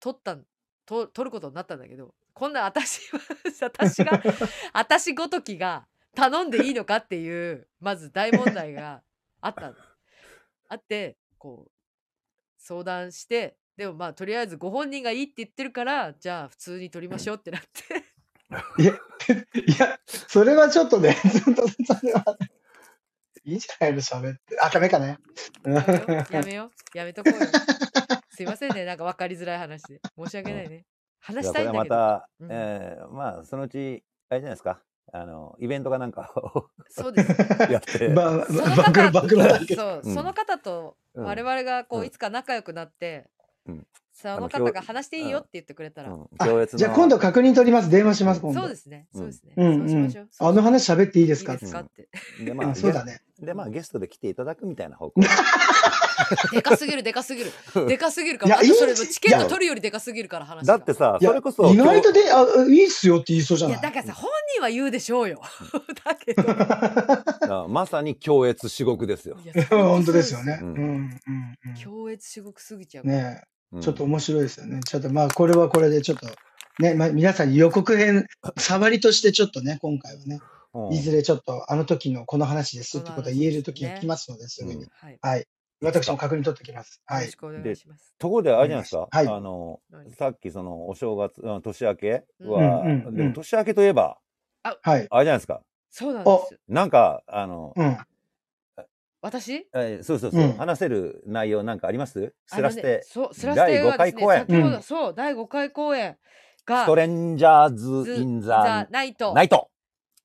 Speaker 1: 取ったんと取ることになったんだけどこんな私は私が私ごときが頼んでいいのかっていうまず大問題があったあってこう相談してでもまあとりあえずご本人がいいって言ってるからじゃあ普通に取りましょうってなって
Speaker 3: いや、それはちょっとね、ちょっとそれはいいんじゃないの、喋って。あ、ダメかね。
Speaker 1: やめようやめとこう よすいませんねなんか分かりづらい話で申し訳ないね話
Speaker 2: じゃ
Speaker 1: し
Speaker 2: あこ
Speaker 1: たい
Speaker 2: れ
Speaker 1: ん
Speaker 2: は
Speaker 1: だけど
Speaker 2: また、
Speaker 1: うん
Speaker 2: えーまあそのうちあれじゃないですかあのイベントかなんかを
Speaker 1: そうです
Speaker 2: やって、
Speaker 3: ば、
Speaker 1: その
Speaker 3: ば、暴露、暴露だけど。
Speaker 1: そう、
Speaker 2: うん
Speaker 1: その方と
Speaker 2: うん
Speaker 1: 我々がこ
Speaker 2: う
Speaker 1: うんいつか仲良くなって、
Speaker 2: うん
Speaker 1: そ
Speaker 2: あ
Speaker 1: の
Speaker 2: の
Speaker 1: 方が話していいよって言ってくれた
Speaker 2: う
Speaker 1: ら、
Speaker 2: ん、強烈な
Speaker 3: じゃあ今度確認取ります。電話します、今度。
Speaker 1: そうですね、
Speaker 2: うん
Speaker 1: そうですね、
Speaker 3: うん
Speaker 1: そうしましょう、
Speaker 3: あの話喋っていいです
Speaker 1: い
Speaker 3: か
Speaker 1: いですかって、
Speaker 2: でま
Speaker 3: う
Speaker 2: あ
Speaker 3: んそうだね。
Speaker 2: ゲスでまあゲストで来ていただくみたいな方向
Speaker 1: でかすぎるでかすぎるでかすぎるか
Speaker 3: いや
Speaker 1: らあとそれ
Speaker 3: いいん
Speaker 1: の
Speaker 3: じ
Speaker 1: チケット取るよりでかすぎるから話が
Speaker 2: だってさ
Speaker 3: いや
Speaker 2: それこそ
Speaker 3: 意外とで、あ、いいっすよって言いそうじゃ
Speaker 1: い
Speaker 3: な
Speaker 1: や
Speaker 3: い
Speaker 1: だからさ本人は言うでしょうよ だけどい
Speaker 2: 今日あまさに強烈至極ですよ、
Speaker 1: や
Speaker 3: 本当ですよね。う、
Speaker 2: うんん
Speaker 3: うん、うん。
Speaker 1: 強烈至極すぎちゃう、
Speaker 2: う
Speaker 3: ねえ
Speaker 2: ん
Speaker 3: ちょっと面白いですよね。ちょっとまあ、これはこれでちょっと、ね、まあ、皆さんに予告編、触りとしてちょっとね、今回はね、
Speaker 2: うん
Speaker 3: いずれちょっとあの時のこの話ですってことは言える時が来ますので、すぐに。
Speaker 1: はい、
Speaker 3: はい。私も確認取ってきます。は
Speaker 1: よろ
Speaker 3: い
Speaker 1: し。くお願いします
Speaker 2: ところであれじゃないですか、
Speaker 3: はい
Speaker 2: あの
Speaker 1: 何
Speaker 2: さっきそのお正月うん年明け
Speaker 3: う
Speaker 2: は、
Speaker 3: んうんうん
Speaker 2: でも年明けといえば
Speaker 3: はい。
Speaker 2: あれじゃないですか
Speaker 1: そうなんですよ
Speaker 2: なんかあの、
Speaker 3: うん。
Speaker 1: 私
Speaker 2: えーそうそうそう、
Speaker 3: うん
Speaker 2: 話せる内容なんかあります
Speaker 1: あ
Speaker 2: すら
Speaker 1: の
Speaker 2: し
Speaker 1: ね
Speaker 2: て、
Speaker 1: そうすらして
Speaker 2: 第五回公演
Speaker 1: はですね先ほど、
Speaker 3: うん
Speaker 1: そう第5回公演が
Speaker 2: ストレンジャーズ・
Speaker 1: ズ
Speaker 2: イン・ザ・
Speaker 1: ナイト
Speaker 2: ナイト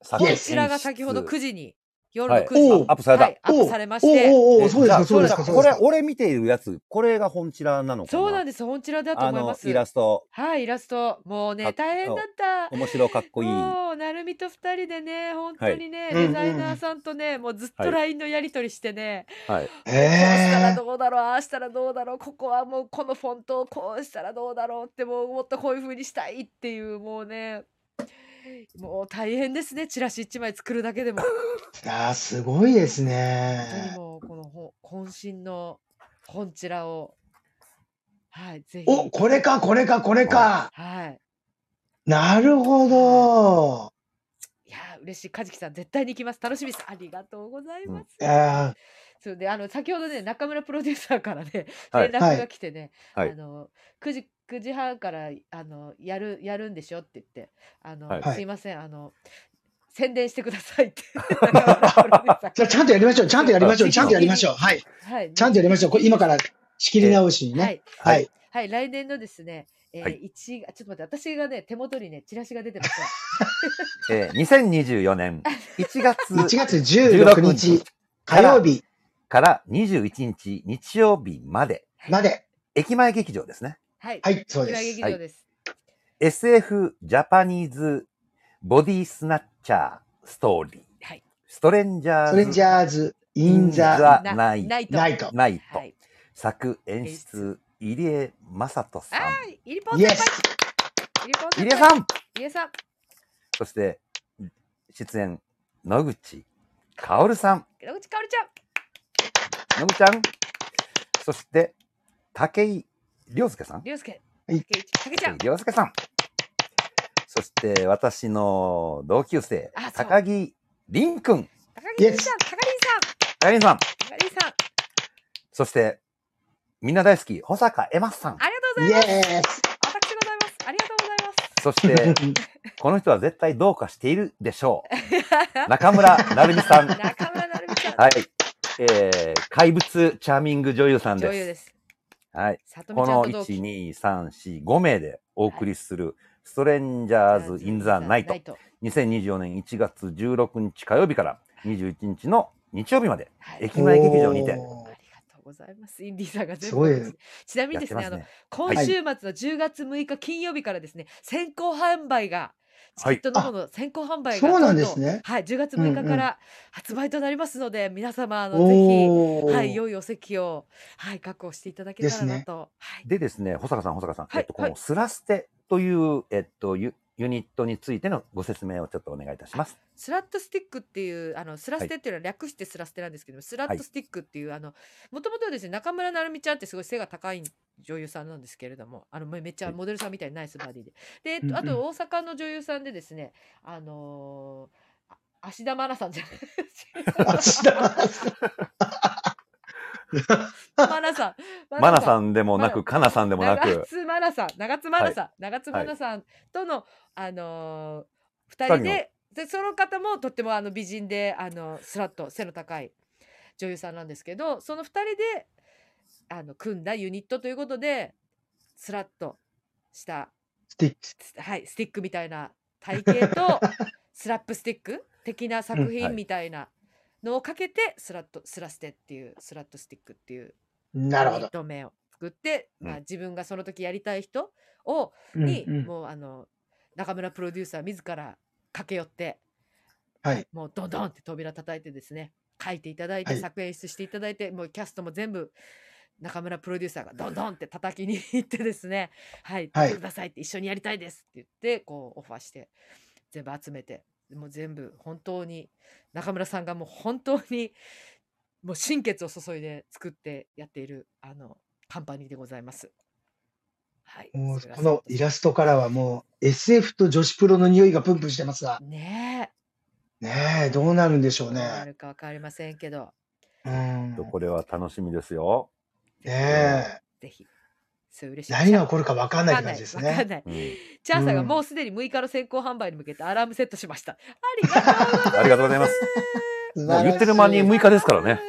Speaker 3: イ
Speaker 1: こちらが先ほど9
Speaker 2: 時
Speaker 1: 時に夜の
Speaker 2: はい
Speaker 1: 9時に、
Speaker 3: おう
Speaker 2: アップされた
Speaker 1: はいアップされまし
Speaker 3: お
Speaker 1: て
Speaker 3: おおお、そうですか、そうですか、そう
Speaker 2: こ
Speaker 3: で
Speaker 2: れ
Speaker 3: すか。
Speaker 2: 俺見ているやつこれが本チラなのかな
Speaker 1: そうなん
Speaker 2: で
Speaker 1: です本ちらだと思います
Speaker 2: あのイラスト
Speaker 1: はいイラストもう
Speaker 2: か
Speaker 1: ね
Speaker 2: っ
Speaker 1: 大変だった
Speaker 2: 面白かっこいい
Speaker 1: もうなるみと二人でね本当にね、
Speaker 3: はい
Speaker 1: デザイナーさんとね、もうずっ
Speaker 2: は
Speaker 1: と
Speaker 2: い
Speaker 1: LINE のやり取りしてね、
Speaker 2: はい
Speaker 1: こうしたら
Speaker 3: え
Speaker 1: どうだろうああしたらどうだろうここはもうこのフォントをこうしたらどうだろうってもうもっとこういう風にしたいっていうもうねもう大変ですねチラシ一枚作るだけでも
Speaker 3: えー、あーすごいです
Speaker 1: 本当に
Speaker 3: ね。
Speaker 1: もうこのほ渾身の本チラをはいぜひ
Speaker 3: お、これか、これか、これか。
Speaker 1: はい
Speaker 3: なるほど。
Speaker 1: いやー嬉しいカジキさん絶対に行きます楽しみですありがとうございます、
Speaker 3: いや
Speaker 1: そうであの先ほどね中村プロデューサーからね
Speaker 2: は
Speaker 1: 連
Speaker 2: い
Speaker 1: 絡
Speaker 3: はい
Speaker 1: が来てね、
Speaker 2: はい
Speaker 1: あの9時9時半からあのやるやるんでしょって言ってあの、
Speaker 2: はい
Speaker 3: はい
Speaker 1: すいませんあの宣伝してください って中村プロデューサー
Speaker 3: ーじゃあちゃんとやりましょう。ちゃんとやりましょう。ちゃんとやりましょう。はい。
Speaker 1: はい
Speaker 3: ちゃんとやりましょう。これ今から仕切り直しに
Speaker 1: は
Speaker 3: ね。
Speaker 1: い
Speaker 3: は
Speaker 2: はいい。
Speaker 1: はい来年のですね、えー
Speaker 2: はい
Speaker 1: 一月ちょっと待って私がね手元にねチラシが出てます
Speaker 2: えー、2024年1月
Speaker 3: 1月16
Speaker 2: 16
Speaker 3: 日
Speaker 2: 日
Speaker 3: 火曜日
Speaker 2: から21日日曜日まで
Speaker 3: まで。
Speaker 2: 駅前劇場ですね
Speaker 1: はい、
Speaker 3: はい、そうで
Speaker 1: 今
Speaker 3: す
Speaker 1: 劇。場です、
Speaker 2: SF ジャパニーズボディスナッチャーストーリー、
Speaker 1: はい
Speaker 2: ストレンジャ
Speaker 3: ストレ
Speaker 2: ー
Speaker 3: ン
Speaker 2: ズ
Speaker 3: ジャーズ・イン・ザ・
Speaker 2: あない
Speaker 1: ないと
Speaker 3: ナイト。
Speaker 2: ナイト、
Speaker 1: はい
Speaker 2: 作演出入江雅人さ
Speaker 1: あ
Speaker 2: ん
Speaker 1: ーイリポン
Speaker 3: イエ
Speaker 1: 先輩
Speaker 3: ス
Speaker 1: イリポン先
Speaker 2: 入江
Speaker 1: 輩
Speaker 2: さん
Speaker 1: イエさん
Speaker 2: そして出演野口薫さん
Speaker 1: 野口かおるちゃん
Speaker 2: 野口ちゃんそして武井亮介さん
Speaker 1: りょうすけ
Speaker 3: はい
Speaker 1: 竹内竹ちゃん
Speaker 2: 武井亮介さんそして私の同級生
Speaker 1: あそう
Speaker 2: 高木凛くん
Speaker 1: 高木さん
Speaker 3: Yes
Speaker 1: 高木さん
Speaker 2: 高木さん
Speaker 1: 高木さん
Speaker 2: そしてみんな大好き保坂エマさん
Speaker 1: ありがとうございま
Speaker 3: イ
Speaker 1: す。
Speaker 3: エ
Speaker 1: 私ございます。ありがとうございます。
Speaker 2: そ して
Speaker 3: ーイ
Speaker 2: この人は絶対どうかしているでしょう中村成美 さん
Speaker 1: 中村なるみさん、
Speaker 2: はい。えー、怪物チャーミング女優さんです。
Speaker 1: 女優です。
Speaker 2: はい。
Speaker 1: 里美
Speaker 2: こ
Speaker 1: ちゃん
Speaker 2: の
Speaker 1: と同
Speaker 2: 1、
Speaker 1: 期。
Speaker 2: 2、3、4、5名でお送りする、ストレンジャーズ・イン・ザ・ナイト。
Speaker 1: ト。
Speaker 2: 2024年1月16日火曜日から21日の日曜日まで、
Speaker 1: はい。あり
Speaker 2: 駅前劇場にて
Speaker 3: おー
Speaker 1: がとうございます。インディーさんが全
Speaker 3: すご
Speaker 1: 部
Speaker 3: い
Speaker 1: ですね。ちなみに
Speaker 2: やっ
Speaker 1: です
Speaker 2: て
Speaker 1: ね、
Speaker 2: ます
Speaker 1: あの
Speaker 2: ね。
Speaker 1: 今週末の10月6日金曜日からですね、先行販売がチケ
Speaker 2: はい
Speaker 1: ットの方の先行販売が
Speaker 3: そうなん
Speaker 1: ど
Speaker 3: で
Speaker 1: ど
Speaker 3: すね
Speaker 1: はい、10月6日から発売となりますので、皆様あのぜひ。
Speaker 3: おー
Speaker 1: はい、良いお席を、はい、確保していただけたらなと。はい。
Speaker 2: でですね、保坂さん、保坂さん、
Speaker 1: はい
Speaker 2: えっと、こ
Speaker 1: はい
Speaker 2: のスラステという、えっと、ゆ
Speaker 4: ユニットについてのご説明をちょっとお願いいたします。
Speaker 1: スラットスティックっていうあのスラステっていうのは略してスラステなんですけど、スラットスティックっていうあのもともとですね中村成美ちゃんってすごい背が高い女優さんなんですけれどもあのめめっちゃモデルさんみたいにナイスバディでで、えっとあと大阪の女優さんでですねあのーあ芦田愛菜さんじゃ ない
Speaker 3: 芦田愛菜さん
Speaker 1: 愛菜さん
Speaker 4: マナさんでもな
Speaker 1: マ
Speaker 4: く、カナさんでもな
Speaker 1: 長
Speaker 4: く、
Speaker 1: 津マナさん長津マナさん、長津マナさんとの、あのー、
Speaker 4: 人
Speaker 1: 2人
Speaker 4: の
Speaker 1: ででその方もとってもあの美人であのスラッと背の高い女優さんなんですけどその2人であの組んだユニットということでスラッとした、
Speaker 3: スティックス。
Speaker 1: つはい、スティックみたいな体 型とスラップスティック的な作
Speaker 4: うんは
Speaker 1: 品
Speaker 4: い
Speaker 1: みたいなのをかけて、スラッとスラステっていうスラッとスティックっていう
Speaker 3: なるほど。
Speaker 1: 認めを作って、まあ、
Speaker 4: うん
Speaker 1: 自分がその時やりたい人を、
Speaker 3: うん
Speaker 1: に
Speaker 3: うん
Speaker 1: もうあの中村プロデューサー自ら駆け寄って
Speaker 3: はい。
Speaker 1: もうドンドンって扉叩いてですね書いていただいて、
Speaker 3: はい
Speaker 1: 作演出していただいてもうキャストも全部中村プロデューサーがドンドンって叩きに行ってですね「はい、
Speaker 3: はい
Speaker 1: 出てください」って「一緒にやりたいです」って言ってこうオファーして全部集めてもう全部本当に中村さんがもう本当にもう心血を注いで作ってやっているあのカンパニーでございます。はい、
Speaker 3: もう
Speaker 1: それが
Speaker 3: このイラストからはもう SF と女子プロの匂いがプンプンしてますが、
Speaker 1: ね
Speaker 3: ねえ、どうなるんでし
Speaker 1: え
Speaker 3: ょう
Speaker 1: どうな
Speaker 3: ね。
Speaker 1: るかわかりませんけど
Speaker 3: うん。
Speaker 4: これは楽しみですよ。
Speaker 3: ね
Speaker 1: ぜひそういう嬉し
Speaker 3: え、
Speaker 1: い
Speaker 3: 何が起こるか分かんないっ
Speaker 1: わ
Speaker 3: て
Speaker 1: かんな
Speaker 3: 感
Speaker 1: い
Speaker 3: じです
Speaker 1: わかん
Speaker 3: ね。
Speaker 1: ない。
Speaker 4: うん
Speaker 1: チャーさんが
Speaker 3: うん
Speaker 1: もうすでに6日の先行販売に向けてアラームセットしました。ありがとうございます。
Speaker 4: ありがとうございます。
Speaker 3: 素晴らしい
Speaker 4: 言ってる間に6日ですからね。。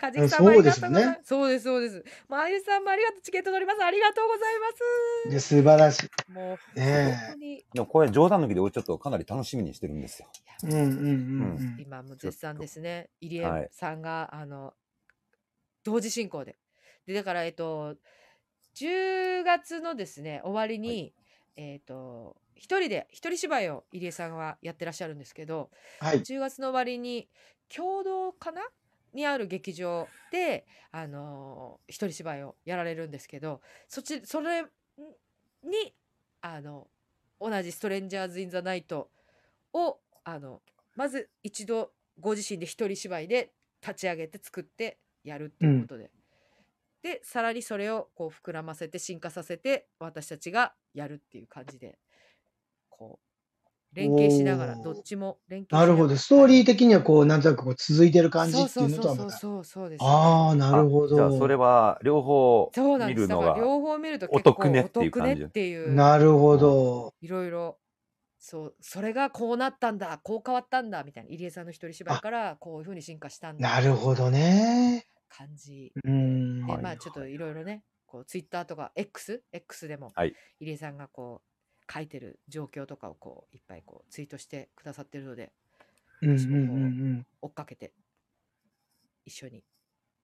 Speaker 1: カジキさんもありがとうございま
Speaker 3: そうです
Speaker 1: す。
Speaker 3: よ
Speaker 1: そうです、そうです。まゆさんもありがとう。チケット取ります。ありがとうございま
Speaker 3: いや素晴らしい。
Speaker 1: す。もう、
Speaker 3: ねえ
Speaker 1: 本当に
Speaker 4: でもこれ冗談抜きで俺ちょっとかなり楽しみにしてるんですよ。
Speaker 3: うんうんうん
Speaker 1: 今も絶賛ですね。入
Speaker 4: は
Speaker 1: 江
Speaker 4: い
Speaker 1: さんが、あの、同時進行で。で、だから、えっと、10月のですね、終わりに、えっと、一人で、一人芝居を入江さんはやってらっしゃるんですけど、
Speaker 3: うん。はい。
Speaker 1: 10月の終わりに共同かなにある劇場で、あのー一人芝居をやられるんですけどそっちそれにあの同じ「ストレンジャーズ・イン・ザ・ナイトを」あのまず一度ご自身で一人芝居で立ち上げて作ってやるっていうことで、でさらにそれをこう膨らませて進化させて私たちがやるっていう感じでこう連携しながら
Speaker 3: おー
Speaker 1: どっちも連携
Speaker 3: なるほど。ストーリー的にはこう、なんとなくこう続いてる感じっていうのとは
Speaker 1: そ
Speaker 3: ま
Speaker 1: うそうそ
Speaker 3: た。
Speaker 1: うそうそうです
Speaker 3: ああ、なるほど。
Speaker 4: じゃあそれは両方
Speaker 1: そうなん
Speaker 4: 見
Speaker 1: です
Speaker 4: る
Speaker 1: だ
Speaker 4: の
Speaker 1: から
Speaker 4: が。
Speaker 1: 両方見ると
Speaker 4: お
Speaker 1: 結構お
Speaker 4: 得
Speaker 1: 得
Speaker 4: ね
Speaker 1: ね
Speaker 4: っていう感じ
Speaker 1: っていう
Speaker 3: なるほど。
Speaker 1: いろいろそうそれがこうなったんだこう変わったんだみたいな入江さんの一人芝居からこういうふうに進化したんだ
Speaker 3: なるほどね。
Speaker 1: 感じ
Speaker 3: うん。
Speaker 1: で、
Speaker 4: はい
Speaker 1: まあちょっといろいろねこうツイッターとか XX, X でも
Speaker 4: はい
Speaker 1: 入江さんがこう書いてる状況とかをこういっぱいこうツイートしてくださってるので
Speaker 3: うんうんうん
Speaker 1: 追っかけて一緒に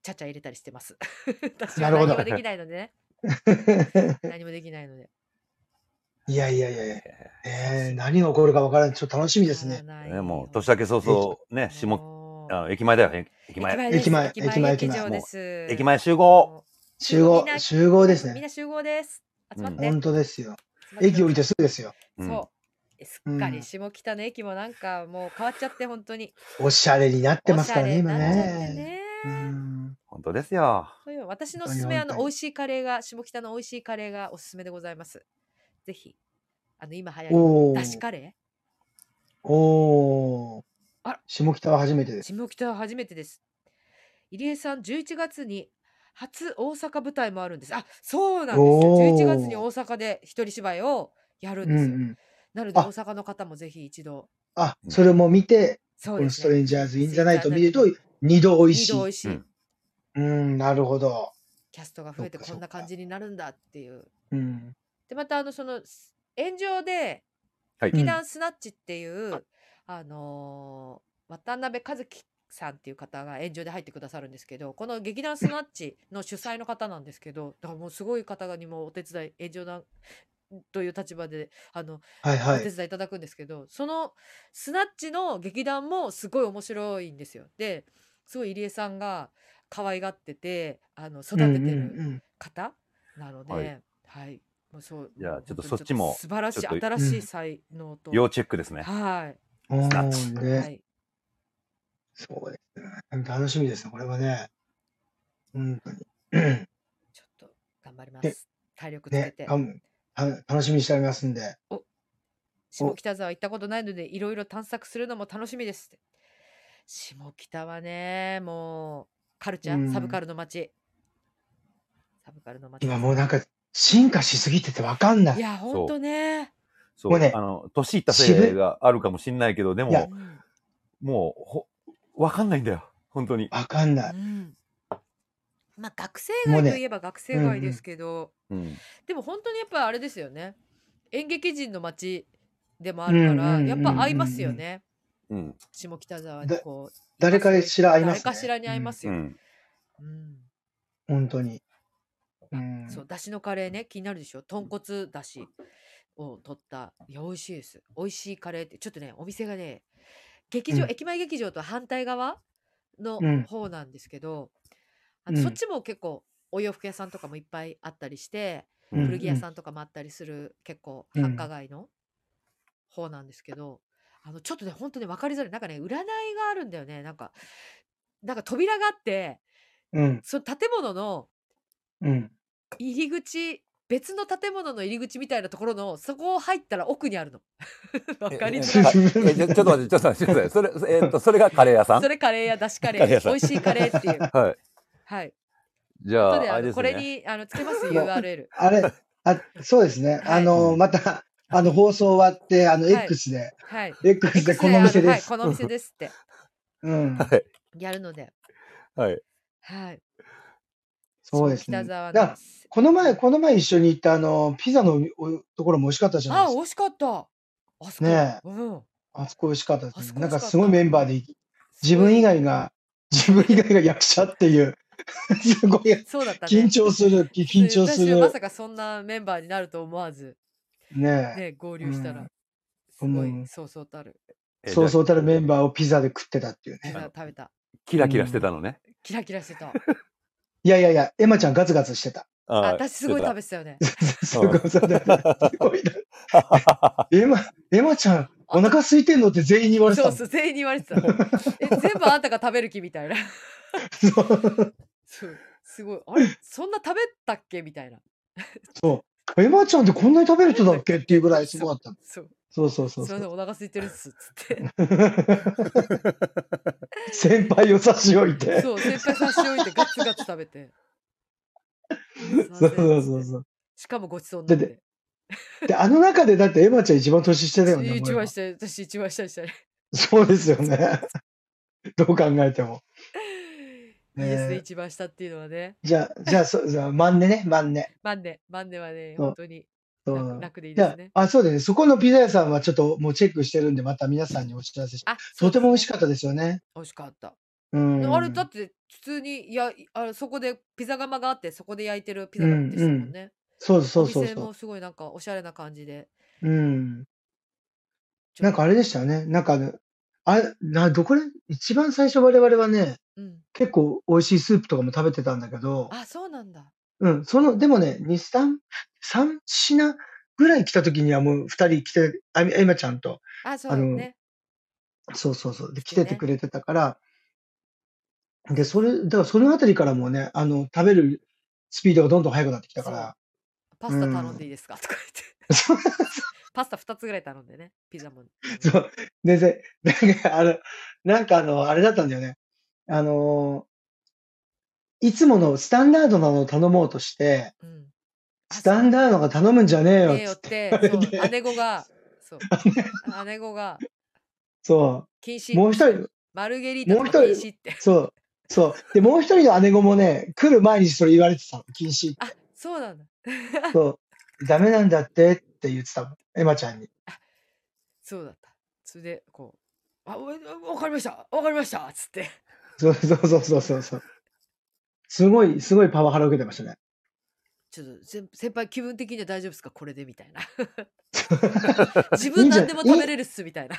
Speaker 1: ちゃちゃ入れたりして ます。私
Speaker 3: な
Speaker 1: は
Speaker 3: るほ
Speaker 1: 何
Speaker 3: ど
Speaker 1: もできないのでね
Speaker 3: うん。
Speaker 1: 何もできないので。
Speaker 3: いやいやいやいや、えー、何が起こるか分から ない。ちょっと楽しみですね。
Speaker 1: ならない
Speaker 4: ね、
Speaker 1: よ
Speaker 4: もう年明け早々ね、下、
Speaker 1: もう
Speaker 4: あの駅前だよ、え駅前。
Speaker 1: です
Speaker 3: 駅前駅前
Speaker 1: 劇場
Speaker 4: 駅前
Speaker 1: です
Speaker 4: 駅前集合。
Speaker 3: 集合
Speaker 1: みん、な
Speaker 3: 集合です
Speaker 1: みん
Speaker 3: ね。
Speaker 1: な集合です。集まって。
Speaker 3: 本当ですよ。
Speaker 1: 集まって
Speaker 3: 駅降りてすぐですよ。
Speaker 4: うん
Speaker 1: そう。すっか
Speaker 3: う
Speaker 1: り
Speaker 3: ん
Speaker 1: 下北の駅もなんかもう変わっちゃって本当に。
Speaker 3: おしゃれになってますからね、
Speaker 1: おし
Speaker 3: 今
Speaker 1: ゃれになっちゃって
Speaker 3: ね。
Speaker 1: ね。
Speaker 3: うん
Speaker 4: 本当ですよ。
Speaker 1: そうよ私のお
Speaker 3: 本当
Speaker 1: す
Speaker 3: に
Speaker 1: すめはあ
Speaker 3: 本
Speaker 1: の
Speaker 3: 当に
Speaker 1: 美味しいカレーが下北の美味しいカレーがおすすめでございます。ぜひあの今流行りの
Speaker 3: おお
Speaker 1: だしカレ
Speaker 3: おー
Speaker 1: あら
Speaker 3: 下北は初めて
Speaker 1: ー
Speaker 3: です。
Speaker 1: 下北は初めてです。入江さん11月に初大阪舞台もあるんです。あそうなんですよ。
Speaker 3: おー
Speaker 1: 11月に大阪で一人芝居をやるん
Speaker 3: うん
Speaker 1: で
Speaker 3: う
Speaker 1: すよ。
Speaker 3: ん。
Speaker 1: なので
Speaker 3: あ
Speaker 1: 大阪の方もぜひ一度。
Speaker 3: あ、それも見て、
Speaker 1: そ
Speaker 3: こ
Speaker 1: うで
Speaker 3: のス
Speaker 1: す
Speaker 3: トレ
Speaker 1: ね。
Speaker 3: ンジャーズ・イン・ザ・ナイトを見ると
Speaker 1: 二、
Speaker 3: 二度美味し
Speaker 1: 度美
Speaker 3: い。
Speaker 1: 味しい、
Speaker 4: うん
Speaker 3: うん、なるほど。
Speaker 1: キャストが増えて
Speaker 3: そっか
Speaker 1: こんな感じになるんだっていう。
Speaker 3: うん。
Speaker 1: でまたあのそのす炎上で
Speaker 4: はい
Speaker 1: 劇団スナッチっていう、あのー渡辺和樹さんっていう方が炎上で入ってくださるんですけどこの劇団スナッチの主催の方なんですけどだからもうすごい方にもお手伝い炎上なという立場であの
Speaker 3: はいは
Speaker 1: お手
Speaker 3: い。
Speaker 1: 伝いいただくんですけど、そのスナッチの劇団もすごい面白いんですよ。ですごい入江さんが可愛がっててあの育
Speaker 3: うん
Speaker 1: てて
Speaker 3: うんう
Speaker 1: る
Speaker 3: ん
Speaker 1: 方なので、
Speaker 4: は
Speaker 1: はい
Speaker 4: い
Speaker 1: もうそう
Speaker 4: じゃあちょっと
Speaker 1: 本当に
Speaker 4: そっちも
Speaker 1: 素晴らしい
Speaker 4: ちょっと
Speaker 1: 新しい才能と、
Speaker 4: 要チェックですね。
Speaker 1: はい
Speaker 3: お
Speaker 4: ナッ
Speaker 3: ー
Speaker 4: ツ
Speaker 1: は
Speaker 3: ね、
Speaker 1: い
Speaker 3: そうですね。楽しみですね、これはね。本当に。
Speaker 1: ちょっと頑張りま
Speaker 3: です
Speaker 1: 体力つけ
Speaker 3: ね
Speaker 1: て、
Speaker 3: がんあの楽しみにしておりますんで。
Speaker 1: 下北沢行ったことないのでいろいろ探索するのも楽しみですって下北はねもうカルチャー、
Speaker 3: うん
Speaker 1: サブカルの街サブカルの街
Speaker 3: 今もうなんか、進化しすぎててわかんないい。
Speaker 1: やほんとね
Speaker 4: そ
Speaker 3: も
Speaker 4: う、
Speaker 3: うね
Speaker 4: あの、年いったせい
Speaker 3: 渋
Speaker 4: があるかもしれないけど、で
Speaker 3: いや
Speaker 4: も、
Speaker 1: うん
Speaker 4: もう、ほ、わかんないんだよ。本当に。
Speaker 3: わかんな
Speaker 1: う
Speaker 3: い。
Speaker 1: んまあ学生
Speaker 3: もう
Speaker 1: 街
Speaker 3: ね
Speaker 1: といえば学生街ですけど、
Speaker 4: うん。
Speaker 1: でも本当にやっぱあれですよね演劇人の街でもあるか
Speaker 3: うんうんうん
Speaker 1: ら
Speaker 3: うん
Speaker 1: やっぱ合いますよね
Speaker 4: うん。
Speaker 1: 下北沢にこう
Speaker 3: 誰かしら会います、ね。
Speaker 1: 誰かしらに会います
Speaker 4: う
Speaker 1: よ、うん
Speaker 4: ん。
Speaker 3: 本当に。うん。
Speaker 1: そうだしのカレーね気になるでしょ豚骨だしを取ったいや美味しいです美味しいカレーってちょっとねお店がね劇場、
Speaker 3: うん
Speaker 1: 駅前劇場とは反対側の
Speaker 3: うん
Speaker 1: 方なんですけど、あの
Speaker 3: うん
Speaker 1: そっちも結構お洋服屋さんとかもいっぱいあったりして、
Speaker 4: うん
Speaker 1: 古着屋さんとかもあったりする結構
Speaker 3: うん
Speaker 1: 繁華街の方なんですけど、あのちょっとね本当ね分かりづらいなんかね占いがあるんだよねなんかなんか扉があって
Speaker 3: うん。
Speaker 1: その建物の
Speaker 3: うん。
Speaker 1: 入り口別の建物の入り口みたいなところのそこを入ったら奥にあるの。 分 かりづらい。
Speaker 4: え、ちょちょっと待って、ちょっと待って、ちょっと待って。それ、それえっと、それがカレー屋さん
Speaker 1: それカレーやだしカレ
Speaker 4: カレー屋
Speaker 1: ー
Speaker 4: さん
Speaker 1: 美味しいカレーっていう。
Speaker 4: はい。
Speaker 1: はい。
Speaker 4: じゃ
Speaker 1: とで
Speaker 4: あ、
Speaker 1: あ
Speaker 4: あれ
Speaker 1: の
Speaker 4: です
Speaker 1: これ
Speaker 4: ね。
Speaker 1: にあのつけます
Speaker 3: もう
Speaker 1: URL。
Speaker 3: あれ、あ、そうですね。
Speaker 1: はい
Speaker 3: あの、また、あの、放送終わって、あの、
Speaker 1: はい
Speaker 3: X で、
Speaker 1: はい。
Speaker 3: X でこのお店
Speaker 1: あの
Speaker 3: で
Speaker 1: はい、
Speaker 3: す。
Speaker 1: このお店ですって
Speaker 3: うん。
Speaker 1: やるので。
Speaker 4: はい。
Speaker 1: はい。
Speaker 3: そうですね。
Speaker 1: 北沢
Speaker 3: だ
Speaker 1: の
Speaker 3: からこの前、この前一緒に行った、あの、ピザのおおところも美味しかったじゃない
Speaker 1: あ、
Speaker 3: です
Speaker 1: 美
Speaker 3: か。
Speaker 1: 味しかった。あそこ。
Speaker 3: ね
Speaker 1: うん。
Speaker 3: あそこ美味しかったです
Speaker 1: あ
Speaker 3: ね
Speaker 1: そこ美
Speaker 3: なん
Speaker 1: 味しかっ
Speaker 3: か
Speaker 1: た
Speaker 3: すごいメンバーで、自分以外が、自分以外が役者っていう、 すごい
Speaker 1: そうだったね。
Speaker 3: 緊張する、き緊張す
Speaker 1: 私
Speaker 3: る
Speaker 1: ま。さかそんなメンバーになると思わず、
Speaker 3: ね
Speaker 1: ね、合流したら、
Speaker 3: うん
Speaker 1: すご
Speaker 3: う
Speaker 1: い
Speaker 3: ん
Speaker 1: そうそうたる。
Speaker 4: え
Speaker 3: え。そう
Speaker 4: じゃ
Speaker 3: そうたるメンバーをピザで食ってたっていうね。
Speaker 1: みんな
Speaker 4: あ
Speaker 1: 食べた。
Speaker 4: あキラキラしてたのね。
Speaker 1: キラキラ してた。
Speaker 3: いやいやいや、エマちゃんガツガツしてた。
Speaker 4: あ
Speaker 1: あ私すごい食
Speaker 4: べ
Speaker 1: べてたよね。
Speaker 3: すごいそうだ よねすごいなエマ、エマちゃん、 お腹空いてんのって全員に言われて
Speaker 1: そ
Speaker 3: た
Speaker 1: う
Speaker 3: もん。
Speaker 1: そう、全員に言われ てた。え、全部あんたが食べる気みたいな。
Speaker 3: そう。
Speaker 1: そうすごい。あれそんな食べたっけみたいな。
Speaker 3: そうエマちゃんってこんなに食べる人だっけっていうぐらいすごかった。
Speaker 1: そう。
Speaker 3: そうそうそ
Speaker 1: す
Speaker 3: う
Speaker 1: いま
Speaker 3: そ
Speaker 1: せん、
Speaker 3: う。
Speaker 1: お腹空いてるっす。つって。
Speaker 3: 先輩を差し置いて。
Speaker 1: そう、先輩差し置いてガツガツ食べ て。
Speaker 3: そうそうそう
Speaker 1: う。
Speaker 3: そ
Speaker 1: しかもごちそうになっ。
Speaker 3: だってう。で、あの中でだってエマちゃん一番年下だよね。
Speaker 1: 一
Speaker 3: もう
Speaker 1: 番
Speaker 3: 今
Speaker 1: 下、私一番下でしたね。
Speaker 3: そうですよね。どう考えても。
Speaker 1: いいですね、
Speaker 3: ね
Speaker 1: 一番下っていうのはね。
Speaker 3: じゃあ、じゃあ、そう、じゃあ、万年ね、万年。
Speaker 1: マンネ、マンネはね、
Speaker 3: そう
Speaker 1: 本当に
Speaker 3: そ
Speaker 1: 楽
Speaker 3: う。
Speaker 1: 楽でいい
Speaker 3: じ
Speaker 1: で
Speaker 3: ゃ
Speaker 1: すね。
Speaker 3: あ、あそうだね。そこのピザ屋さんはちょっともうチェックしてるんで、また皆さんにお知らせして。
Speaker 1: あ、
Speaker 3: とても美味し
Speaker 1: っ
Speaker 3: かったですよね。
Speaker 1: た。美味しかった。
Speaker 3: うん。
Speaker 1: あれだって普通にいやあれそこでピザ窯があってそこで焼いてるピザだってしたもんね。
Speaker 3: そうそうそ
Speaker 1: お
Speaker 3: う
Speaker 1: 店
Speaker 3: そ
Speaker 1: もすごいなんかおしゃれな感じで。
Speaker 3: う。うん。
Speaker 1: ちょっ
Speaker 3: なんかあれでしたよね。なんかあの、あれ、な、どこで一番最初我々はね、
Speaker 1: うん、
Speaker 3: 結構美味しいスープとかも食べてたんだけど、
Speaker 1: あそうなんだ。
Speaker 3: うん、その、でもね、2、3、3品ぐらい来た時にはもう2人来て、あみエマちゃんと、
Speaker 1: あそうだね。
Speaker 3: そうそうそう、で
Speaker 1: 来
Speaker 3: 来
Speaker 1: てね
Speaker 3: ててくれてたから、で、それ、だからそのあたりからもね、あの、食べるスピードがどんどん速くなってきたから、
Speaker 1: パスタ頼んでいいですか、とか
Speaker 3: そ
Speaker 1: 言って。 パスタ2つぐらい頼んでねピザも。
Speaker 3: そう、全然、なんか、あの、なんかあの、あれだったんだよね。あのー、いつものスタンダードなのを頼もうとして、
Speaker 1: うん。
Speaker 3: スタン
Speaker 1: ダ
Speaker 3: ダードが頼むんじゃねえよっ
Speaker 1: ねえよ
Speaker 3: つ
Speaker 1: っ
Speaker 3: って。
Speaker 1: てそう
Speaker 3: で
Speaker 1: 姉子がそう姉子が
Speaker 3: そ
Speaker 1: 禁止
Speaker 3: う。もう一人、
Speaker 1: マルゲリータ
Speaker 3: もう一人
Speaker 1: 禁止って。
Speaker 3: そう。そう。で、もう一人の姉子もね、来る前にそれ言われてたの。禁 止って。
Speaker 1: あそうなんだ。
Speaker 3: そう。ダメなんだってって言ってたもん。エマちゃんに。
Speaker 1: そうだった。それでこう。あ、わわかりましたわかりましたつって。
Speaker 3: そうそうそうそうそうそう。すごい、すごいパワハラ受けてましたね。
Speaker 1: ちょっと先先輩気分的には大丈夫ですかこれでみたいな
Speaker 3: い
Speaker 1: 自
Speaker 3: い
Speaker 1: 分
Speaker 3: んじゃ
Speaker 1: 何でも食べれるっすみたいな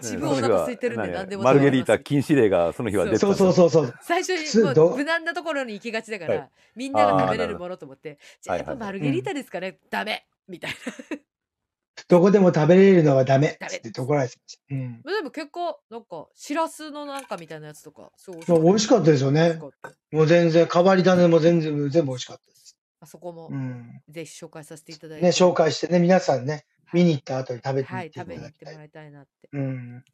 Speaker 1: 自分お腹空いてるんで何でも
Speaker 2: マルゲリータ禁止令がその日は出てた
Speaker 3: そうそう
Speaker 2: う
Speaker 3: そうそう。
Speaker 1: 最初
Speaker 3: 普通
Speaker 1: にも
Speaker 3: ど
Speaker 1: う無難なところに行きがちだから、
Speaker 2: はい
Speaker 1: みんなが食べれ
Speaker 2: あーなる
Speaker 1: る
Speaker 2: ほど
Speaker 1: ものと思ってじゃあ
Speaker 2: は
Speaker 1: や
Speaker 2: い
Speaker 1: っ
Speaker 2: はいは
Speaker 1: ぱ
Speaker 2: い
Speaker 1: マルゲリータですかね、ダメみたい
Speaker 3: どこでも食べれるのはダメ
Speaker 1: ダ
Speaker 3: っ
Speaker 1: メ
Speaker 3: つって怒られてました。うん。
Speaker 1: なでも結構なんかしらすのなんかみたいなやつとかそう
Speaker 3: まあ美味しかったですよね
Speaker 1: 美味しかった
Speaker 3: もう全然、変わり種も全然、全部美味しかったです。
Speaker 1: あそこも
Speaker 3: うん。
Speaker 1: ぜひ紹介させていただいて、
Speaker 3: ね、紹介してね、皆さんね、見に行った後に食べて
Speaker 1: は
Speaker 3: み
Speaker 1: い
Speaker 3: て
Speaker 1: 食べ
Speaker 3: も
Speaker 1: に行っ
Speaker 3: らい
Speaker 1: て
Speaker 3: た
Speaker 1: も
Speaker 3: い。
Speaker 1: らいたいなって
Speaker 3: うん。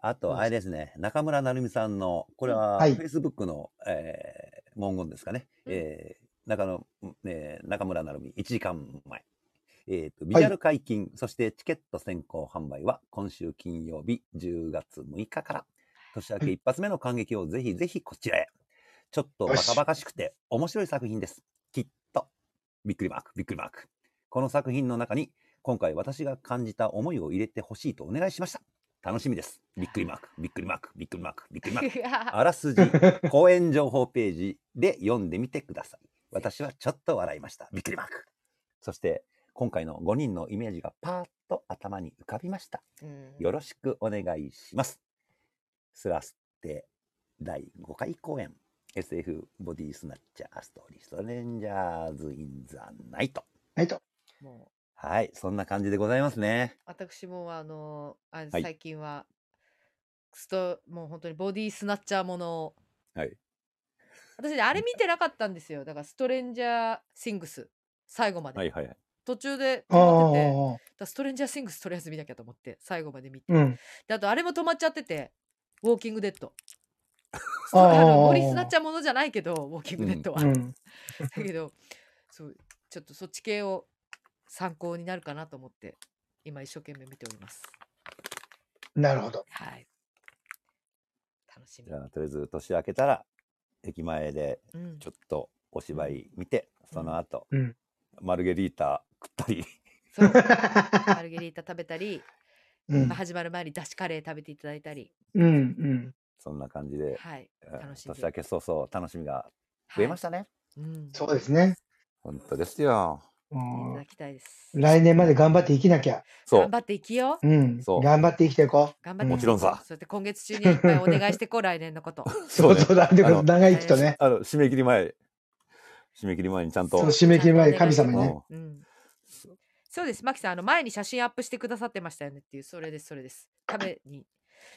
Speaker 2: あとあれですね中村成美さんのこれは
Speaker 3: はい
Speaker 2: フェイスブックの、えー文言ですかね、
Speaker 1: うん
Speaker 2: えー中の、えー中村成美1時間前えーとビジュアル解禁、そしてチケット先行販売は今週金曜日10月6日から年明け一発目の感激をぜひぜひこちらへちょっとバカバカしくて面白い作品ですきっとびっくりマークびっくりマークこの作品の中に今回私が感じた思いを入れてほしいとお願いしました楽しみですびっくりマークびっくりマークびっくりマークびっくり マークあらすじ公演情報ページで読んでみてください私はちょっと笑いましたびっくりマークそして今回の5人のイメージがパーッと頭に浮かびました
Speaker 1: うん
Speaker 2: よろしくお願いします。スラステ第5回公演 SF ボディスナッチャーストーリーストレンジャーズ・イン・ザ・ナイト。
Speaker 3: はいと。
Speaker 1: もう
Speaker 2: はい、そんな感じでございますね。
Speaker 1: 私もあのあ
Speaker 2: はい
Speaker 1: 最近はストもう本当にボディスナッチャーものを
Speaker 2: はい。
Speaker 1: 私ねあれ見てなかったんですよだからストレンジャー・シングス最後まで、
Speaker 2: はいはいはい。
Speaker 1: 途中で
Speaker 3: ああ、
Speaker 1: 止まっててだか
Speaker 3: ああ
Speaker 1: らストレンジャー・シングスとりあえず見なきゃと思って最後まで見て、
Speaker 3: うん。
Speaker 1: であとあれも止まっちゃってて「ウォーキング・デッド」
Speaker 3: ああ
Speaker 1: あの森スナッチャーものじゃないけどウォーキング・デッドは、
Speaker 3: うん。
Speaker 1: だけどそうちょっとそっち系を参考になるかなと思って今一生懸命見ております
Speaker 3: なるほど。
Speaker 1: はい楽しみ
Speaker 2: じゃ、あ、とりあえず年明けたら、駅前で
Speaker 1: うん
Speaker 2: ちょっとお芝居見て、その後、
Speaker 3: うん
Speaker 2: マルゲリータ食ったり、
Speaker 1: そう マルゲリータ食べたり、
Speaker 3: うん
Speaker 1: まあ、。始まる前にだしカレー食べていただいたり
Speaker 3: うん。うん。
Speaker 2: そんな感じで、
Speaker 1: はい
Speaker 2: えー
Speaker 1: 楽しんで、
Speaker 2: 年明け早々楽しみが増えましたたね。
Speaker 1: はいうん、
Speaker 3: そうですね。
Speaker 2: 本当ですよ。
Speaker 3: う
Speaker 1: いた
Speaker 3: ん
Speaker 1: だきたいです
Speaker 3: 来年まで頑張って生きなきゃ。
Speaker 2: そ
Speaker 1: 頑
Speaker 2: う。
Speaker 1: 張っていきよう
Speaker 3: うん。
Speaker 2: そう
Speaker 3: 頑張って生きていこ
Speaker 1: 頑張って
Speaker 3: も
Speaker 1: いき
Speaker 3: ち
Speaker 2: ろんさ
Speaker 1: そうやって今月中にいっぱいお願いしてこう来年のこと
Speaker 3: う。そう
Speaker 2: ね
Speaker 3: そうだ。で
Speaker 2: あの
Speaker 3: 長生きとね。
Speaker 2: あの、締め切り前、締め切り前にちゃんと。
Speaker 3: そう、締め切り前、神様にね。
Speaker 2: も
Speaker 1: うんうんそうですマキさんあの前に写真アップしてくださってましたよねっていうそれですそれです食べに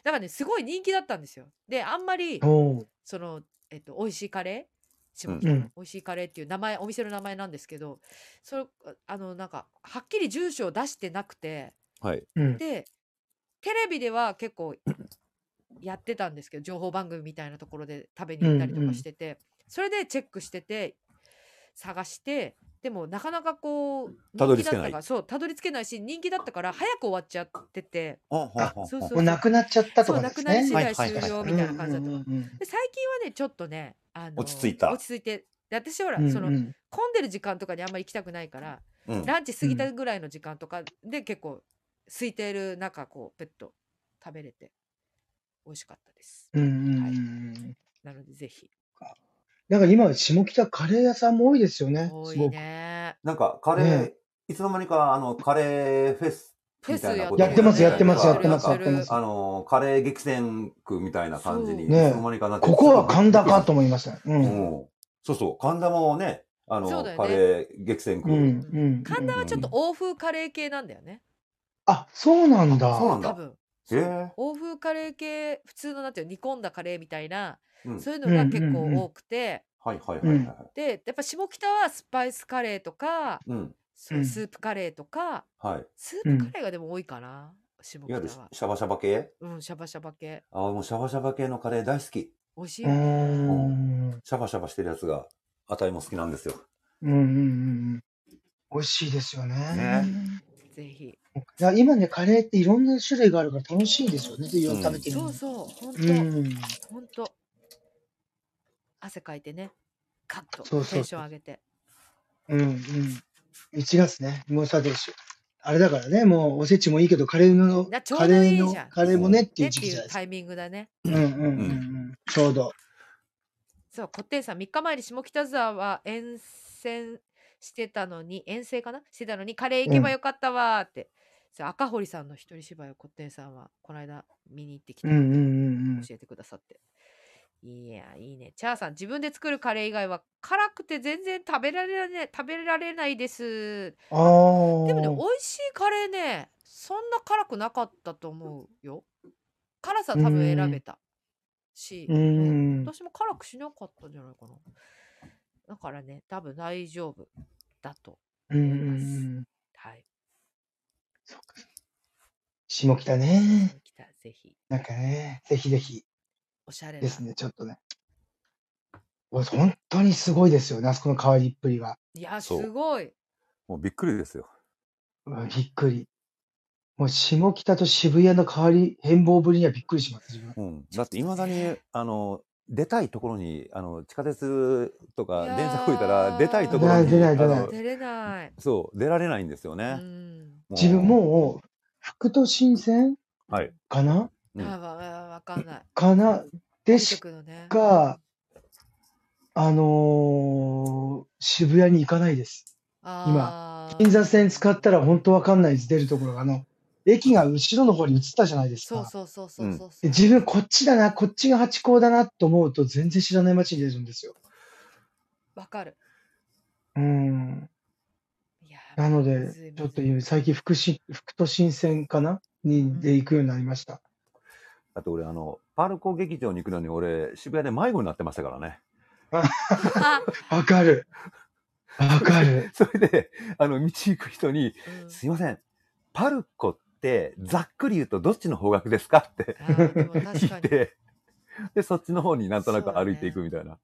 Speaker 1: だからねすごい人気だったんですよであんまり
Speaker 3: おう
Speaker 1: その、えっと、美味しいカレー下
Speaker 2: うん
Speaker 1: 北の、
Speaker 3: うん
Speaker 1: 美味しいカレーっていう名前お店の名前なんですけどそれあのなんかはっきり住所を出してなくて
Speaker 2: はい。
Speaker 3: うん。
Speaker 1: でテレビでは結構やってたんですけど情報番組みたいなところで食べに行ったりと
Speaker 3: うんう
Speaker 1: か
Speaker 3: ん
Speaker 1: してて、それでチェックしてて探してでもなかなかこう
Speaker 2: たどり着け
Speaker 1: 人気だった
Speaker 2: ない
Speaker 1: からそうたどり着けないし人気だったから早く終わっちゃってて
Speaker 2: あ、
Speaker 1: そうそう
Speaker 2: そ。
Speaker 1: そう
Speaker 3: もうなくなっちゃった
Speaker 1: そ
Speaker 3: とか
Speaker 1: う
Speaker 3: で
Speaker 1: な
Speaker 3: す
Speaker 1: くなり
Speaker 3: ね
Speaker 1: 次。
Speaker 2: はい
Speaker 1: 第終了みたいな感じだった
Speaker 3: うんうんうん
Speaker 1: で最近はねちょっとね、あの
Speaker 2: 落ち着いた
Speaker 1: 落ち着いてで私ほら、
Speaker 3: うんうん
Speaker 1: その混んでる時間とかにあんまり行きたくないから、
Speaker 2: うん
Speaker 1: ランチ過ぎたぐらいの時間とかで結構空いてる中こうペット食べれて美味しかったです
Speaker 3: うんうんうん
Speaker 1: はい
Speaker 3: うん
Speaker 1: なのでぜひ
Speaker 3: なんか今、下北カレー屋さんも多いですよね。
Speaker 1: 多
Speaker 3: す
Speaker 1: い
Speaker 3: ごく。
Speaker 1: ね
Speaker 2: なんか、カレー、いつの間にか、あの、カレーフェス
Speaker 1: フェ
Speaker 2: み
Speaker 1: ス
Speaker 2: たいな
Speaker 1: やっ
Speaker 2: こ
Speaker 1: て
Speaker 2: と
Speaker 3: やってます、やってます、
Speaker 1: や
Speaker 3: や
Speaker 1: っ
Speaker 3: ってて
Speaker 1: る
Speaker 3: ます、やってます
Speaker 2: あ。の、カレー激戦区みたいな感じに、い
Speaker 1: そう
Speaker 2: つの間にかなって
Speaker 3: ここは神田かと思いました。う。
Speaker 2: うんん。そうそう、神田もね、あの、
Speaker 1: そうだよね
Speaker 2: カレー激戦区。
Speaker 3: うん。うん。
Speaker 1: 神田はちょっと
Speaker 3: うん。
Speaker 1: 欧風カレー系なんだよね
Speaker 3: あ、そうなんだ。
Speaker 2: そうなん
Speaker 1: 多
Speaker 2: だ。
Speaker 1: 分
Speaker 2: へえ
Speaker 1: 欧風カレー系普通のなんていうの煮込んだカレーみたいな、
Speaker 2: うん
Speaker 1: そういうのが結
Speaker 3: うんうんうん
Speaker 1: 構多くて、
Speaker 2: はいはいはいはいはい。
Speaker 1: でやっぱ下北はスパイスカレーとか
Speaker 2: うん。
Speaker 1: そう
Speaker 3: うん
Speaker 1: スープカレーとか
Speaker 2: はい。
Speaker 1: ス
Speaker 3: う
Speaker 1: ー
Speaker 3: ん
Speaker 1: プカレーがでも多いかな、下
Speaker 2: い
Speaker 1: 北
Speaker 2: わゆるシ
Speaker 1: は。
Speaker 2: ャバシャバ系
Speaker 1: うん、シャバシャバ系。
Speaker 2: あ、もうシャバシャバ系のカレー大好き。
Speaker 1: 美味しいうよ
Speaker 3: ー
Speaker 1: ね。
Speaker 3: ん。
Speaker 2: シャバシャバしてるやつが、あたいも好きなんですよ。
Speaker 3: うんうんうんうん。美味しいですよね。
Speaker 2: ね
Speaker 1: ぜひ。
Speaker 3: いや今ね、カレーっていろんな種類があるから楽しいですよね。いろいろ食べてる
Speaker 1: そ
Speaker 3: の
Speaker 1: うそう、本
Speaker 3: う
Speaker 1: 当
Speaker 3: ん。
Speaker 1: 本当汗かいてね、カッと
Speaker 3: そうそうそう
Speaker 1: テンション上げて。
Speaker 3: うんうん。1月ね、もうさて、あれだからね、もうおせちもいいけど、カレーの、
Speaker 1: なちょ
Speaker 3: カ
Speaker 1: うど
Speaker 3: レ
Speaker 1: い
Speaker 3: ー
Speaker 1: い
Speaker 3: の
Speaker 1: じゃん、
Speaker 3: カレーもねってい
Speaker 1: ねって
Speaker 3: う時期じ
Speaker 1: い
Speaker 3: ゃないうですか。
Speaker 1: タイミングだね。
Speaker 3: うんうんうんうん。ちょうど。
Speaker 1: そう、コッテンさん、3日前に下北沢は沿線してたのに、遠征かなしてたのに、カレー行けばよかったわーって。それ赤堀さんの一人芝居をこってんさんはこの間見に行ってきて、
Speaker 3: うんうんうんうん。
Speaker 1: 教えてくださって。いや、いいね。チャーさん、自分で作るカレー以外は辛くて全然食べられない、食べられないです。
Speaker 3: ああ。
Speaker 1: でもね、美味しいカレーね、そんな辛くなかったと思うよ。辛さ多分選べたし、
Speaker 3: うん
Speaker 1: うん私も辛くしなかったんじゃないかな。だからね、多分大丈夫だと。
Speaker 3: うんうんうん。
Speaker 1: はい。
Speaker 3: そっか。下北ね。
Speaker 1: 来た、ぜひ。
Speaker 3: なんかね、ぜひぜひ
Speaker 1: おしゃれな。
Speaker 3: ですね、ちょっとね。お本当にすごいですよね、あそこの変わりっぷりは。
Speaker 1: いや、す
Speaker 4: そう
Speaker 1: ごい。
Speaker 4: もうびっくりですよ。
Speaker 3: うんびっくり。もう下北と渋谷の変わり、変貌ぶりにはびっくりします、自分。
Speaker 4: うん、だっていまだにあの出たいところにあの地下鉄とか電車降りたら出たいところに
Speaker 3: 出ない出ない
Speaker 4: あの
Speaker 1: 出れない。
Speaker 4: そう出られないんですよ
Speaker 1: う
Speaker 4: ね。
Speaker 1: ん。
Speaker 3: 自分もう、福都新線
Speaker 4: はい
Speaker 3: かな
Speaker 4: うん
Speaker 1: あわわわかんない。
Speaker 3: かなで
Speaker 1: 出て
Speaker 3: し
Speaker 1: くのね。
Speaker 3: か、あのー渋谷に行かないです。
Speaker 1: あー
Speaker 3: 銀座線使ったら本当わかんないです、出るところが。あの、駅が後ろの方に移ったじゃないですか。
Speaker 1: そうそうそうそううんそうそう。
Speaker 3: で自分こっちだな、こっちが八甲だなと思うと全然知らない街に出るんですよ。
Speaker 1: わかる。
Speaker 3: うん。
Speaker 1: いやー
Speaker 3: なの
Speaker 1: む
Speaker 3: で
Speaker 1: ずいむ、ず
Speaker 3: ち
Speaker 1: い
Speaker 3: ょっと今最近福し、福都新線かなにで行くようになりました。
Speaker 4: だって俺あのパルコ劇場に行くのに俺渋谷で迷子になってましたからね。
Speaker 1: あ
Speaker 3: わかる。わかる。
Speaker 4: それであの道行く人に
Speaker 1: うん
Speaker 4: すいませんパルコってざっくり言うとどっちの方角ですかって
Speaker 1: あーでも確
Speaker 4: 聞
Speaker 1: か
Speaker 4: い
Speaker 1: に
Speaker 4: てでそっちの方になんとな
Speaker 1: そう
Speaker 4: く
Speaker 1: だね
Speaker 4: 歩いていくみたいな。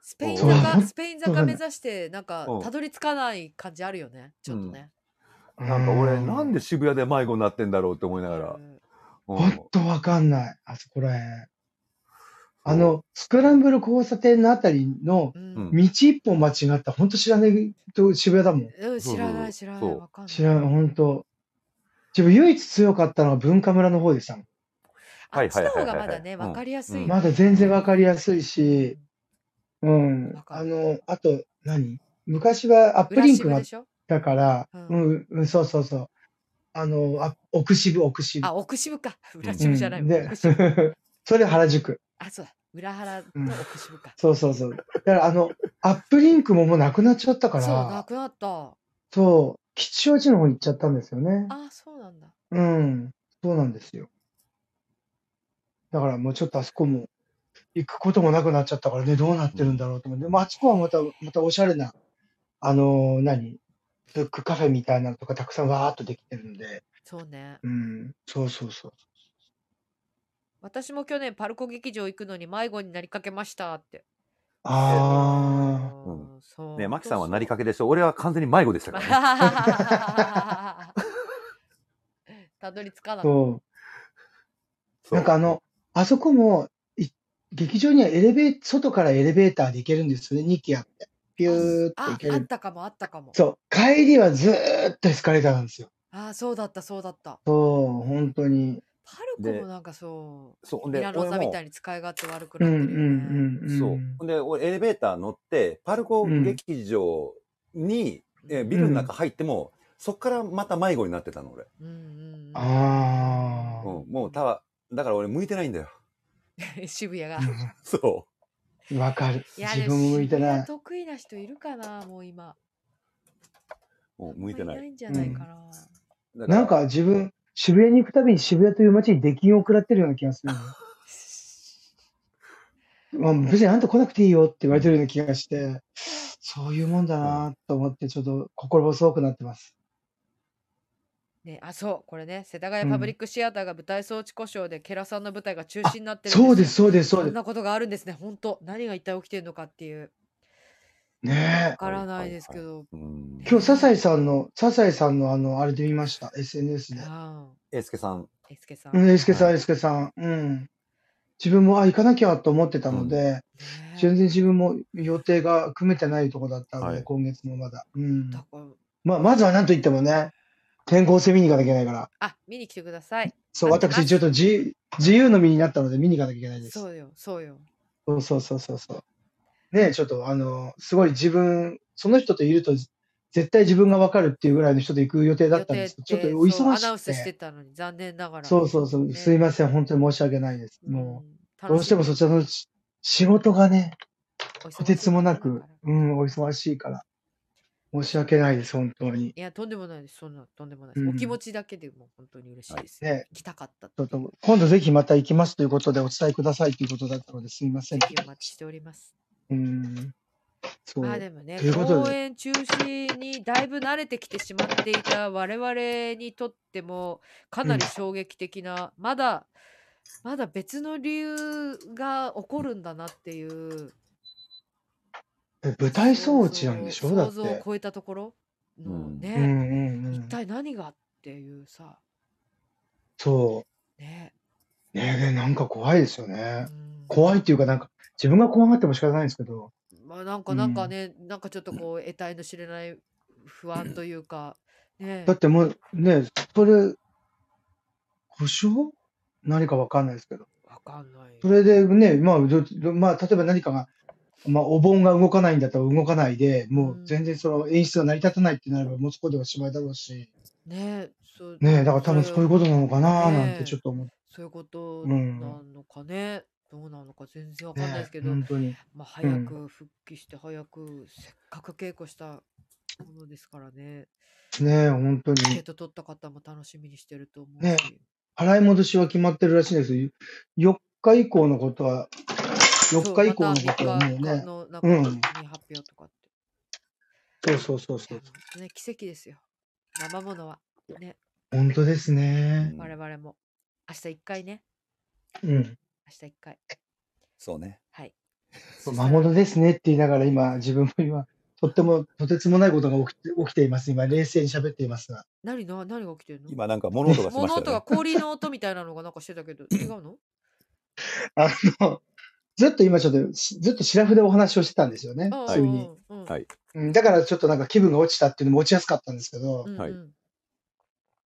Speaker 1: スペイン
Speaker 4: そう
Speaker 1: 坂
Speaker 3: 本
Speaker 1: スペイン坂目指してなんか
Speaker 4: うん
Speaker 1: たどり着かない感じあるよねちょっとね。
Speaker 4: なんか俺なん
Speaker 3: で
Speaker 4: で渋谷で迷子になってんだろうって思いながら。
Speaker 1: うん
Speaker 4: うん
Speaker 3: ほんとわかんない。あそこらへん。あの、スクランブル交差点のあたりの
Speaker 1: うん
Speaker 3: 道一本間違った。ほんと知らないと渋谷だもん。
Speaker 1: うん知らない知らない
Speaker 4: そう
Speaker 1: わかんない。
Speaker 3: 知らない、ほんと。自分唯一強かったのは文化村の方でしたもん。
Speaker 1: あ
Speaker 4: は
Speaker 1: っ
Speaker 4: い
Speaker 1: ち
Speaker 4: はい
Speaker 1: の
Speaker 4: はいは
Speaker 1: 方
Speaker 4: い
Speaker 1: がまだね
Speaker 4: うん
Speaker 1: わかりやすいよね。
Speaker 4: うん
Speaker 3: まだ全然わかりやすいし、うん
Speaker 1: わ。か
Speaker 3: あ
Speaker 1: る
Speaker 3: の、あと何、昔はアップ
Speaker 1: 裏
Speaker 3: リンク
Speaker 1: 渋
Speaker 3: があ
Speaker 1: で
Speaker 3: っ
Speaker 1: しょ。
Speaker 3: たから、
Speaker 1: う
Speaker 3: うんん、うん、そうそうそう。あの、あ奥渋、奥渋。
Speaker 1: あ奥渋か裏
Speaker 3: う
Speaker 1: 渋
Speaker 3: ん、
Speaker 1: じゃない。
Speaker 3: で
Speaker 1: 奥渋
Speaker 3: それで原宿。
Speaker 1: あそうだ裏原と
Speaker 3: うん
Speaker 1: 奥渋か。
Speaker 3: そうそうそう。だからあの、アップリンクももうなくなっちゃったか
Speaker 1: そうな
Speaker 3: ら、
Speaker 1: くなった。
Speaker 3: そう、吉祥寺の方に行っちゃったんですよね。
Speaker 1: あそうなんだ。
Speaker 3: うん、そうなんですよ。だからもうちょっとあそこも行くこともなくなっちゃったからね、どうなってるんだろうと思って、でもあそこはまた、またおしゃれな、あのー何、ブックカフェみたいなのとかたくさんわーっとできてるんで、
Speaker 1: そうね。
Speaker 3: うん、そうそうそう。
Speaker 1: 私も去年パルコ劇場行くのに迷子になりかけましたって。
Speaker 3: あ
Speaker 1: う
Speaker 4: うん
Speaker 1: ん、そう。
Speaker 4: ねマキさんはなりかけでしょ俺は完全に迷子でしたからね。
Speaker 1: たどり着かな
Speaker 3: あ、
Speaker 1: かっ
Speaker 3: そ
Speaker 4: そう
Speaker 3: う。なんかあの、あそこも、い劇場にはエレベー、外からエレベーターで行けるんですよね、2機あって。ピューって
Speaker 1: た。
Speaker 3: 行
Speaker 1: あ
Speaker 3: け
Speaker 1: あっ
Speaker 3: る。
Speaker 1: たかもあったかも。
Speaker 3: そう、帰りはずーっとエスカレーターなんですよ。
Speaker 1: あそうだったそうだった。
Speaker 3: そう、本当に。
Speaker 1: パルコもなんかそう。
Speaker 4: そう
Speaker 1: ミ
Speaker 4: で
Speaker 1: ラノ座
Speaker 4: 俺
Speaker 1: み
Speaker 4: も
Speaker 1: たいに使い勝手悪く
Speaker 3: う
Speaker 1: なっ
Speaker 3: ん
Speaker 1: て
Speaker 3: う
Speaker 1: るよね。
Speaker 3: んうんうん。
Speaker 4: そう。ほんで、俺、エレベーター乗って、パルコ劇場に、えビルの中入っても、そっからまた迷子になってたの、俺。
Speaker 1: うんうんうん
Speaker 3: ああ。
Speaker 4: うん、もう、たわ、だから俺、向いてないんだよ。
Speaker 1: 渋谷が。
Speaker 4: そ
Speaker 3: わかる。
Speaker 1: いや
Speaker 3: 自
Speaker 1: でも
Speaker 3: 分も向いて
Speaker 1: 渋
Speaker 3: な
Speaker 1: 谷
Speaker 3: い。
Speaker 1: 得意な人いるかなもう今。
Speaker 4: う。もう向いてない
Speaker 1: あんまり
Speaker 4: い。
Speaker 1: んじゃないかな。
Speaker 4: だら
Speaker 3: なん、か自分、渋谷に行くたびに渋谷という街に出禁を食らってるような気がするの。まあ、別にあんた来なくていいよって言われてるような気がして、そういうもんだなと思って、ちょっと心細くなってます。
Speaker 1: ね、あそうこれね世田谷パブリックシアターが舞台装置故障で、ケラさんの舞台が中止になってるん
Speaker 3: そうです、そうです、そう
Speaker 1: そ
Speaker 3: で
Speaker 1: んなことがあるんですね本当何が一体起きてるのかっていう
Speaker 3: す。ね
Speaker 1: わからないですけど、
Speaker 4: うん
Speaker 3: え。。今日、笹井さんの、笹井さんのあの、あれで見ました。SNS で。
Speaker 1: あ
Speaker 4: えすけさん。
Speaker 1: あ、エスケさん。
Speaker 3: うん、
Speaker 1: ね
Speaker 3: えすけさ
Speaker 4: は
Speaker 3: ん、
Speaker 4: い
Speaker 3: えすけさん。うん。自分も、あ、行かなきゃと思ってたので、
Speaker 1: え
Speaker 3: 全然自分も予定が組めてないとこだったので、
Speaker 4: はい
Speaker 3: 今月もまだ。うん。
Speaker 1: だから
Speaker 3: まあ、まずは何と言ってもね、転校生見に行かなきゃいけないから。
Speaker 1: あ見に来てください。
Speaker 3: そう、
Speaker 1: 待ってます
Speaker 3: 私、ちょっと自自由の身になったので見に行かなきゃいけないです。
Speaker 1: そうよ、そうよ。
Speaker 3: そうそうそうそうそう。ねえちょっと、あの、すごい自分、その人といると、絶対自分が分かるっていうぐらいの人と行く予定だ
Speaker 1: 予
Speaker 3: ったん
Speaker 1: 定
Speaker 3: で
Speaker 1: っ
Speaker 3: す
Speaker 1: て
Speaker 3: けど、ちょっとお
Speaker 1: そう
Speaker 3: 忙
Speaker 1: アナウン
Speaker 3: し
Speaker 1: スし
Speaker 3: く
Speaker 1: て
Speaker 3: て。
Speaker 1: たのに残念ながら
Speaker 3: そうそうそう、
Speaker 1: ね
Speaker 3: すいません、本当に申し訳ないです。
Speaker 1: うん
Speaker 3: もう、
Speaker 1: 楽
Speaker 3: どうしてもそちらのし仕事がね、
Speaker 1: お忙しい
Speaker 3: とてつもなく
Speaker 1: だから、
Speaker 3: うん、お忙しいから。申し訳ないです、本当に。
Speaker 1: いやとんでもないですそんなとんでもないです、
Speaker 3: うん
Speaker 1: お気持ちだけでも本当に嬉しいです、
Speaker 3: はいね
Speaker 1: 来たかった
Speaker 3: ちょっと今度ぜひまた行きますということでお伝えくださいということだったのですいません
Speaker 1: ぜ。ひお待ちしております
Speaker 3: うん。そう。
Speaker 1: まあでもね
Speaker 3: ということで
Speaker 1: 公演中止にだいぶ慣れてきてしまっていた我々にとってもかなり
Speaker 3: うん
Speaker 1: 衝撃的な、まだまだ別の理由が起こるんだなっていう
Speaker 3: え舞台装置なんでしょだ
Speaker 1: 想
Speaker 3: って。
Speaker 1: 像を超えたところの
Speaker 2: うん
Speaker 1: ね、
Speaker 3: うんうんう
Speaker 1: 一
Speaker 3: ん。
Speaker 1: 体何がっていうさ
Speaker 3: そ
Speaker 1: ね、
Speaker 3: う。ねえねえなんか怖いですよ
Speaker 1: う
Speaker 3: ね。
Speaker 1: ん
Speaker 3: 怖いっていうかなんか自分が怖がっても仕方ないんですけど。
Speaker 1: まあなんか
Speaker 3: うん
Speaker 1: なんかね、なんかちょっとこう得体の知れない不安というか、ね
Speaker 3: だってもうねえ、それ、故障何かわかんないですけど。
Speaker 1: わかんない
Speaker 3: それでね、まあ、どどまあ、例えば何かが、まあ、お盆が動かないんだったら動かないで、もう全然その演出が成り立たないってなれば、もうそこでおしまいだろうし、
Speaker 1: ねそう
Speaker 3: ねえ、だから多分そういうことなのかな
Speaker 1: ねえ
Speaker 3: なんてちょっと思って、
Speaker 1: そういうこと
Speaker 3: う
Speaker 1: なんのかね、どうなのか全然わかん
Speaker 3: ね
Speaker 1: ないですけど、
Speaker 3: 本当に。
Speaker 1: まあ
Speaker 3: う
Speaker 1: 早
Speaker 3: ん
Speaker 1: く復帰して早くせっかく稽古したものですからね、
Speaker 3: ねえ、本当
Speaker 1: チケッ
Speaker 3: に。
Speaker 1: ト取った方も楽しみにしてると思うし、
Speaker 3: ね払い戻しは決まってるらしいんですよ。4日以降のことは、4日以降のことはもうね、
Speaker 1: そうまた3日間のなん
Speaker 3: うん
Speaker 1: か記念発表とかって、
Speaker 3: そうそうそうそ
Speaker 1: いうや。本当ね奇跡ですよ。生ものはね
Speaker 3: 本当ですね。
Speaker 1: 我々も明日一回ね
Speaker 3: うん。
Speaker 1: 明日一回
Speaker 2: そうね。
Speaker 1: はい。そしたら
Speaker 3: 魔物ですねって言いながら今、自分も今、とっても、とてつもないことが起きて起きています。今、冷静に喋っていますが。
Speaker 1: 何の何が起きてるの？
Speaker 2: 今なんか物音がしま
Speaker 1: 物
Speaker 2: した
Speaker 1: 音が
Speaker 2: よね。
Speaker 1: 氷の音みたいなのがなんかしてたけど違うの？
Speaker 3: あの、ずっと今ちょっと、しずっとシラフでお話をしてたんですよね。
Speaker 1: うん
Speaker 3: そういうふうに。
Speaker 1: うんうん
Speaker 2: はい
Speaker 3: うんだからちょっとなんか気分が落ちたっていうのも落ちやすかったんですけど、
Speaker 1: うんうん
Speaker 2: はい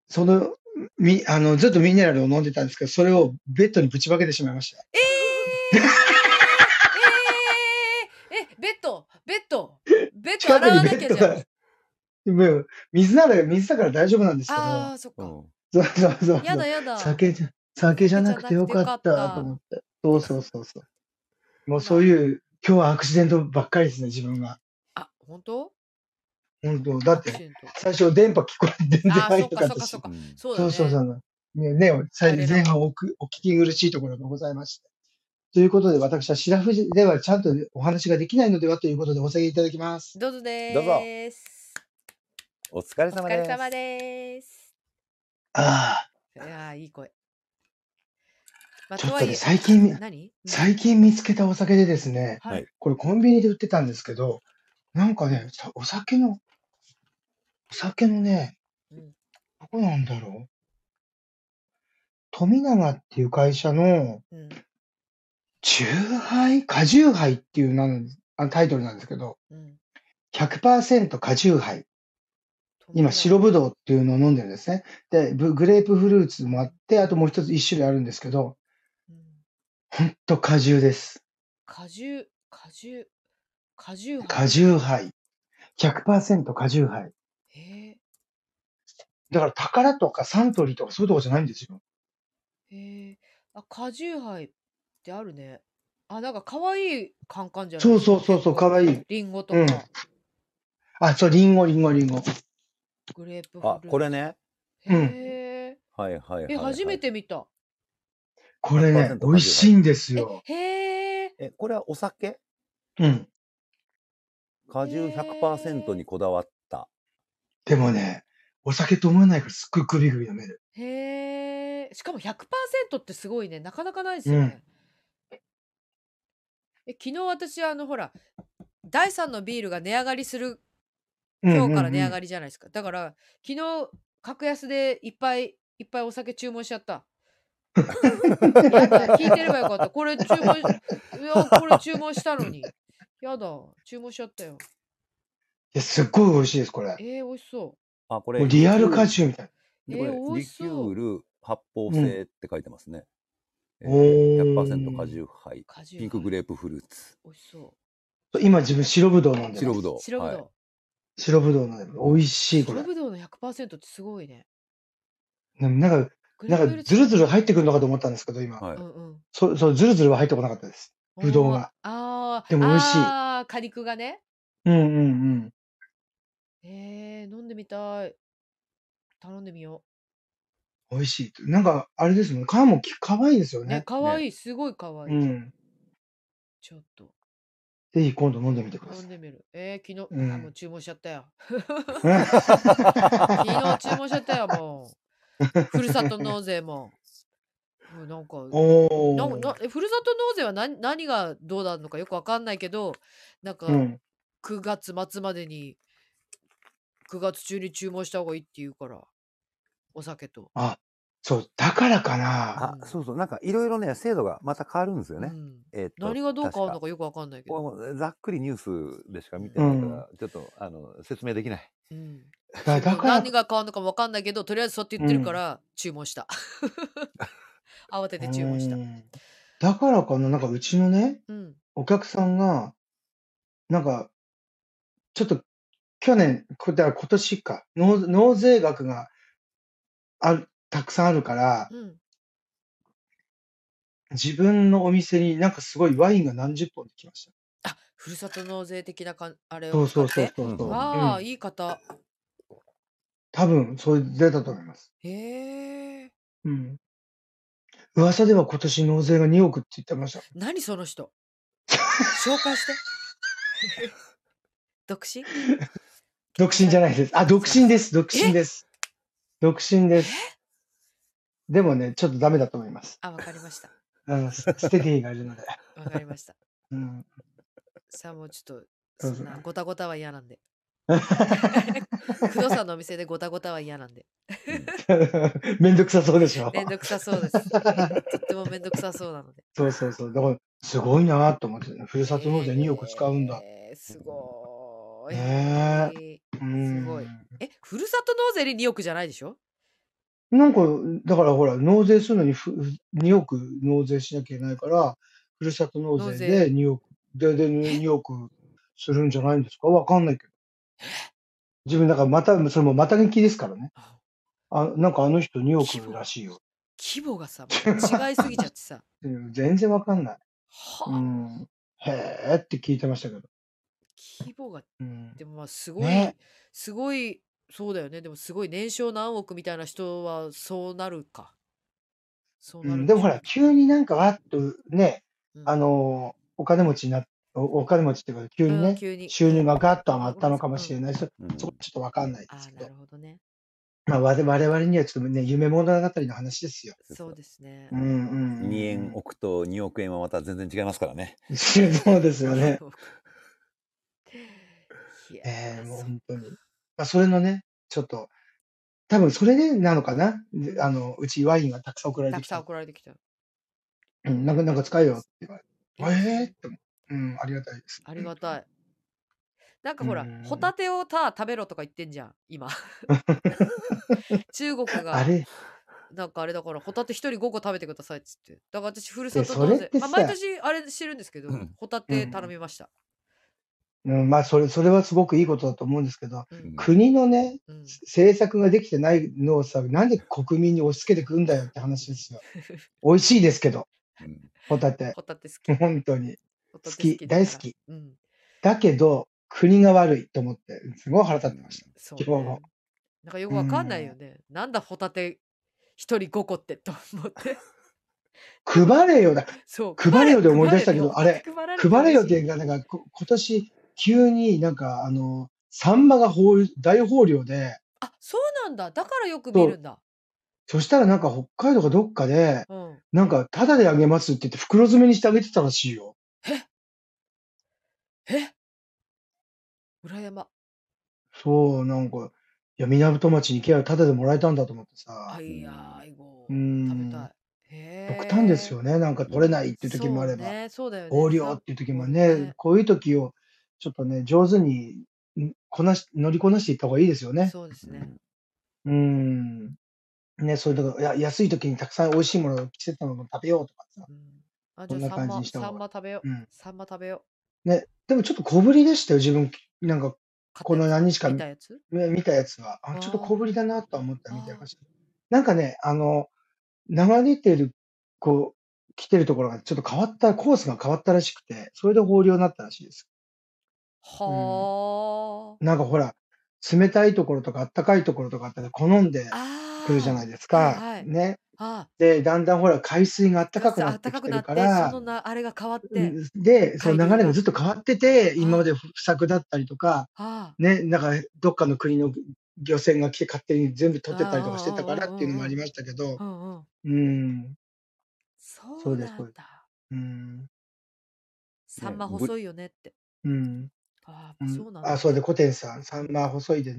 Speaker 3: その、み、あの、ずっとミネラルを飲んでたんですけど、それをベッドにぶちまけてしまいました。
Speaker 1: えーえーえベッドベッドベッド
Speaker 3: 近く
Speaker 1: 洗わ
Speaker 3: に
Speaker 1: な
Speaker 3: ベ
Speaker 1: きゃ
Speaker 3: ッド
Speaker 1: じゃん。
Speaker 3: が。もう水なら、水だから大丈夫なんですけ
Speaker 1: あ
Speaker 3: ど
Speaker 1: あそっ
Speaker 2: う
Speaker 1: か。
Speaker 2: ん
Speaker 3: そうそうそうそう。
Speaker 1: やだやだ。
Speaker 3: 酒じゃ、酒じゃなくてよかったと思って。そうそうそうそう。もうそういう、今日はアクシデントばっかりですね、自分が。
Speaker 1: あ本当？
Speaker 3: 本当だっ
Speaker 1: アク
Speaker 3: て、
Speaker 1: シデント
Speaker 3: 最初電波聞こえてんじゃ
Speaker 1: ああ
Speaker 3: な
Speaker 1: そ
Speaker 3: い
Speaker 1: っ
Speaker 3: と
Speaker 1: か
Speaker 3: か
Speaker 1: そっか
Speaker 3: 私
Speaker 1: そっか
Speaker 2: う。ん
Speaker 1: そうだ
Speaker 3: そう
Speaker 1: ね。
Speaker 3: そうそう。ねね、最初前半おくお聞き苦しいところがございまして。ということで、私は白富士ではちゃんとお話ができないのではということでお下げいただきます。
Speaker 1: どうぞで
Speaker 2: どうぞ
Speaker 1: ーす。
Speaker 2: お疲れ
Speaker 1: お疲
Speaker 2: 様で
Speaker 1: れ
Speaker 2: す。
Speaker 1: 様です。
Speaker 3: あ
Speaker 1: いやーいい声。まあ、
Speaker 3: あ、ち
Speaker 1: と
Speaker 3: ょっ
Speaker 1: は
Speaker 3: と
Speaker 1: いえ
Speaker 3: ね、、最近、
Speaker 1: 何
Speaker 3: 最近見つけたお酒でですね、
Speaker 1: はい
Speaker 3: これコンビニで売ってたんですけど、なんかね、さお酒の、お酒のね、
Speaker 1: うん
Speaker 3: どこなんだろう。富永っていう会社の、
Speaker 1: うん
Speaker 3: 中杯果汁杯っていうなんあタイトルなんですけど、
Speaker 1: うん、
Speaker 3: 100%果汁杯。今、白ぶどうっていうのを飲んでるんですね。で、ブグレープフルーツもあって、あともう一つ一種類あるんですけど、
Speaker 1: うん、
Speaker 3: ほんと果汁です。
Speaker 1: 果汁、果汁、果汁杯。
Speaker 3: 果汁杯。100%果汁杯。
Speaker 1: へ
Speaker 3: だから、宝とかサントリーとかそういうとこじゃないんですよ。
Speaker 1: え、へえ。あ、果汁杯ってあるね。あ、なんか可愛いカンカンじゃない
Speaker 3: そうそうそうそう、かわいい。
Speaker 1: リンゴとか、
Speaker 3: うんあ、そう、リンゴ、リンゴ、リンゴ。
Speaker 1: グレープフルー
Speaker 2: あ
Speaker 1: ツ。
Speaker 2: これ。ね。
Speaker 1: へ
Speaker 3: うん
Speaker 1: え。
Speaker 2: はいはいはい、はい。
Speaker 1: え、初めて見た。
Speaker 3: これね
Speaker 2: 100%、
Speaker 3: 美味しいんですよ。
Speaker 1: え、へえ。
Speaker 2: えこれはお酒
Speaker 3: うん。
Speaker 2: 果汁100%にこだわった。
Speaker 3: でもね、お酒と思わないからすっごいグビグビ飲める。
Speaker 1: へえ。しかも100%ってすごいね。なかなかないですよね。え昨日私あのほら第3のビールが値上がりする今日から値上が
Speaker 3: り。
Speaker 1: りじゃないですか、だから昨日格安でいっぱいいっぱいお酒注文しちゃ ったやだ聞いてればよかったこれ注文しいやこれ注文したのにやだ注文しちゃったよ
Speaker 3: いや、すっごい美味しいです、これ。
Speaker 1: えー、美味しそ
Speaker 2: あこ
Speaker 3: も
Speaker 2: れ
Speaker 3: うリアル果
Speaker 2: 汁。
Speaker 3: 汁みたい
Speaker 1: えー
Speaker 2: これ
Speaker 1: 美味
Speaker 2: リ
Speaker 1: しそ
Speaker 2: キ
Speaker 1: う
Speaker 2: ュール発泡性って書いてますね。え
Speaker 3: な。
Speaker 2: ー
Speaker 3: お
Speaker 2: 100%果汁杯
Speaker 1: う。果汁
Speaker 2: ピンクグレープフルーツ。
Speaker 1: 美味しそ
Speaker 3: 今自分白ぶどう飲ん
Speaker 1: う
Speaker 3: で
Speaker 2: 白ぶ
Speaker 3: ます。
Speaker 2: どう
Speaker 1: 白ぶどう、
Speaker 2: は
Speaker 3: 白ぶどうの美味しい、これ
Speaker 1: 白。ぶどうの100%ってすごいね。
Speaker 3: うんなんか、
Speaker 1: グレ
Speaker 3: な
Speaker 1: ー
Speaker 3: ん
Speaker 1: プフル
Speaker 3: か
Speaker 1: ーツ
Speaker 3: ずるずる入ってくるのかと思ったんですけど、今。
Speaker 2: はい
Speaker 1: うんうん
Speaker 3: そう、そう、ずるずるは入ってこなかったです。ぶどうが。
Speaker 1: おーああ。
Speaker 3: でも美味しい
Speaker 1: ああ、果肉がね。
Speaker 3: うんうんうん。
Speaker 1: えー、飲んでみたい。頼んでみよ
Speaker 3: 美味しい。なんか、あれですね。皮もき可愛いですよ
Speaker 1: う。ね、
Speaker 3: ね。
Speaker 1: かわいい、すごいかわいい。
Speaker 3: うん。
Speaker 1: ちょっと
Speaker 3: ぜひ今度飲んでみてくだ
Speaker 1: 飲
Speaker 3: さ
Speaker 1: ん
Speaker 3: い。
Speaker 1: でみる。えー、昨日、
Speaker 3: うん
Speaker 1: あもう注文しちゃったよ。昨日
Speaker 2: は
Speaker 1: 注文しちゃったよ、もう。ふるさと納税も。もうなんか。
Speaker 3: お
Speaker 1: な
Speaker 3: お
Speaker 1: ん。なえふるさと納税は何何がどうなるのかよくわかんないけどなんか
Speaker 3: うん。
Speaker 1: 9月末までに9月中に注文した方がいいって言うからお酒と。
Speaker 3: そう、だからかな。
Speaker 2: あそうそうなんかいろいろね制度がまた変わるんですよね。
Speaker 1: うん
Speaker 2: えっと
Speaker 1: 何がどう変わるの
Speaker 2: 確
Speaker 1: かよくわかんないけ
Speaker 2: これ
Speaker 1: ど。
Speaker 2: もざっくりニュースでしか見てないから、ちょっとあの説明できない。
Speaker 1: うん
Speaker 3: だだから
Speaker 1: 何、が変わるのかわかんないけどとりあえずそうやって言ってるから注文した。 慌てて注文した
Speaker 3: う。んだからかな。なんか、うちのね、
Speaker 1: うん
Speaker 3: お客さんが、なんか、ちょっと、去年、こだから今年か、納納税額があるたくさんあるから、
Speaker 1: うん
Speaker 3: 自分のお店になんかすごいワインが何十本できまし
Speaker 1: あふるさと納税的なかんあれ
Speaker 3: た。そ
Speaker 1: を
Speaker 3: う
Speaker 1: 使
Speaker 3: そ
Speaker 1: っ
Speaker 3: うそう
Speaker 1: て。
Speaker 3: そうそう。
Speaker 1: わあ、
Speaker 3: うん
Speaker 1: いい方。
Speaker 3: 多分、それ出たと思います。
Speaker 1: へえ。
Speaker 3: うん。噂では今年納税が2億って言ってました。
Speaker 1: 何その人紹介して 独身
Speaker 3: 独身じゃないです。あ、独身です。独身です。独身です。でもね、ちょっとダメだと思います。
Speaker 1: あわかりました
Speaker 3: うん、スステディがいるので。
Speaker 1: わかりました
Speaker 3: うん。
Speaker 1: さあもうちょっ
Speaker 3: ど
Speaker 1: と
Speaker 3: うぞ
Speaker 1: そんなごたごたは嫌なんで工藤さんのお店でごたごたは嫌 なんで
Speaker 3: めんどくさそうでしょ。
Speaker 1: めんどくさそうですと ってもめんどくさそうなので
Speaker 3: そうそうそう。だから、すごいなと思って、ね、ふるさと納税2億使うんだ。
Speaker 1: えーすごーい、
Speaker 3: ねうん。
Speaker 1: すごいえふるさと納税に2億じゃないでしょ
Speaker 3: なんか、だからほら、納税するのにふ2億納税しなきゃいけないから、ふるさと納税で2億、で、で、2億するんじゃないんですかわかんないけど。自分、だからまた、それもまた抜きですからね。
Speaker 1: あ
Speaker 3: あなんかあの人2
Speaker 1: 規模
Speaker 3: 億らしいよ。
Speaker 1: 規模がさもう違いすぎちゃってさ
Speaker 3: うん全然わかんない。
Speaker 1: は
Speaker 3: う
Speaker 1: あ
Speaker 3: ん。へえって聞いてましたけど。
Speaker 1: 規模が
Speaker 3: うん
Speaker 1: でもまあすごい、
Speaker 3: ね
Speaker 1: すごいそうだよねでもすごい年商何億みたいな人はそうなるかそう
Speaker 3: う
Speaker 1: なる
Speaker 3: ん、
Speaker 1: か
Speaker 3: でもほら、急になんかわっとね、
Speaker 1: うん
Speaker 3: あのーお金持ちになっおお金持ちっていうか、急に
Speaker 1: うん
Speaker 3: ね、
Speaker 1: 急に
Speaker 3: 収入がガッと上がったのかもしれない。そ
Speaker 2: うん
Speaker 3: そこちょっとわかんないで
Speaker 1: あ
Speaker 3: す
Speaker 1: ー
Speaker 3: け
Speaker 1: な
Speaker 3: ど
Speaker 1: る。ほどね
Speaker 3: まあ、われ我々にはちょっとね、夢物語の話ですよ。
Speaker 1: そうですね
Speaker 3: うんうんうん。
Speaker 2: 2円億と2億円はまた全然違いますからね。
Speaker 3: そうですよね。
Speaker 1: いや
Speaker 3: ええ
Speaker 1: ー
Speaker 3: もう
Speaker 1: そ
Speaker 3: 本当に。まあ、それのね、ちょっと、多分それでなのかな。であの、うちワインがたくさん送られ
Speaker 1: た
Speaker 3: て
Speaker 1: く
Speaker 3: き
Speaker 1: さん
Speaker 3: た。
Speaker 1: 怒られてきた
Speaker 3: うん、なんか、なんか使えよって言われて。
Speaker 1: いいですね
Speaker 3: ええって思う。うん、ありがたいです。
Speaker 1: ありがたいなんかほら、
Speaker 3: うん
Speaker 1: ホタテをた食べろとか言ってんじゃん 今中国が
Speaker 3: あれ
Speaker 1: なんかあれだからホタテ一人5個食べてくださいっつってだから私ふるさと
Speaker 3: それ
Speaker 1: 納税
Speaker 3: って
Speaker 1: まあ、
Speaker 3: さ
Speaker 1: 毎年あれしてるんですけど、
Speaker 2: うん
Speaker 1: ホタテ頼みました、
Speaker 3: うん、まあ、それ、それはすごくいいことだと思うんですけど、
Speaker 1: うん
Speaker 2: うん
Speaker 3: 国のね、
Speaker 1: うん
Speaker 3: 政策ができてないのをさ、なんで国民に押し付けてくんだよって 話ですよ。美味しいですけど、
Speaker 2: うん
Speaker 3: ホタテ。
Speaker 1: ホタテ好き
Speaker 3: 本当に。
Speaker 1: ホタテ
Speaker 3: 好き大好き
Speaker 1: だからうん
Speaker 3: だけど、国が悪いと思って、すごい腹立ってました。
Speaker 1: そう
Speaker 3: 基本
Speaker 1: ねなんかよくわかんないよね、なんだホタテ一人5個ってと思って
Speaker 3: 配れよだ。
Speaker 1: そう
Speaker 3: 配れよで思い出したけど
Speaker 1: 配れ
Speaker 3: あれ
Speaker 1: 配られ
Speaker 3: 配れよって
Speaker 1: 嬉し
Speaker 3: いうか、なんかこ今年、急になんか、あの、サンマが豊大豊漁で、
Speaker 1: あそうなんだだからよく見るんだ
Speaker 3: そしたらなんか北海道かどっかで、
Speaker 1: う、ん、
Speaker 3: なんか、タダであげますって言って袋詰めにしてあげてたらしいよ。
Speaker 1: え裏山
Speaker 3: そう、なんか、いや、港町に行けばタダでもらえたんだと思ってさ
Speaker 1: あ、いやーいご
Speaker 3: う
Speaker 1: 食
Speaker 3: ん
Speaker 1: べたいへー
Speaker 3: 極端ですよね。なんか取れないっていう時もあれば
Speaker 1: そう。ねそうだよね
Speaker 3: 横領っていう時も
Speaker 1: そう
Speaker 3: ね、
Speaker 1: だね
Speaker 3: こういう時をちょっとね、上手にんこなし乗りこなしていった方がいいですよね。
Speaker 1: そうですね。
Speaker 3: うん。ね、そういうとこ、いや安い時にたくさん美味しいものを季節のものを食べようとかさ。
Speaker 1: うんあじゃ
Speaker 3: こん
Speaker 1: あサ
Speaker 3: な
Speaker 1: ン
Speaker 3: 感じ
Speaker 1: マ
Speaker 3: にした
Speaker 1: サ
Speaker 3: 方
Speaker 1: ン
Speaker 3: が
Speaker 1: マ食べよう。
Speaker 3: うん。
Speaker 1: サンマ食べよ
Speaker 3: でもちょっと小ぶりでしたよ、自分。なんかこの何日か
Speaker 1: 見たやつ
Speaker 3: ね見たやつは、
Speaker 1: あー
Speaker 3: あ、ちょっと小ぶりだなとは思ったみたい
Speaker 1: あ
Speaker 3: ななんかね、あの、流れてる、こう、来てるところがちょっと変わった、コースが変わったらしくて、それで豊漁になったらしいです。
Speaker 1: は
Speaker 3: なんかほら、冷たいところとかあったかいところとかあったら好んで
Speaker 1: あ。ああ。
Speaker 3: 来るじゃない
Speaker 1: い。
Speaker 3: ですか。
Speaker 1: はいはい
Speaker 3: ね。
Speaker 1: あ
Speaker 3: で、だんだんほら、海水があっ
Speaker 1: あ。
Speaker 3: たかくな
Speaker 1: あ
Speaker 3: っ
Speaker 1: った
Speaker 3: て
Speaker 1: か
Speaker 3: き
Speaker 1: く
Speaker 3: て
Speaker 1: なっ
Speaker 3: る
Speaker 1: て
Speaker 3: か、
Speaker 1: そ
Speaker 3: ら
Speaker 1: の、なあれが変わって。
Speaker 3: うんで、その流れがずっと変わってて、
Speaker 1: 流が
Speaker 3: 今まで不作だったりとか、
Speaker 1: ああ。
Speaker 3: ね、なんかどっかの国の漁船が来て勝手に全部取ってったりとかしてたからっていうのもありましたけど
Speaker 1: う、んうん。
Speaker 3: うん、
Speaker 1: そ
Speaker 3: そう
Speaker 1: う
Speaker 3: で
Speaker 1: な
Speaker 3: すそうんで
Speaker 1: だ。
Speaker 3: うん、
Speaker 1: サンマ
Speaker 2: ぶ
Speaker 1: 細いよねって。
Speaker 3: うん、
Speaker 1: あ
Speaker 3: う
Speaker 1: あ、
Speaker 3: ん
Speaker 1: そうなんだ。
Speaker 3: あ、そうで、古典さん、サンマ細いで、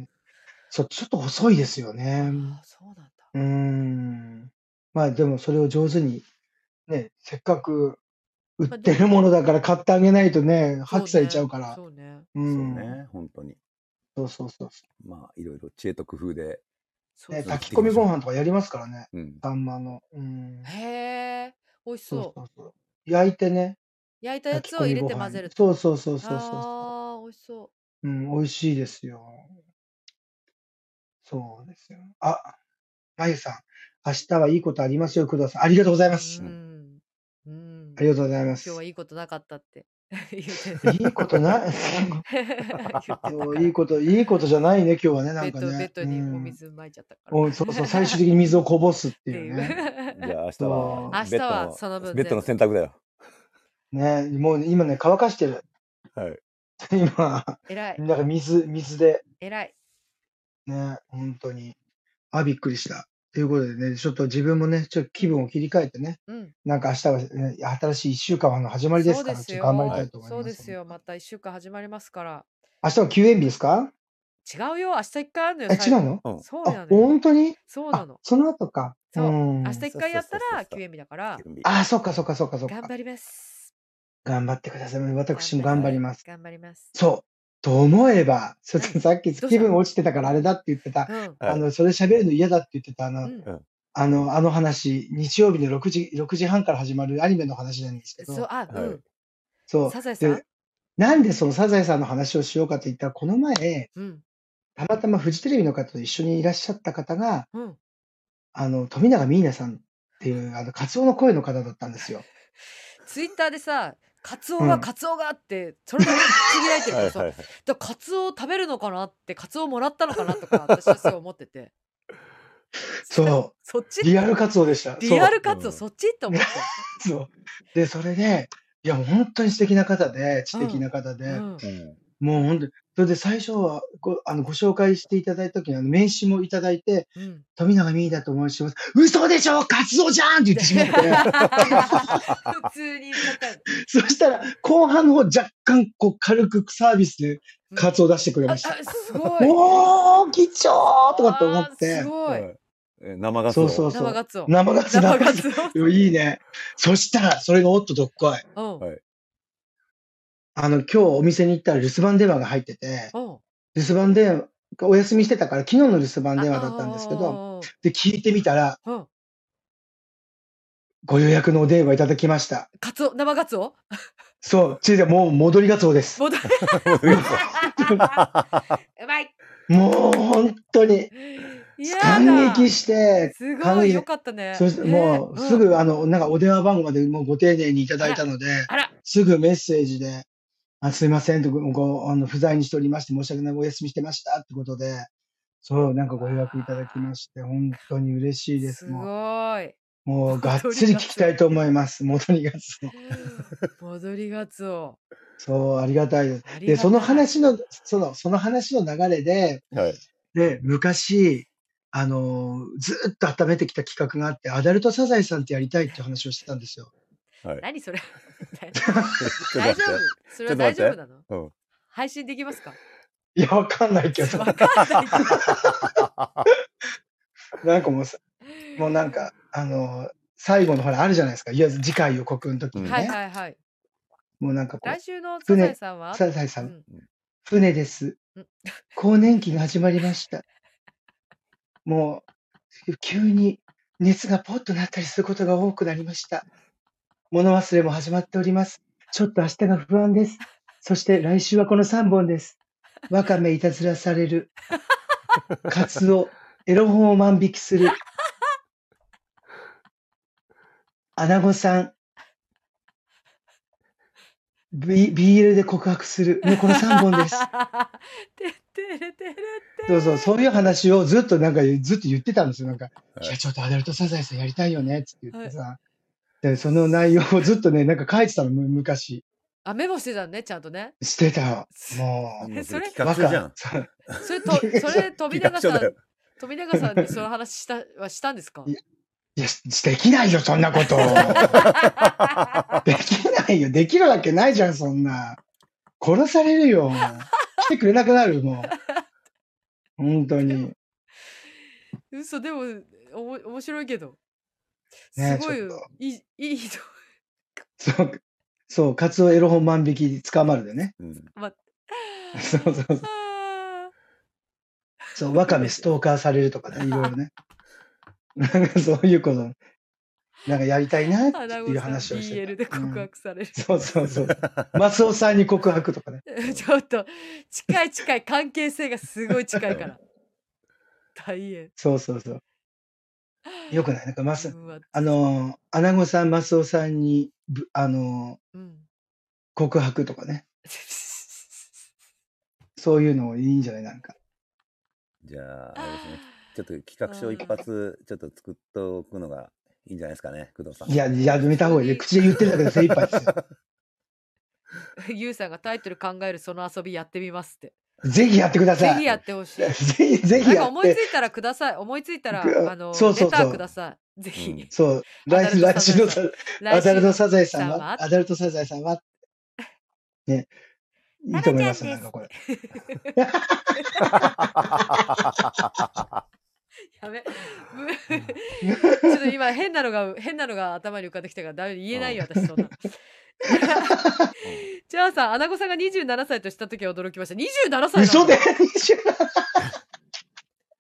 Speaker 3: そう、ちょっと細いですよね。
Speaker 1: ああそうなんだ。
Speaker 3: うん。まあでもそれを上手に、ね、せっかく売
Speaker 1: まあ
Speaker 3: ってるものだから買ってあげないとね、破棄
Speaker 1: そ
Speaker 3: さ
Speaker 1: うね
Speaker 3: れちゃうから。
Speaker 1: そうね。
Speaker 3: う。
Speaker 2: そうんね、本当に。
Speaker 3: そうそうそう
Speaker 2: まあ、いろいろ知恵と工夫で。
Speaker 1: そう
Speaker 3: ね、
Speaker 1: そう
Speaker 3: 炊き込みご飯とかやりますからね、
Speaker 2: うん。
Speaker 3: サンマの。うん。
Speaker 1: へえ。美味しそう。
Speaker 3: そうそうそう。焼いてね、
Speaker 1: 焼いたや
Speaker 3: 炊
Speaker 1: つ
Speaker 3: き
Speaker 1: を
Speaker 3: 込
Speaker 1: 入
Speaker 3: み
Speaker 1: れ
Speaker 3: ご
Speaker 1: て
Speaker 3: 飯
Speaker 1: 混ぜ
Speaker 3: に
Speaker 1: る。。
Speaker 3: そうそうそうそう
Speaker 1: あ
Speaker 3: そ
Speaker 1: あ、美味しそう。
Speaker 3: う。うん、美味しいですよ。そうですよ。あ、まゆさん、明日はいいことありますよ、工藤さん。ありがとうございます。
Speaker 1: うん。うん。
Speaker 3: ありがとうございま
Speaker 1: 今
Speaker 3: す
Speaker 1: 日。はいいことなかったって 言うてた。
Speaker 3: いいことない。
Speaker 1: 言ってたから
Speaker 3: 今日いいこと、いいことじゃないね、今日はね、な
Speaker 1: ベ
Speaker 3: んか
Speaker 1: ッドベ
Speaker 3: ね
Speaker 1: ッ。ドに
Speaker 3: うん
Speaker 1: お水まいちゃったから。
Speaker 3: おそうそう、最終的に水をこぼすって
Speaker 1: ってい
Speaker 3: いう
Speaker 1: う
Speaker 3: ね。
Speaker 2: じゃあ明日
Speaker 3: そう
Speaker 2: は
Speaker 1: 明日はその分
Speaker 2: ベッドの
Speaker 1: 全
Speaker 2: 選択だよ。
Speaker 3: ね、もうね今ね、乾かしてる。
Speaker 2: はい。
Speaker 3: 今、
Speaker 1: 偉い
Speaker 3: なんか水、水で。
Speaker 1: 偉い。
Speaker 3: ね、本当に。あ、びっくりした。ということでね、ちょっと自分もね、ちょっと気分を切り替えてね、
Speaker 1: うん。
Speaker 3: なんか明日は、ね、新しい1週間の始まりで
Speaker 1: そ
Speaker 3: す
Speaker 1: う
Speaker 3: か
Speaker 1: で
Speaker 3: ら、
Speaker 1: す
Speaker 3: ちょっ
Speaker 1: よ
Speaker 3: と頑張りたいと思いま
Speaker 1: そ
Speaker 3: す。
Speaker 1: うですよ。また一週間始まりますから。
Speaker 3: 明日は休園日ですか
Speaker 1: 違うよ。明日一回あるのよ。
Speaker 3: え、違
Speaker 1: 最後
Speaker 3: うの
Speaker 2: うん
Speaker 1: そうな
Speaker 3: あ、
Speaker 1: のよ。
Speaker 3: 本当に
Speaker 1: そうな
Speaker 3: あ
Speaker 1: の。、
Speaker 3: その後か。
Speaker 1: そうん明日一回やった
Speaker 2: そうそうそう
Speaker 1: ら
Speaker 2: そうそう
Speaker 1: 休園日だから。
Speaker 3: あ、そっかそっかそっかそっ
Speaker 1: 頑
Speaker 3: か。
Speaker 1: 張ります。
Speaker 3: 頑張ってください。私も頑張ります。
Speaker 1: 頑張ります。
Speaker 3: そう。と思えば、ちょっ
Speaker 1: うん
Speaker 3: とさっき
Speaker 1: した
Speaker 3: 気分落ちてたからあれだって言ってた、
Speaker 1: うん。
Speaker 2: はい
Speaker 3: あの、それ喋るの嫌だって言ってた、あ
Speaker 1: う
Speaker 3: の、
Speaker 1: ん。
Speaker 3: あの、あの話、日曜日の6時、6時半から始まるアニメの話なんですけ
Speaker 1: そう
Speaker 3: ど、
Speaker 1: あ、
Speaker 2: はい
Speaker 3: そ
Speaker 1: うん。
Speaker 3: う。
Speaker 1: サザエさん
Speaker 3: で。、なんでそのサザエさんの話をしようかと言ったら、この前、
Speaker 1: うん。
Speaker 3: たまたまフジテレビの方と一緒にいらっしゃった方が、
Speaker 1: うん。
Speaker 3: あの、富永美奈さんっていう、あの、カツオの声の方だったんで すよ。
Speaker 1: ツイッターでさ、カツオ
Speaker 3: う
Speaker 1: が
Speaker 3: ん
Speaker 1: カツオがって、それだけつぶやいてるか
Speaker 2: はい
Speaker 1: らさ、
Speaker 2: はいはい。
Speaker 1: だからカツオを食べるのかなって、カツオもらったのかなとか、私はそう思ってて。
Speaker 3: そ
Speaker 1: そっ
Speaker 3: う。
Speaker 1: ち
Speaker 3: リアルカツオで した。
Speaker 1: リアルカ
Speaker 2: う
Speaker 1: ツオ、
Speaker 2: ん
Speaker 1: そっちと思って。
Speaker 3: そうそう。で、それで、いや、もう本当に素敵な方で、知的な方で、
Speaker 1: うん
Speaker 2: うん
Speaker 3: もう本当に、それで最初はご、あの、ご紹介していただいた時に、あの、名刺もいただいて、
Speaker 1: う ん。
Speaker 3: 富永美奈だと思いします。嘘でしょカツオじゃんって言っ てしまって。
Speaker 1: 普通に言っちゃった。
Speaker 3: そしたら、後半の方、若干、こう、軽くサービスで、カツオ出してくれ
Speaker 1: あ、
Speaker 3: ま
Speaker 1: あ
Speaker 3: した。
Speaker 1: すごい。
Speaker 3: おー、貴重とかって思っ
Speaker 1: あー
Speaker 3: て
Speaker 1: す、ごい。
Speaker 2: え生ガスを。
Speaker 3: そうそう
Speaker 1: 生ガツオ。
Speaker 3: 生ガツ
Speaker 1: 生
Speaker 3: 生
Speaker 1: ガ
Speaker 3: ガ
Speaker 1: ツ
Speaker 3: ツ。いいね。そしたら、それがおっとどっこい。
Speaker 1: オ。うん。
Speaker 2: はい
Speaker 3: あの、今日お店に行ったら留守番電話が入ってて、
Speaker 1: うん。
Speaker 3: 留守番電話、お休みしてたから、昨日の留守番電話だったんですけど、
Speaker 1: ど。
Speaker 3: で、聞いてみたら、
Speaker 1: うん。
Speaker 3: ご予約のお電話いただきました。
Speaker 1: カツオ、生ガツオ
Speaker 3: そう、ちいでもう戻りガツオです。
Speaker 1: 戻るう まい。
Speaker 3: もう本当に、
Speaker 1: いやだ
Speaker 3: 感激して、
Speaker 1: す
Speaker 3: 感
Speaker 1: ご
Speaker 3: 激
Speaker 1: い
Speaker 3: で
Speaker 1: よかったね。
Speaker 3: そして
Speaker 1: ね
Speaker 3: もうす
Speaker 1: ん
Speaker 3: ぐ、あの、なんかお電話番号までもうご丁寧にいただいたので、
Speaker 1: あら、
Speaker 3: すぐメッセージで、あすいませんとごごあの、不在にしておりまして、申し訳ない、お休みしてましたってことで、そう、なんかご予約いただきまして、本当に嬉しいですす。も
Speaker 1: ご い。
Speaker 3: う、もうがっつり聞きたいと思います。戻りがつお。
Speaker 1: 戻りガツオ。
Speaker 3: そう、ありがたいです。
Speaker 1: ありがたい
Speaker 3: で、その話の、その、その話の流れで、
Speaker 2: はい。
Speaker 3: で、昔、あの、ずっと温めてきた企画があって、アダルトサザエさんってやりたいって話をしてたんですよ。
Speaker 1: 何 それ
Speaker 2: ちょっと待
Speaker 1: 大
Speaker 2: って
Speaker 1: 丈夫 それ
Speaker 2: ちょ
Speaker 1: は大
Speaker 2: っと待って
Speaker 1: 丈夫なの
Speaker 2: うん
Speaker 1: 配信できますか
Speaker 3: いや、わかんないけど。
Speaker 1: わかんないけど。
Speaker 3: なんかもうさ、もうなんか、あの、最後のほら、あるじゃないですか。いや、次回予告の時にね。
Speaker 1: はいはいはい。
Speaker 3: もうなんかこ
Speaker 1: 来
Speaker 3: う、
Speaker 1: 週のサザエさんは
Speaker 3: サザエさ、
Speaker 1: うんん
Speaker 3: 船です
Speaker 1: うん。
Speaker 3: 更年期が始まりました。もう、急に熱がポッとなったりすることが多くなりました。物忘れも始まっております。ちょっと明日が不安です。そして来週はこの3本です。わかめいたずらされる。カツオ、エロ本を万引きする。アナゴさん、ビビールで告白する。もうこの3本です。
Speaker 1: てってれてれって。
Speaker 3: そうそう、そういう話をずっとなんか、ずっと言ってたんですよ。なんか、
Speaker 2: はい
Speaker 3: いや、ちょっとアダルトサザエさんやりたいよね、つって言ってさ。で、その内容をずっとね、なんか書いてたの、む昔。
Speaker 1: あ、メモしてたのね、ちゃんとね。
Speaker 3: してた。も
Speaker 1: えそれ
Speaker 3: う、
Speaker 2: 企画書じゃ
Speaker 3: わ
Speaker 2: ん
Speaker 3: か。そう
Speaker 1: それと、それ、富
Speaker 2: 企画
Speaker 1: 永さ
Speaker 2: 書
Speaker 1: ん
Speaker 2: だ、よ。
Speaker 1: 富永さんにその話した、はしたんですか
Speaker 3: いいや、しできないよ、そんな こと。できないよ。できるわけないじゃん、そんな。殺されるよ。来てくれなくなる、もう。本当に。
Speaker 1: 嘘、でも、おも、面白いけど。
Speaker 3: ね
Speaker 1: すごい
Speaker 3: ちょっと、
Speaker 1: いい、いい人。
Speaker 3: そう、そう、カツオエロ本万引き捕まる でね。
Speaker 2: うん
Speaker 3: そう そうそう。
Speaker 1: あ
Speaker 3: そう、ワカメストーカーされるとかね、いろいろね。なんかそういうこと、なんかやりたいなっ
Speaker 1: ーア
Speaker 3: て
Speaker 1: ナ
Speaker 3: いう
Speaker 1: ゴさん
Speaker 3: 話をして
Speaker 1: BL で
Speaker 3: た。
Speaker 1: 告
Speaker 3: うん
Speaker 1: 白される。
Speaker 3: そうそうそう。マスオさんに告白とかね。
Speaker 1: ちょっと、近い近い、関係性がすごい近い から。大変。
Speaker 3: そうそうそう。よくないなんかマス、
Speaker 1: うわ
Speaker 3: あのー、アナゴさん、マスオさんに、ぶあのー、
Speaker 1: うん。
Speaker 3: 告白とかね。 そういうのいいんじゃないなんか。
Speaker 2: じゃあ、あれですね。ちょっと企画書一発、ちょっと作っとくのがいいんじゃないですかね、工藤さん。
Speaker 3: いや、やめた方がいい。口で言ってるだけで精一杯ですよ。
Speaker 1: ゆうさんがタイトル考えるその遊びやってみますって。
Speaker 3: ぜひやってく だ
Speaker 1: ぜ
Speaker 3: さ
Speaker 1: ひ
Speaker 3: い。
Speaker 1: やってほしい。
Speaker 3: ぜひ、ぜ
Speaker 1: なん
Speaker 3: ひ
Speaker 1: か
Speaker 3: やっ
Speaker 1: 思いつ
Speaker 3: て。
Speaker 1: いたらください。思いついた ら、
Speaker 3: うん
Speaker 1: あの、
Speaker 3: そうそう
Speaker 1: レ
Speaker 3: そう
Speaker 1: ターください。ぜひ。
Speaker 2: うん
Speaker 3: そう、
Speaker 1: アダ
Speaker 3: 来
Speaker 1: ル
Speaker 3: 週、
Speaker 1: ト
Speaker 3: 来週の
Speaker 1: サ
Speaker 3: さ
Speaker 1: ザエ
Speaker 3: アダルト
Speaker 1: さ
Speaker 3: サザエさ
Speaker 1: ん
Speaker 3: ん
Speaker 1: は
Speaker 3: は、アダルトサザエさんは、 ね、いいと思いますよ、
Speaker 1: タラちゃ
Speaker 3: なんか
Speaker 1: ん
Speaker 3: これ。
Speaker 1: やめ。 ちょっと今変なのが、変なのが頭に浮かんできたから、だめ言えないよ、私そん な。じゃあさん、アナゴさんが27歳とした時は驚きました。27歳
Speaker 3: 嘘で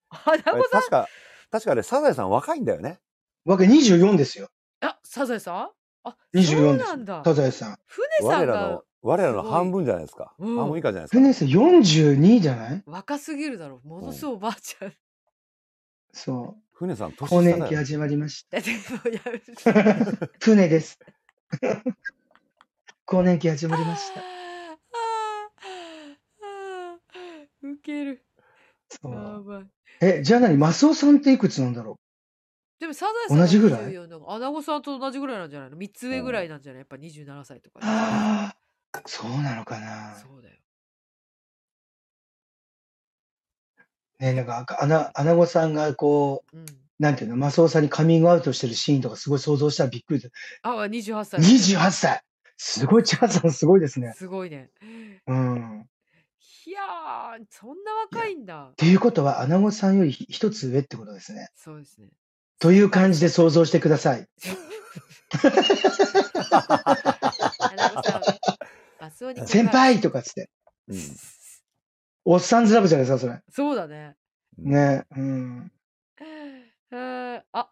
Speaker 1: アナ
Speaker 2: あれ
Speaker 1: ゴさん
Speaker 2: 確か、確かあれ、サザエさん若いんだよね。
Speaker 3: 僕24ですよ、
Speaker 1: あ、サザエさんあ、そう
Speaker 3: 24で
Speaker 1: なん
Speaker 3: す。
Speaker 1: だ。
Speaker 3: サザエさん。
Speaker 1: 船さ
Speaker 2: 我
Speaker 1: ん
Speaker 2: らの
Speaker 1: が、
Speaker 2: 我ら
Speaker 1: す
Speaker 2: の
Speaker 1: ごい
Speaker 2: 半分じゃないですか。
Speaker 1: うん
Speaker 2: 半分以下じゃないですか。
Speaker 3: 船さん42じゃない
Speaker 1: 若すぎるだろ。ものすごいおばあちゃん。
Speaker 3: そ
Speaker 2: 船さん、
Speaker 3: う。
Speaker 2: 年下
Speaker 3: 更
Speaker 2: だ
Speaker 3: 年
Speaker 2: よ
Speaker 3: 期始まりまし
Speaker 1: だってもうやめて
Speaker 3: た。 船です。更年期始まりま した。
Speaker 1: あーあーウケる。
Speaker 3: そ
Speaker 1: や
Speaker 3: う
Speaker 1: ばい。
Speaker 3: え、じゃあ何マスオさんっていくつなんだろ
Speaker 1: でもサザエさん
Speaker 3: 同じぐらい
Speaker 1: 24のアナゴさんと同じぐらいなんじゃないの ?3 つ上ぐらいなんじゃないやっぱ27歳とか
Speaker 3: う。ああ、そうなのかな。
Speaker 1: そうだよ。
Speaker 3: ね、なんかあか、アナ、アナゴさんがこ
Speaker 1: うん。
Speaker 3: う、なんていうの、マスオさんにカミングアウトしてるシーンとかすごい想像したらびっくりだ。
Speaker 1: あ、28歳。
Speaker 3: 28歳すごい、チャーさんすごいですね。
Speaker 1: すごいね。
Speaker 3: うん。っ
Speaker 1: いやー、そんな若いんだ。
Speaker 3: ていうことは、アナゴさんよりひ一つ上ってことですね。
Speaker 1: そうですね。
Speaker 3: という感じで想像してください。
Speaker 1: アナゴさん。マスオに
Speaker 3: 先輩とかっつって。
Speaker 2: うん
Speaker 3: おっさんずラブじゃないですか、それ。
Speaker 1: そうだね。
Speaker 3: ね。うん。
Speaker 1: えー、あ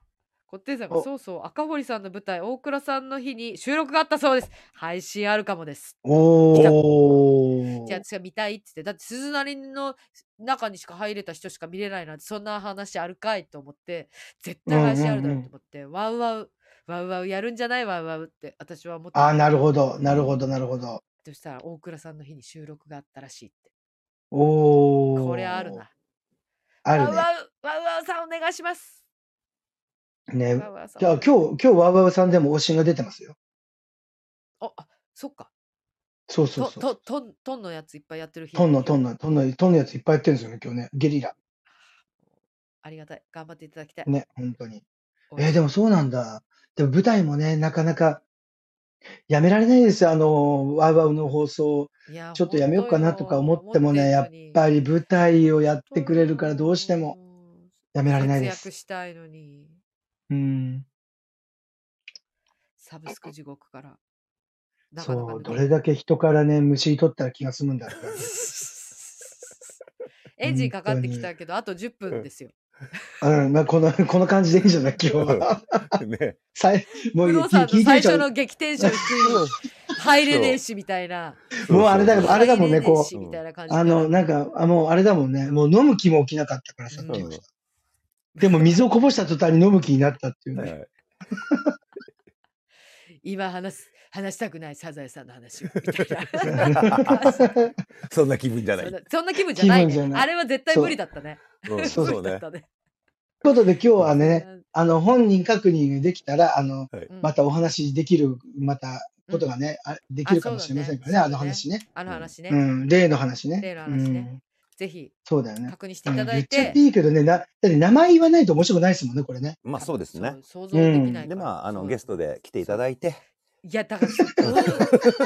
Speaker 1: こってんさんが
Speaker 3: お
Speaker 1: そうそう赤堀さんの舞台大倉さんの日に収録があったそうです配信あるかもです
Speaker 3: お
Speaker 1: じゃあ
Speaker 3: ー。
Speaker 1: 私が見たいっつってだって鈴なりの中にしか入れた人しか見れないなんてそんな話あるかいと思って絶対配信あるだろうと思って、ワウワウワウワウやるんじゃないワウワウって私は思って
Speaker 3: ああ、なるほど、なるほど、なるほど。
Speaker 1: そしたら大倉さんの日に収録があったらしいって
Speaker 3: おー。
Speaker 1: これあるな。
Speaker 3: あ
Speaker 1: ワウワウ
Speaker 3: る
Speaker 1: ワウワウさんお願いします
Speaker 3: ね。ね
Speaker 1: ワ。ウワウさん
Speaker 3: じゃあ今日、今日、ワウワウさんでも推しが出てますよ。
Speaker 1: ああそっか
Speaker 3: そうそうそう。
Speaker 1: とととんとんのやついっぱいやってる日
Speaker 3: トンの、トンの、トンの、トンのやついっぱいやってるんですよね、今日ね。ゲリラ。
Speaker 1: ありがたい。頑張っていただきたい。
Speaker 3: ね、本当に。
Speaker 1: 応援
Speaker 3: えーでもそうなんだ。でも舞台もね、なかなか、やめられないですよ。あの、ワウワウの放送。
Speaker 1: いや
Speaker 3: ちょっとやめようかなとか思ってもね、やっぱ
Speaker 1: り
Speaker 3: り舞台をやってくれるからどうしてもやめられないで
Speaker 1: 節約
Speaker 3: す。
Speaker 1: したいのに、
Speaker 3: うん。
Speaker 1: サブスク地獄から。なかなか
Speaker 3: そう、
Speaker 1: 抜け
Speaker 3: どれだけ人からね、虫取ったら気が済むんだろうね
Speaker 1: エンジンかかってきたけど、あと10分ですよ。
Speaker 3: うん、まあ、この、この感じでいいん じゃない今日は。
Speaker 2: ね。
Speaker 3: さいもう
Speaker 1: 工
Speaker 3: いい
Speaker 1: 藤さん
Speaker 3: 聞
Speaker 1: の
Speaker 3: い
Speaker 1: 最
Speaker 3: てち
Speaker 1: 初
Speaker 3: ゃう。
Speaker 1: の激テンション低い入れねえしみたいな。
Speaker 3: もうあれだけど、あれだもんね、こ
Speaker 1: 入れえしみたいな感
Speaker 3: う、
Speaker 1: じで
Speaker 3: あの、なんか、あもうあれだもんね、もう飲む気も起きなかったからさ、
Speaker 1: うん
Speaker 3: 結局でも水をこぼした途端に飲む気になったっていう
Speaker 4: は
Speaker 3: ね。
Speaker 4: い
Speaker 1: 今話す話したくないサザエさんの話をみたいなそ
Speaker 4: そんな気分 じゃない。
Speaker 1: んなそんな気分じゃない,、ね、
Speaker 3: 気分じゃない
Speaker 1: あれは絶対無理だったね。
Speaker 4: うん
Speaker 3: そう
Speaker 4: そうね。
Speaker 1: 無理だったね
Speaker 3: ということで今日はね、あの、本人確認できたら、あの、
Speaker 1: うん
Speaker 3: またお話しできる、また、ことがね、あできるかもしれませんからね、
Speaker 1: あ
Speaker 3: あ
Speaker 1: そうだね
Speaker 3: の話ね。
Speaker 1: あの話ね、
Speaker 3: うん、例の話ね。
Speaker 1: 例の話ね
Speaker 3: うん
Speaker 1: ぜひ
Speaker 3: そうだよね。
Speaker 1: 確認して
Speaker 3: う
Speaker 1: い
Speaker 3: ん
Speaker 1: ただ
Speaker 3: 言っ
Speaker 1: い
Speaker 3: ちゃ
Speaker 1: て
Speaker 3: って。いいけどね、なだって名前言わないと面白くないですもんね、これね。
Speaker 4: まあそうですね。
Speaker 1: そう。想像できないから、
Speaker 4: でまああの
Speaker 1: そう
Speaker 4: ゲストで来ていただいて、
Speaker 1: いやだからそこ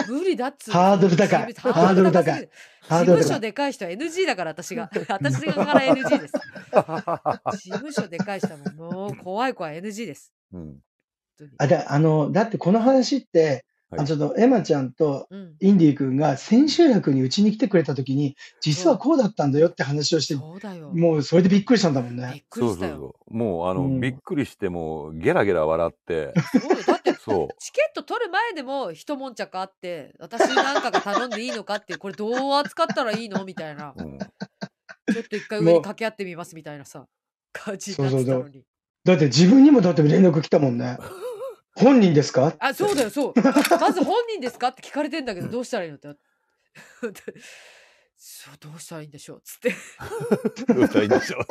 Speaker 1: 無理だっつうの
Speaker 3: ハードル高いハードル高い
Speaker 1: すぎる
Speaker 3: ハー
Speaker 1: 事
Speaker 3: ドル
Speaker 1: 務所
Speaker 3: 高い。
Speaker 1: でかい人は NG だから私が私がから NG です事務所でかい人はもう怖い怖い NG です
Speaker 4: うん、
Speaker 3: あ、だ、あの、だってこの話って、
Speaker 4: はい
Speaker 3: あのちょっとエマちゃんと
Speaker 1: うん、
Speaker 3: インディー君が千秋楽にうちに来てくれた時に、実はこうだったんだよって話をして、
Speaker 1: そうだよ
Speaker 3: もうそれでびっくりしたんだもん
Speaker 1: び
Speaker 3: ね
Speaker 1: っ。くりしたよ
Speaker 4: う。もうあの、
Speaker 3: うん
Speaker 4: びっくりしてもうゲラゲラ笑って、
Speaker 1: そうよだって
Speaker 4: そ
Speaker 1: チケット取る前でも一悶着あって私なんかが頼んでいいのかっていうこれどう扱ったらいいのみたいな
Speaker 4: う。うん
Speaker 1: ちょっと一回上に掛け合ってみますみたいなさ感じになってたのに
Speaker 3: だって自分にもだって連絡来たもん ね。本人ですか
Speaker 1: あそうだよそうまず本人ですかって聞かれてんだけどどうしたらいいのって そうどうしたらいいんでしょうっつって
Speaker 4: どうしたらいいんでしょう。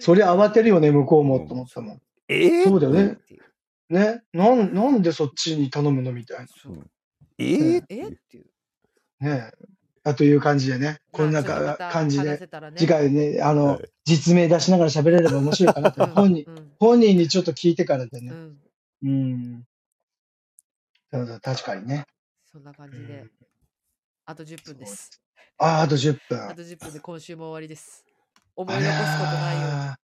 Speaker 3: それ慌てるよね、向こうもと思ったもん。
Speaker 4: え
Speaker 3: そうだよね。
Speaker 1: っていう
Speaker 3: ね。なん、なんでそっちに頼むのみたい
Speaker 1: そう
Speaker 4: うんえ
Speaker 3: う
Speaker 4: ー
Speaker 3: ん
Speaker 1: えっていう
Speaker 3: な。ね。あという感じでね。こんな
Speaker 1: まあちょっとま
Speaker 3: か
Speaker 1: た
Speaker 3: 感じ
Speaker 1: 話
Speaker 3: で。
Speaker 1: せたらね
Speaker 3: 次回ね、あ
Speaker 4: は
Speaker 3: の
Speaker 4: い、
Speaker 3: 実名出しながら喋れれば面白いかな と。
Speaker 1: うん
Speaker 3: 本人、
Speaker 1: うん
Speaker 3: 本人にちょっと聞いてからで
Speaker 1: う
Speaker 3: ね。
Speaker 1: ん
Speaker 3: うん。そうそう確かにね。
Speaker 1: そんな感じ
Speaker 3: う
Speaker 1: で
Speaker 3: ん
Speaker 1: あと10分です
Speaker 3: あー、あと10分。
Speaker 1: あと10分で今週も終わりです。思い
Speaker 3: あ
Speaker 1: 残すことないように。
Speaker 3: らー
Speaker 1: あ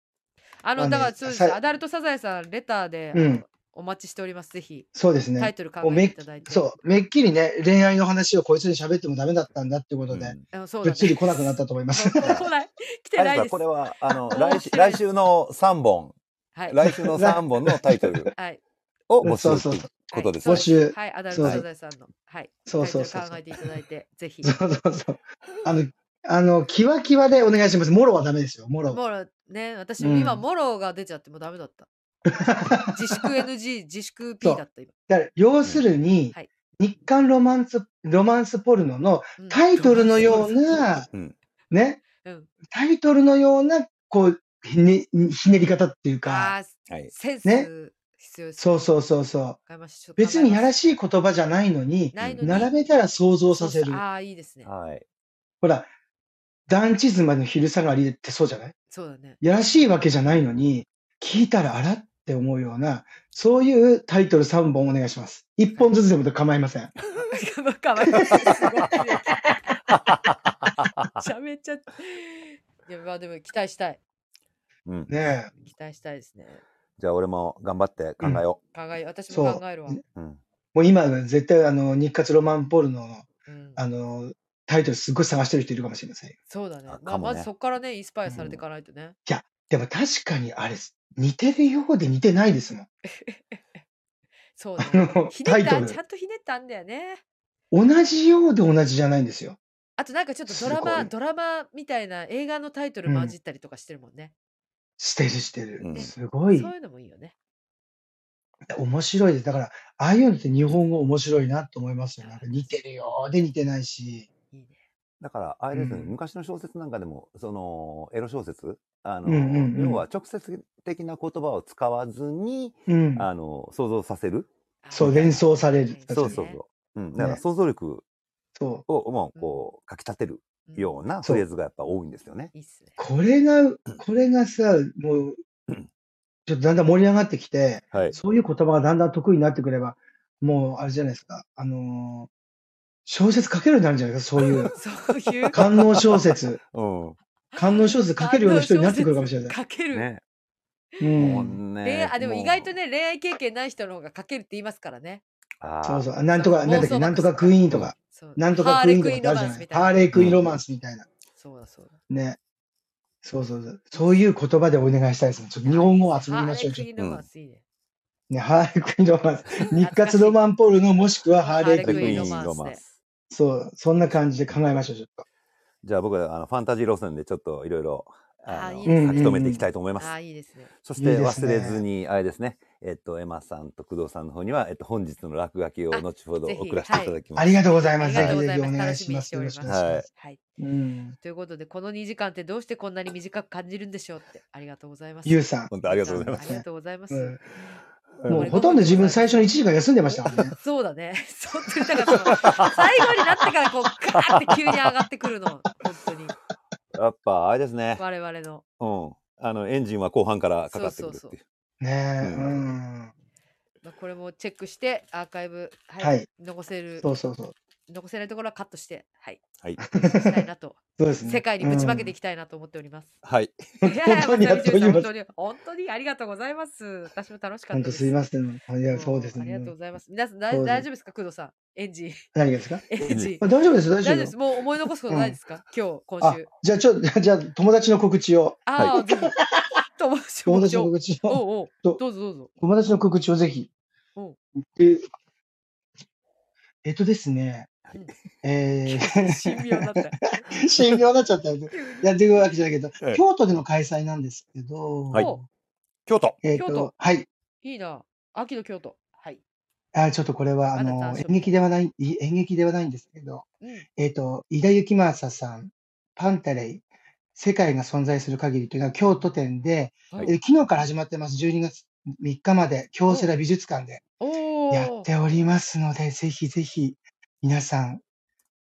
Speaker 3: まあ
Speaker 1: の、
Speaker 3: ね
Speaker 1: だからそうです。
Speaker 3: さ
Speaker 1: アダルトサザエさん、レターで、
Speaker 3: うん
Speaker 1: お待ちしております。ぜひ、
Speaker 3: そうです
Speaker 1: タイ
Speaker 3: ね。
Speaker 1: トル考
Speaker 3: もう
Speaker 1: えて
Speaker 3: め
Speaker 1: い
Speaker 3: った
Speaker 1: だいて。
Speaker 3: そう、めっきりね、恋愛の話をこいつに喋ってもダメだったんだってことで、
Speaker 4: うん
Speaker 1: うん。そう
Speaker 3: ぶ
Speaker 1: だ
Speaker 3: っ
Speaker 1: ね
Speaker 3: つり来なくなったと思います。
Speaker 1: そう来ない。来てない
Speaker 4: あ
Speaker 1: で
Speaker 4: れ
Speaker 1: す
Speaker 4: こ。れはあの
Speaker 1: 面
Speaker 4: 来週
Speaker 1: 白い
Speaker 4: 来週の三本、
Speaker 1: はい。
Speaker 4: 来週の三本のタイトル
Speaker 1: はい。
Speaker 4: を募
Speaker 3: そう
Speaker 4: 集
Speaker 3: そう
Speaker 4: とい
Speaker 3: そう
Speaker 4: ことです
Speaker 1: は
Speaker 4: ね
Speaker 1: い。
Speaker 3: 募集
Speaker 1: はい。アダルトサザエさんの。はい。
Speaker 3: そうそうそう
Speaker 1: タイトル考えていただいて、ぜひ。
Speaker 3: そうそうそう。あの、あの、キワキワでお願いします。もろはダメですよ、も ろは。
Speaker 1: もうね、私、
Speaker 3: うん
Speaker 1: 今、モロが出ちゃってもうダメだった。自粛 NG、自粛 P
Speaker 3: そう
Speaker 1: だった、今。
Speaker 3: だから要するに
Speaker 1: はい、
Speaker 3: 日韓ロマンス、ロマンスポルノの
Speaker 1: うん
Speaker 3: タイトルのよう。な、
Speaker 4: うん
Speaker 3: ね、
Speaker 1: うん。
Speaker 3: タイトルのような、こう、ひねひねり方っていうか、
Speaker 1: ああ、
Speaker 4: はい。
Speaker 1: セン
Speaker 3: ね
Speaker 1: ス必要です。
Speaker 3: そうそうそうそう。
Speaker 1: わかりました。ちょっと考えます
Speaker 3: 別にやらしい言葉じゃないのに、
Speaker 1: ないのに
Speaker 3: 並べたら想像させる。
Speaker 1: ああ、いいですね。
Speaker 4: はい。
Speaker 3: ほら、団地妻の昼下がりってそうじゃない
Speaker 1: そうだね。
Speaker 3: やらしいわけじゃないのに、聞いたらあらって思うような、そういうタイトル3本お願いします。1本ずつでも構いま せん。
Speaker 1: かわいい。すごい。めちゃめちゃ。いや、まあでも期待したい。
Speaker 4: うん。
Speaker 3: ねえ。
Speaker 1: 期待したいですね。
Speaker 4: じゃあ俺も頑張って考えよ
Speaker 1: 考え、私
Speaker 3: そ
Speaker 1: も
Speaker 3: う
Speaker 1: 考えるわ。
Speaker 4: う。うん。
Speaker 3: もう今、絶対あの、日活ロマンポルノの、
Speaker 1: うん、
Speaker 3: あの、タイトルすっごい探してる人いるかもしれませんよ。
Speaker 1: そうだね。
Speaker 4: あ
Speaker 1: まあ、
Speaker 4: かもね
Speaker 1: まずそこからね、インスパイアされていかないとね。
Speaker 3: でも確かにあれ、似てるようで似てないですもん。
Speaker 1: そう
Speaker 3: あ
Speaker 1: だね。
Speaker 3: の、
Speaker 1: ひ
Speaker 3: タ
Speaker 1: ねっ
Speaker 3: イト
Speaker 1: た、
Speaker 3: ル
Speaker 1: ち。ゃんとひねったんだよね。
Speaker 3: 同じようで同じじゃないんですよ。
Speaker 1: あとなんかちょっとドラ
Speaker 3: すご
Speaker 1: マ、
Speaker 3: い
Speaker 1: ドラマみたいな映画のタイトル混じったりとかしてるもんね。
Speaker 3: してるしてる。
Speaker 4: うん
Speaker 3: すごい
Speaker 1: そう。いうのもいいよね。
Speaker 3: 面白いです。だから、ああいうのって日本語面白いなと思いますよ。なんか似てるようで似てないし。
Speaker 1: いいね。
Speaker 4: だから、あれですね、
Speaker 3: うん
Speaker 4: 昔の小説なんかでも、その、エロ小説、あの、
Speaker 3: うんうんうん
Speaker 4: 要は直接的な言葉を使わずに、
Speaker 3: うん。
Speaker 4: あの、想像させる。
Speaker 3: そう
Speaker 1: あ
Speaker 3: 連想される
Speaker 1: 確か
Speaker 4: そう
Speaker 1: に
Speaker 4: そう
Speaker 1: ね
Speaker 4: そう。うん。だから
Speaker 3: ね
Speaker 4: 想像力
Speaker 3: そう。
Speaker 4: を、もう、こう、かき立てる
Speaker 1: うん
Speaker 4: ような
Speaker 3: そ
Speaker 4: フ
Speaker 3: う
Speaker 4: レーズがやっぱ多いんですよね。
Speaker 1: いいっすね。。
Speaker 3: これが、これがさ、もう、ちょっとだんだん盛り上がってきて、
Speaker 4: はい。
Speaker 3: そういう言葉がだんだん得意になってくれば、もう、あれじゃないですか。あのー小説書けるようになるんじゃないですか、そう いう
Speaker 1: そういう。
Speaker 3: 観音小説。
Speaker 4: う
Speaker 3: 観音小説書けるような人になってくるかもしれない。
Speaker 1: 書け
Speaker 4: ん。
Speaker 1: る。
Speaker 4: ね。
Speaker 3: う。
Speaker 4: もうん
Speaker 1: 恋
Speaker 4: ね
Speaker 1: 愛あでも
Speaker 4: う
Speaker 1: 意外とね恋愛経験ない人の方が書けるって言いますからね。
Speaker 4: あー
Speaker 3: そうそう。なんとか、なんだっけ、なんとかクイーンとか、
Speaker 1: そう
Speaker 3: なんとかクイーンとか
Speaker 1: ハ
Speaker 3: ってあるじゃ
Speaker 1: レ
Speaker 3: な
Speaker 1: クイ
Speaker 3: い
Speaker 1: ー。ンロ
Speaker 3: ハ
Speaker 1: マ
Speaker 3: ー
Speaker 1: ンスみたいな
Speaker 3: レークイーンロマンスみたい
Speaker 1: そ
Speaker 3: な。
Speaker 1: うだそうだ。
Speaker 3: ね。そうそうそう。そういう言葉でお願いしたいですね。ちょっと日本語を集めまし
Speaker 1: ハー
Speaker 3: ょう。ちょっ
Speaker 1: レクイーンロマンスいいね。
Speaker 3: ね、ハーレクインロマンス。日活ロマンポルノもしくはハーレークイ
Speaker 1: ハーレ
Speaker 3: ーン。
Speaker 1: クイーンロマンス
Speaker 3: そう、そんな感じで考えましょう、ちょっと。
Speaker 4: じゃあ僕はあのファンタジー路線でちょっといろいろ
Speaker 1: あ
Speaker 4: あの
Speaker 1: い
Speaker 4: 書
Speaker 1: い
Speaker 4: き
Speaker 1: ですね
Speaker 4: 留めていきたいと思います。
Speaker 1: あーいいですね。
Speaker 4: そし
Speaker 3: いい
Speaker 4: て
Speaker 3: です
Speaker 4: 忘
Speaker 3: ね
Speaker 4: れずに、あれですね、えっと、エマさんと工藤さんの方には、えっと、本日の落書きを
Speaker 1: あ
Speaker 4: 後ほど
Speaker 1: ぜひ
Speaker 4: 送らせていただきます。
Speaker 3: ありがとうございます。
Speaker 1: あ
Speaker 3: ぜ
Speaker 1: りがとう
Speaker 3: ひ
Speaker 1: ご
Speaker 3: ぜ
Speaker 1: ざい
Speaker 3: ひお
Speaker 1: ます
Speaker 3: 願いします。よ
Speaker 1: 楽
Speaker 3: ろ
Speaker 1: し
Speaker 3: し
Speaker 1: み
Speaker 3: く
Speaker 1: に
Speaker 3: お
Speaker 1: してお
Speaker 3: 願い
Speaker 1: ります。
Speaker 3: します。
Speaker 1: はい。
Speaker 3: うん。
Speaker 1: ということで、この2時間ってどうしてこんなに短く感じるんでしょうって。ありがとうございます。
Speaker 3: ゆうさん。
Speaker 4: 本当ありがとうございま
Speaker 1: あ
Speaker 4: す。
Speaker 1: りがとうございます。
Speaker 3: うん
Speaker 1: ん
Speaker 3: もうほとんど自分最初の1時間休んでましたからね。
Speaker 1: そうだね。そうってだからその最後になってからこうガーって急に上がってくるの。本当に
Speaker 4: やっぱ、あれですね。
Speaker 1: 我々の。
Speaker 4: うん。あの、エンジンは後半からかかってくる
Speaker 1: そ
Speaker 4: って
Speaker 1: うそう
Speaker 4: いう。
Speaker 3: ねえ、う。
Speaker 4: うん
Speaker 1: まあ、これもチェックしてアーカイブ、はい
Speaker 3: はい
Speaker 1: 残せる
Speaker 3: そうそうそう。
Speaker 1: 残せないところはカットして、はい、
Speaker 4: はい。
Speaker 1: したいなと
Speaker 3: そうですね。
Speaker 1: 世界にぶちまけてい
Speaker 3: き
Speaker 1: きたいなと思っております。
Speaker 4: はい。
Speaker 1: いやいや
Speaker 3: 本当に
Speaker 1: まさみちゅうさん
Speaker 3: やっ
Speaker 1: 本
Speaker 3: と
Speaker 1: 当に本当にありがとうございます。私も楽しか
Speaker 3: ほ
Speaker 1: っ
Speaker 3: ん
Speaker 1: たで
Speaker 3: と
Speaker 1: す。
Speaker 3: すいません。いや、そうです
Speaker 1: んありが
Speaker 3: ね
Speaker 1: とう。ございます。皆さん大
Speaker 3: そうです
Speaker 1: 大丈夫ですか、工藤さん。エンジン、
Speaker 3: 何がですか
Speaker 1: エンジン。
Speaker 3: あ大丈夫です、大
Speaker 1: 大丈
Speaker 3: 丈夫
Speaker 1: 夫です。もう思い残すことないですか、今日、今
Speaker 3: あ
Speaker 1: 週。、
Speaker 3: じゃあちょっと、じゃあ友達の告知を。
Speaker 1: ああ、ぜひ。友達
Speaker 3: 友達
Speaker 1: を
Speaker 3: の告知を。
Speaker 1: おうお
Speaker 3: ど
Speaker 1: う、どうぞどうぞ。
Speaker 3: 友達の告知をぜひ
Speaker 1: おう。
Speaker 3: でえっとですね
Speaker 1: い。
Speaker 3: え
Speaker 1: 神妙だった。
Speaker 3: ー、神妙になっちゃったよね。やっていくわけじゃないけど
Speaker 4: ええ、
Speaker 3: 京都での開催なんですけど、
Speaker 4: はい
Speaker 1: お
Speaker 4: 京都。
Speaker 3: えっ
Speaker 1: 京都
Speaker 3: と、はい。
Speaker 1: いいな。秋の京都。はい。
Speaker 3: あちょっとこれは、あ
Speaker 1: まだ
Speaker 3: の、
Speaker 1: 短所
Speaker 3: 演劇ではない、い演劇ではないんですけど、
Speaker 1: うん。
Speaker 3: えっと、井田幸正さん、パンタレイ、世界が存在する限りというのは京都展で、
Speaker 1: はい
Speaker 3: えー昨日から始まってます、12月3日まで、京セラ美術館で
Speaker 1: おお。
Speaker 3: やっておりますので、ぜひぜひ、皆さん、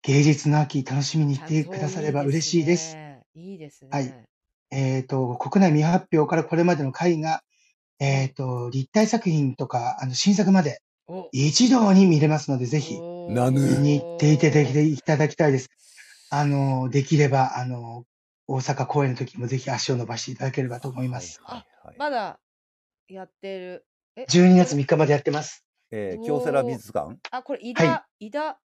Speaker 3: 芸術の秋、楽しみに行ってくだされば嬉しいです。
Speaker 1: いいですね。
Speaker 3: はい
Speaker 1: いいですね
Speaker 3: えっ、と、国内未発表からこれまでの回が、えっ、と、立体作品とか、あの、新作まで
Speaker 1: お
Speaker 3: 一堂に見れますので、ぜひ、
Speaker 4: なぬ
Speaker 3: 見
Speaker 4: お
Speaker 3: に行っていただきたいいただきたいです。あの、できれば、あの、大阪公演の時もぜひ足を伸ばしていただければと思います。
Speaker 4: はいはい
Speaker 1: まだやってる。え
Speaker 3: 12月3日までやってます。
Speaker 4: えー京セラ美術館
Speaker 1: あ、これ、井田、
Speaker 3: は
Speaker 1: 井田、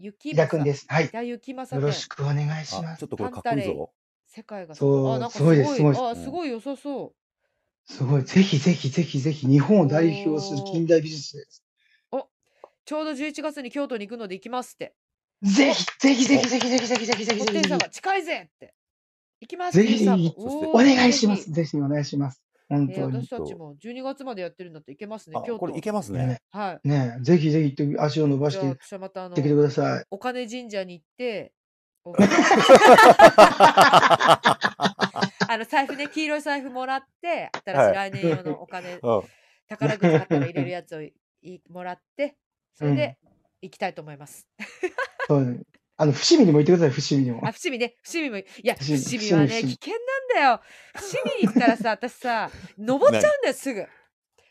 Speaker 1: ゆき
Speaker 3: 伊田くんです。はい
Speaker 1: 井。田ゆきまさ
Speaker 3: よろしくお願いし
Speaker 4: あ
Speaker 3: ま
Speaker 4: ち
Speaker 3: す
Speaker 4: ょっ。とこれかっこいいぞ。
Speaker 1: 世界が。
Speaker 3: そう
Speaker 1: あなんか
Speaker 3: すごいですすごいです
Speaker 1: あ、すごい良さそ
Speaker 3: すごい。ぜひぜひぜひぜひ、日本を代表する近代美術です。
Speaker 1: う。おちょうど11月に京都に行くので行きますって。
Speaker 3: ぜひぜひぜひぜひぜひぜひぜひぜひ
Speaker 1: ホ
Speaker 3: ぜ
Speaker 1: テルさん
Speaker 3: ひぜひ
Speaker 1: が近いぜって。行きます。
Speaker 3: ぜひ
Speaker 1: ゆりさんも
Speaker 4: そして
Speaker 1: お
Speaker 3: お
Speaker 1: ー
Speaker 3: 願いしま
Speaker 1: ぜ
Speaker 3: す。
Speaker 1: ひ
Speaker 3: ぜひお願いします。本
Speaker 1: えー
Speaker 3: 当に
Speaker 1: 私。たちも12月までやってるんだって行けますね
Speaker 4: あ、、
Speaker 1: 京都。
Speaker 4: これいけます
Speaker 3: ね
Speaker 4: ね。
Speaker 1: はい。
Speaker 3: ねえ、ぜひぜひ行って足を伸ば
Speaker 1: じ
Speaker 3: し
Speaker 1: ゃ
Speaker 3: て
Speaker 1: あ
Speaker 3: 行っ
Speaker 1: 私はまたあの
Speaker 3: てきてください。
Speaker 1: お金神社に行って、 おあの財布ね、黄色い財布もらって、新し
Speaker 4: はいい
Speaker 1: 来年用のお 金、
Speaker 4: うん。
Speaker 1: 宝くじ買ったら入れるやつをいいもらって、それで行きたいと思います。
Speaker 3: そうねあの、伏見にも行ってください、伏見にも
Speaker 1: あ、。伏見ね、伏見もい、いや、
Speaker 3: 伏見
Speaker 1: 伏見はね、
Speaker 3: 伏
Speaker 1: 危
Speaker 3: 見
Speaker 1: 険なんだよ。伏見に行ったらさ、私さ、登っちゃうんだよ、すぐ。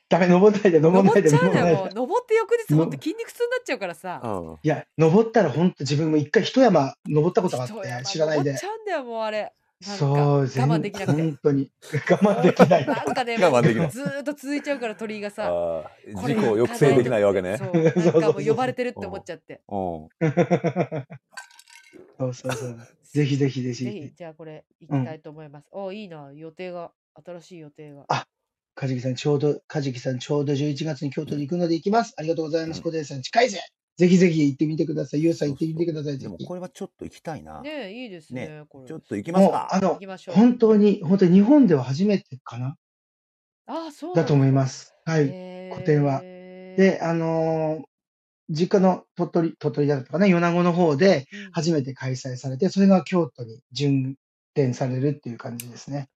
Speaker 3: ダメ、登らないで、登らな
Speaker 1: 登
Speaker 3: い
Speaker 1: っ
Speaker 3: で、
Speaker 1: ちゃう
Speaker 3: 登
Speaker 1: ん
Speaker 3: ら
Speaker 1: だ
Speaker 3: ない
Speaker 1: よ、
Speaker 3: で
Speaker 1: もう。。登って翌日、ほんと筋肉痛になっちゃうからさ。
Speaker 4: うん
Speaker 3: いや、登ったら本当自分も一回一山登ったことがあっ
Speaker 1: 人や
Speaker 3: て、知らない
Speaker 1: 登
Speaker 3: で
Speaker 1: っち。ゃうんだよ、もうあれ。なんか
Speaker 3: そう、
Speaker 1: 我
Speaker 3: 全
Speaker 1: 慢できなくて。
Speaker 3: 本当に。我慢できない。
Speaker 1: なんか ね、
Speaker 4: 我慢できない
Speaker 1: もうずーっと続いちゃうから鳥居がさ、
Speaker 4: あー
Speaker 1: これ
Speaker 4: 事故を抑制できないわけね
Speaker 1: そ。う
Speaker 3: そうそう
Speaker 1: な
Speaker 3: そ
Speaker 1: ん
Speaker 3: う
Speaker 1: かもう呼ばれてるって思っちゃって。
Speaker 4: うん。
Speaker 3: そうそう そう。ぜひぜひぜ
Speaker 1: ぜひ
Speaker 3: ひ、。
Speaker 1: じゃあこれ行きたいと思います。おいいな、予定が、新しい予定が。
Speaker 3: あカジキさん、ちょうど、カジキさん、ちょうど11月に京都に行くので行きます。ありがとうございます。
Speaker 4: うん
Speaker 3: 小出さん、近いぜ。ぜひぜひ行ってみてください。ゆうさん、行ってみてください。ぜ
Speaker 4: でも
Speaker 3: ひ。
Speaker 4: これはちょっと行きたいな。
Speaker 1: ねえ、いいですね、これ。
Speaker 4: ちょっと行きます
Speaker 3: もう、
Speaker 4: か
Speaker 3: あ。
Speaker 1: 行
Speaker 3: の
Speaker 1: き、ましょう。
Speaker 3: 本当に、本当に日本では初めてかな
Speaker 1: あ、そう。
Speaker 3: だと思いますす。はい。個展は
Speaker 1: で
Speaker 3: で、あのー実家の鳥取、鳥取だったかな、米子の方で初めて開催されて、それが京都に巡展されるっていう感じですね。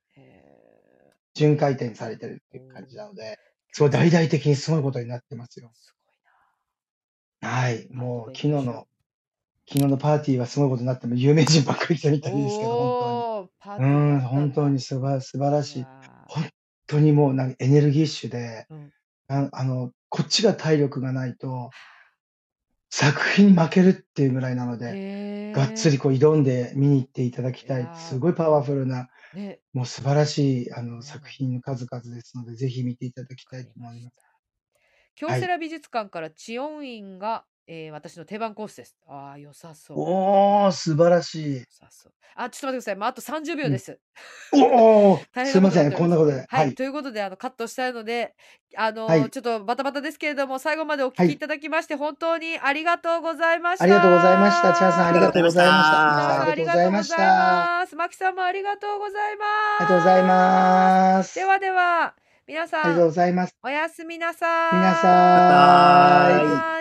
Speaker 3: 巡回展されてるっていう感じなので、すごい大々的にすごいことになってますよ。
Speaker 1: すごいな。
Speaker 3: はい、もう
Speaker 1: 後
Speaker 3: 昨
Speaker 1: で
Speaker 3: 日
Speaker 1: 行きましょう
Speaker 3: の、昨日のパーティーはすごいことになっても有名人ばっかり来たみたいですけど、本
Speaker 1: おーパー
Speaker 3: 当
Speaker 1: テ
Speaker 3: に。
Speaker 1: ィー
Speaker 3: う
Speaker 1: だ
Speaker 3: ん、
Speaker 1: っただ
Speaker 3: 本当に素晴素晴らしい。
Speaker 1: う
Speaker 3: 本
Speaker 1: わー
Speaker 3: 本当にもうなんかエネルギッシュで、
Speaker 1: うん
Speaker 3: ああの、こっちが体力がないと、作品に負けるっていうぐらいなので、
Speaker 1: へー
Speaker 3: がっつりこう挑んで見に行っていただきた
Speaker 1: い
Speaker 3: い
Speaker 1: や。ー
Speaker 3: すごいパワフルな、
Speaker 1: ね
Speaker 3: もう素晴らしいあ
Speaker 1: うん
Speaker 3: の作品の数々ですので、ぜひ見ていただきたいと思います。
Speaker 1: 京セラ美術館から知音院がえー私の定番コースです。ああ、良さそう。
Speaker 3: おー、素晴らしい
Speaker 1: 良。さそう。あ、ちょっと待ってください。まあ、あと30秒です。
Speaker 3: おー、
Speaker 1: 大
Speaker 3: すい
Speaker 1: 変な
Speaker 3: ま
Speaker 1: ことに
Speaker 3: せ
Speaker 1: なっておりま
Speaker 3: ん、
Speaker 1: す
Speaker 3: こんなことで。
Speaker 1: は、
Speaker 3: はいい。
Speaker 1: ということであのカットしたいので、あの
Speaker 3: はい
Speaker 1: ちょっとバタバタですけれども最後までお
Speaker 3: は
Speaker 1: 聞
Speaker 3: い
Speaker 1: きいただきまして、本当にありがとうございました。
Speaker 3: ありがとうございました。チャーさん、ありがとうございまし
Speaker 1: チ
Speaker 3: た。
Speaker 1: ャーさ
Speaker 3: 皆さ
Speaker 1: ん
Speaker 3: ん、あ
Speaker 1: あ
Speaker 3: り
Speaker 1: り
Speaker 3: が
Speaker 1: がと
Speaker 3: とうござ
Speaker 1: う
Speaker 3: いま
Speaker 1: ご
Speaker 3: し
Speaker 1: ざい
Speaker 3: た。あ
Speaker 1: ます。マキさんもありがとうございます。
Speaker 3: りがとうございます。
Speaker 1: ではでは皆
Speaker 3: あり
Speaker 1: さ
Speaker 3: がとうんございます。
Speaker 1: おやすみなさい。
Speaker 3: 皆さん。
Speaker 1: はーい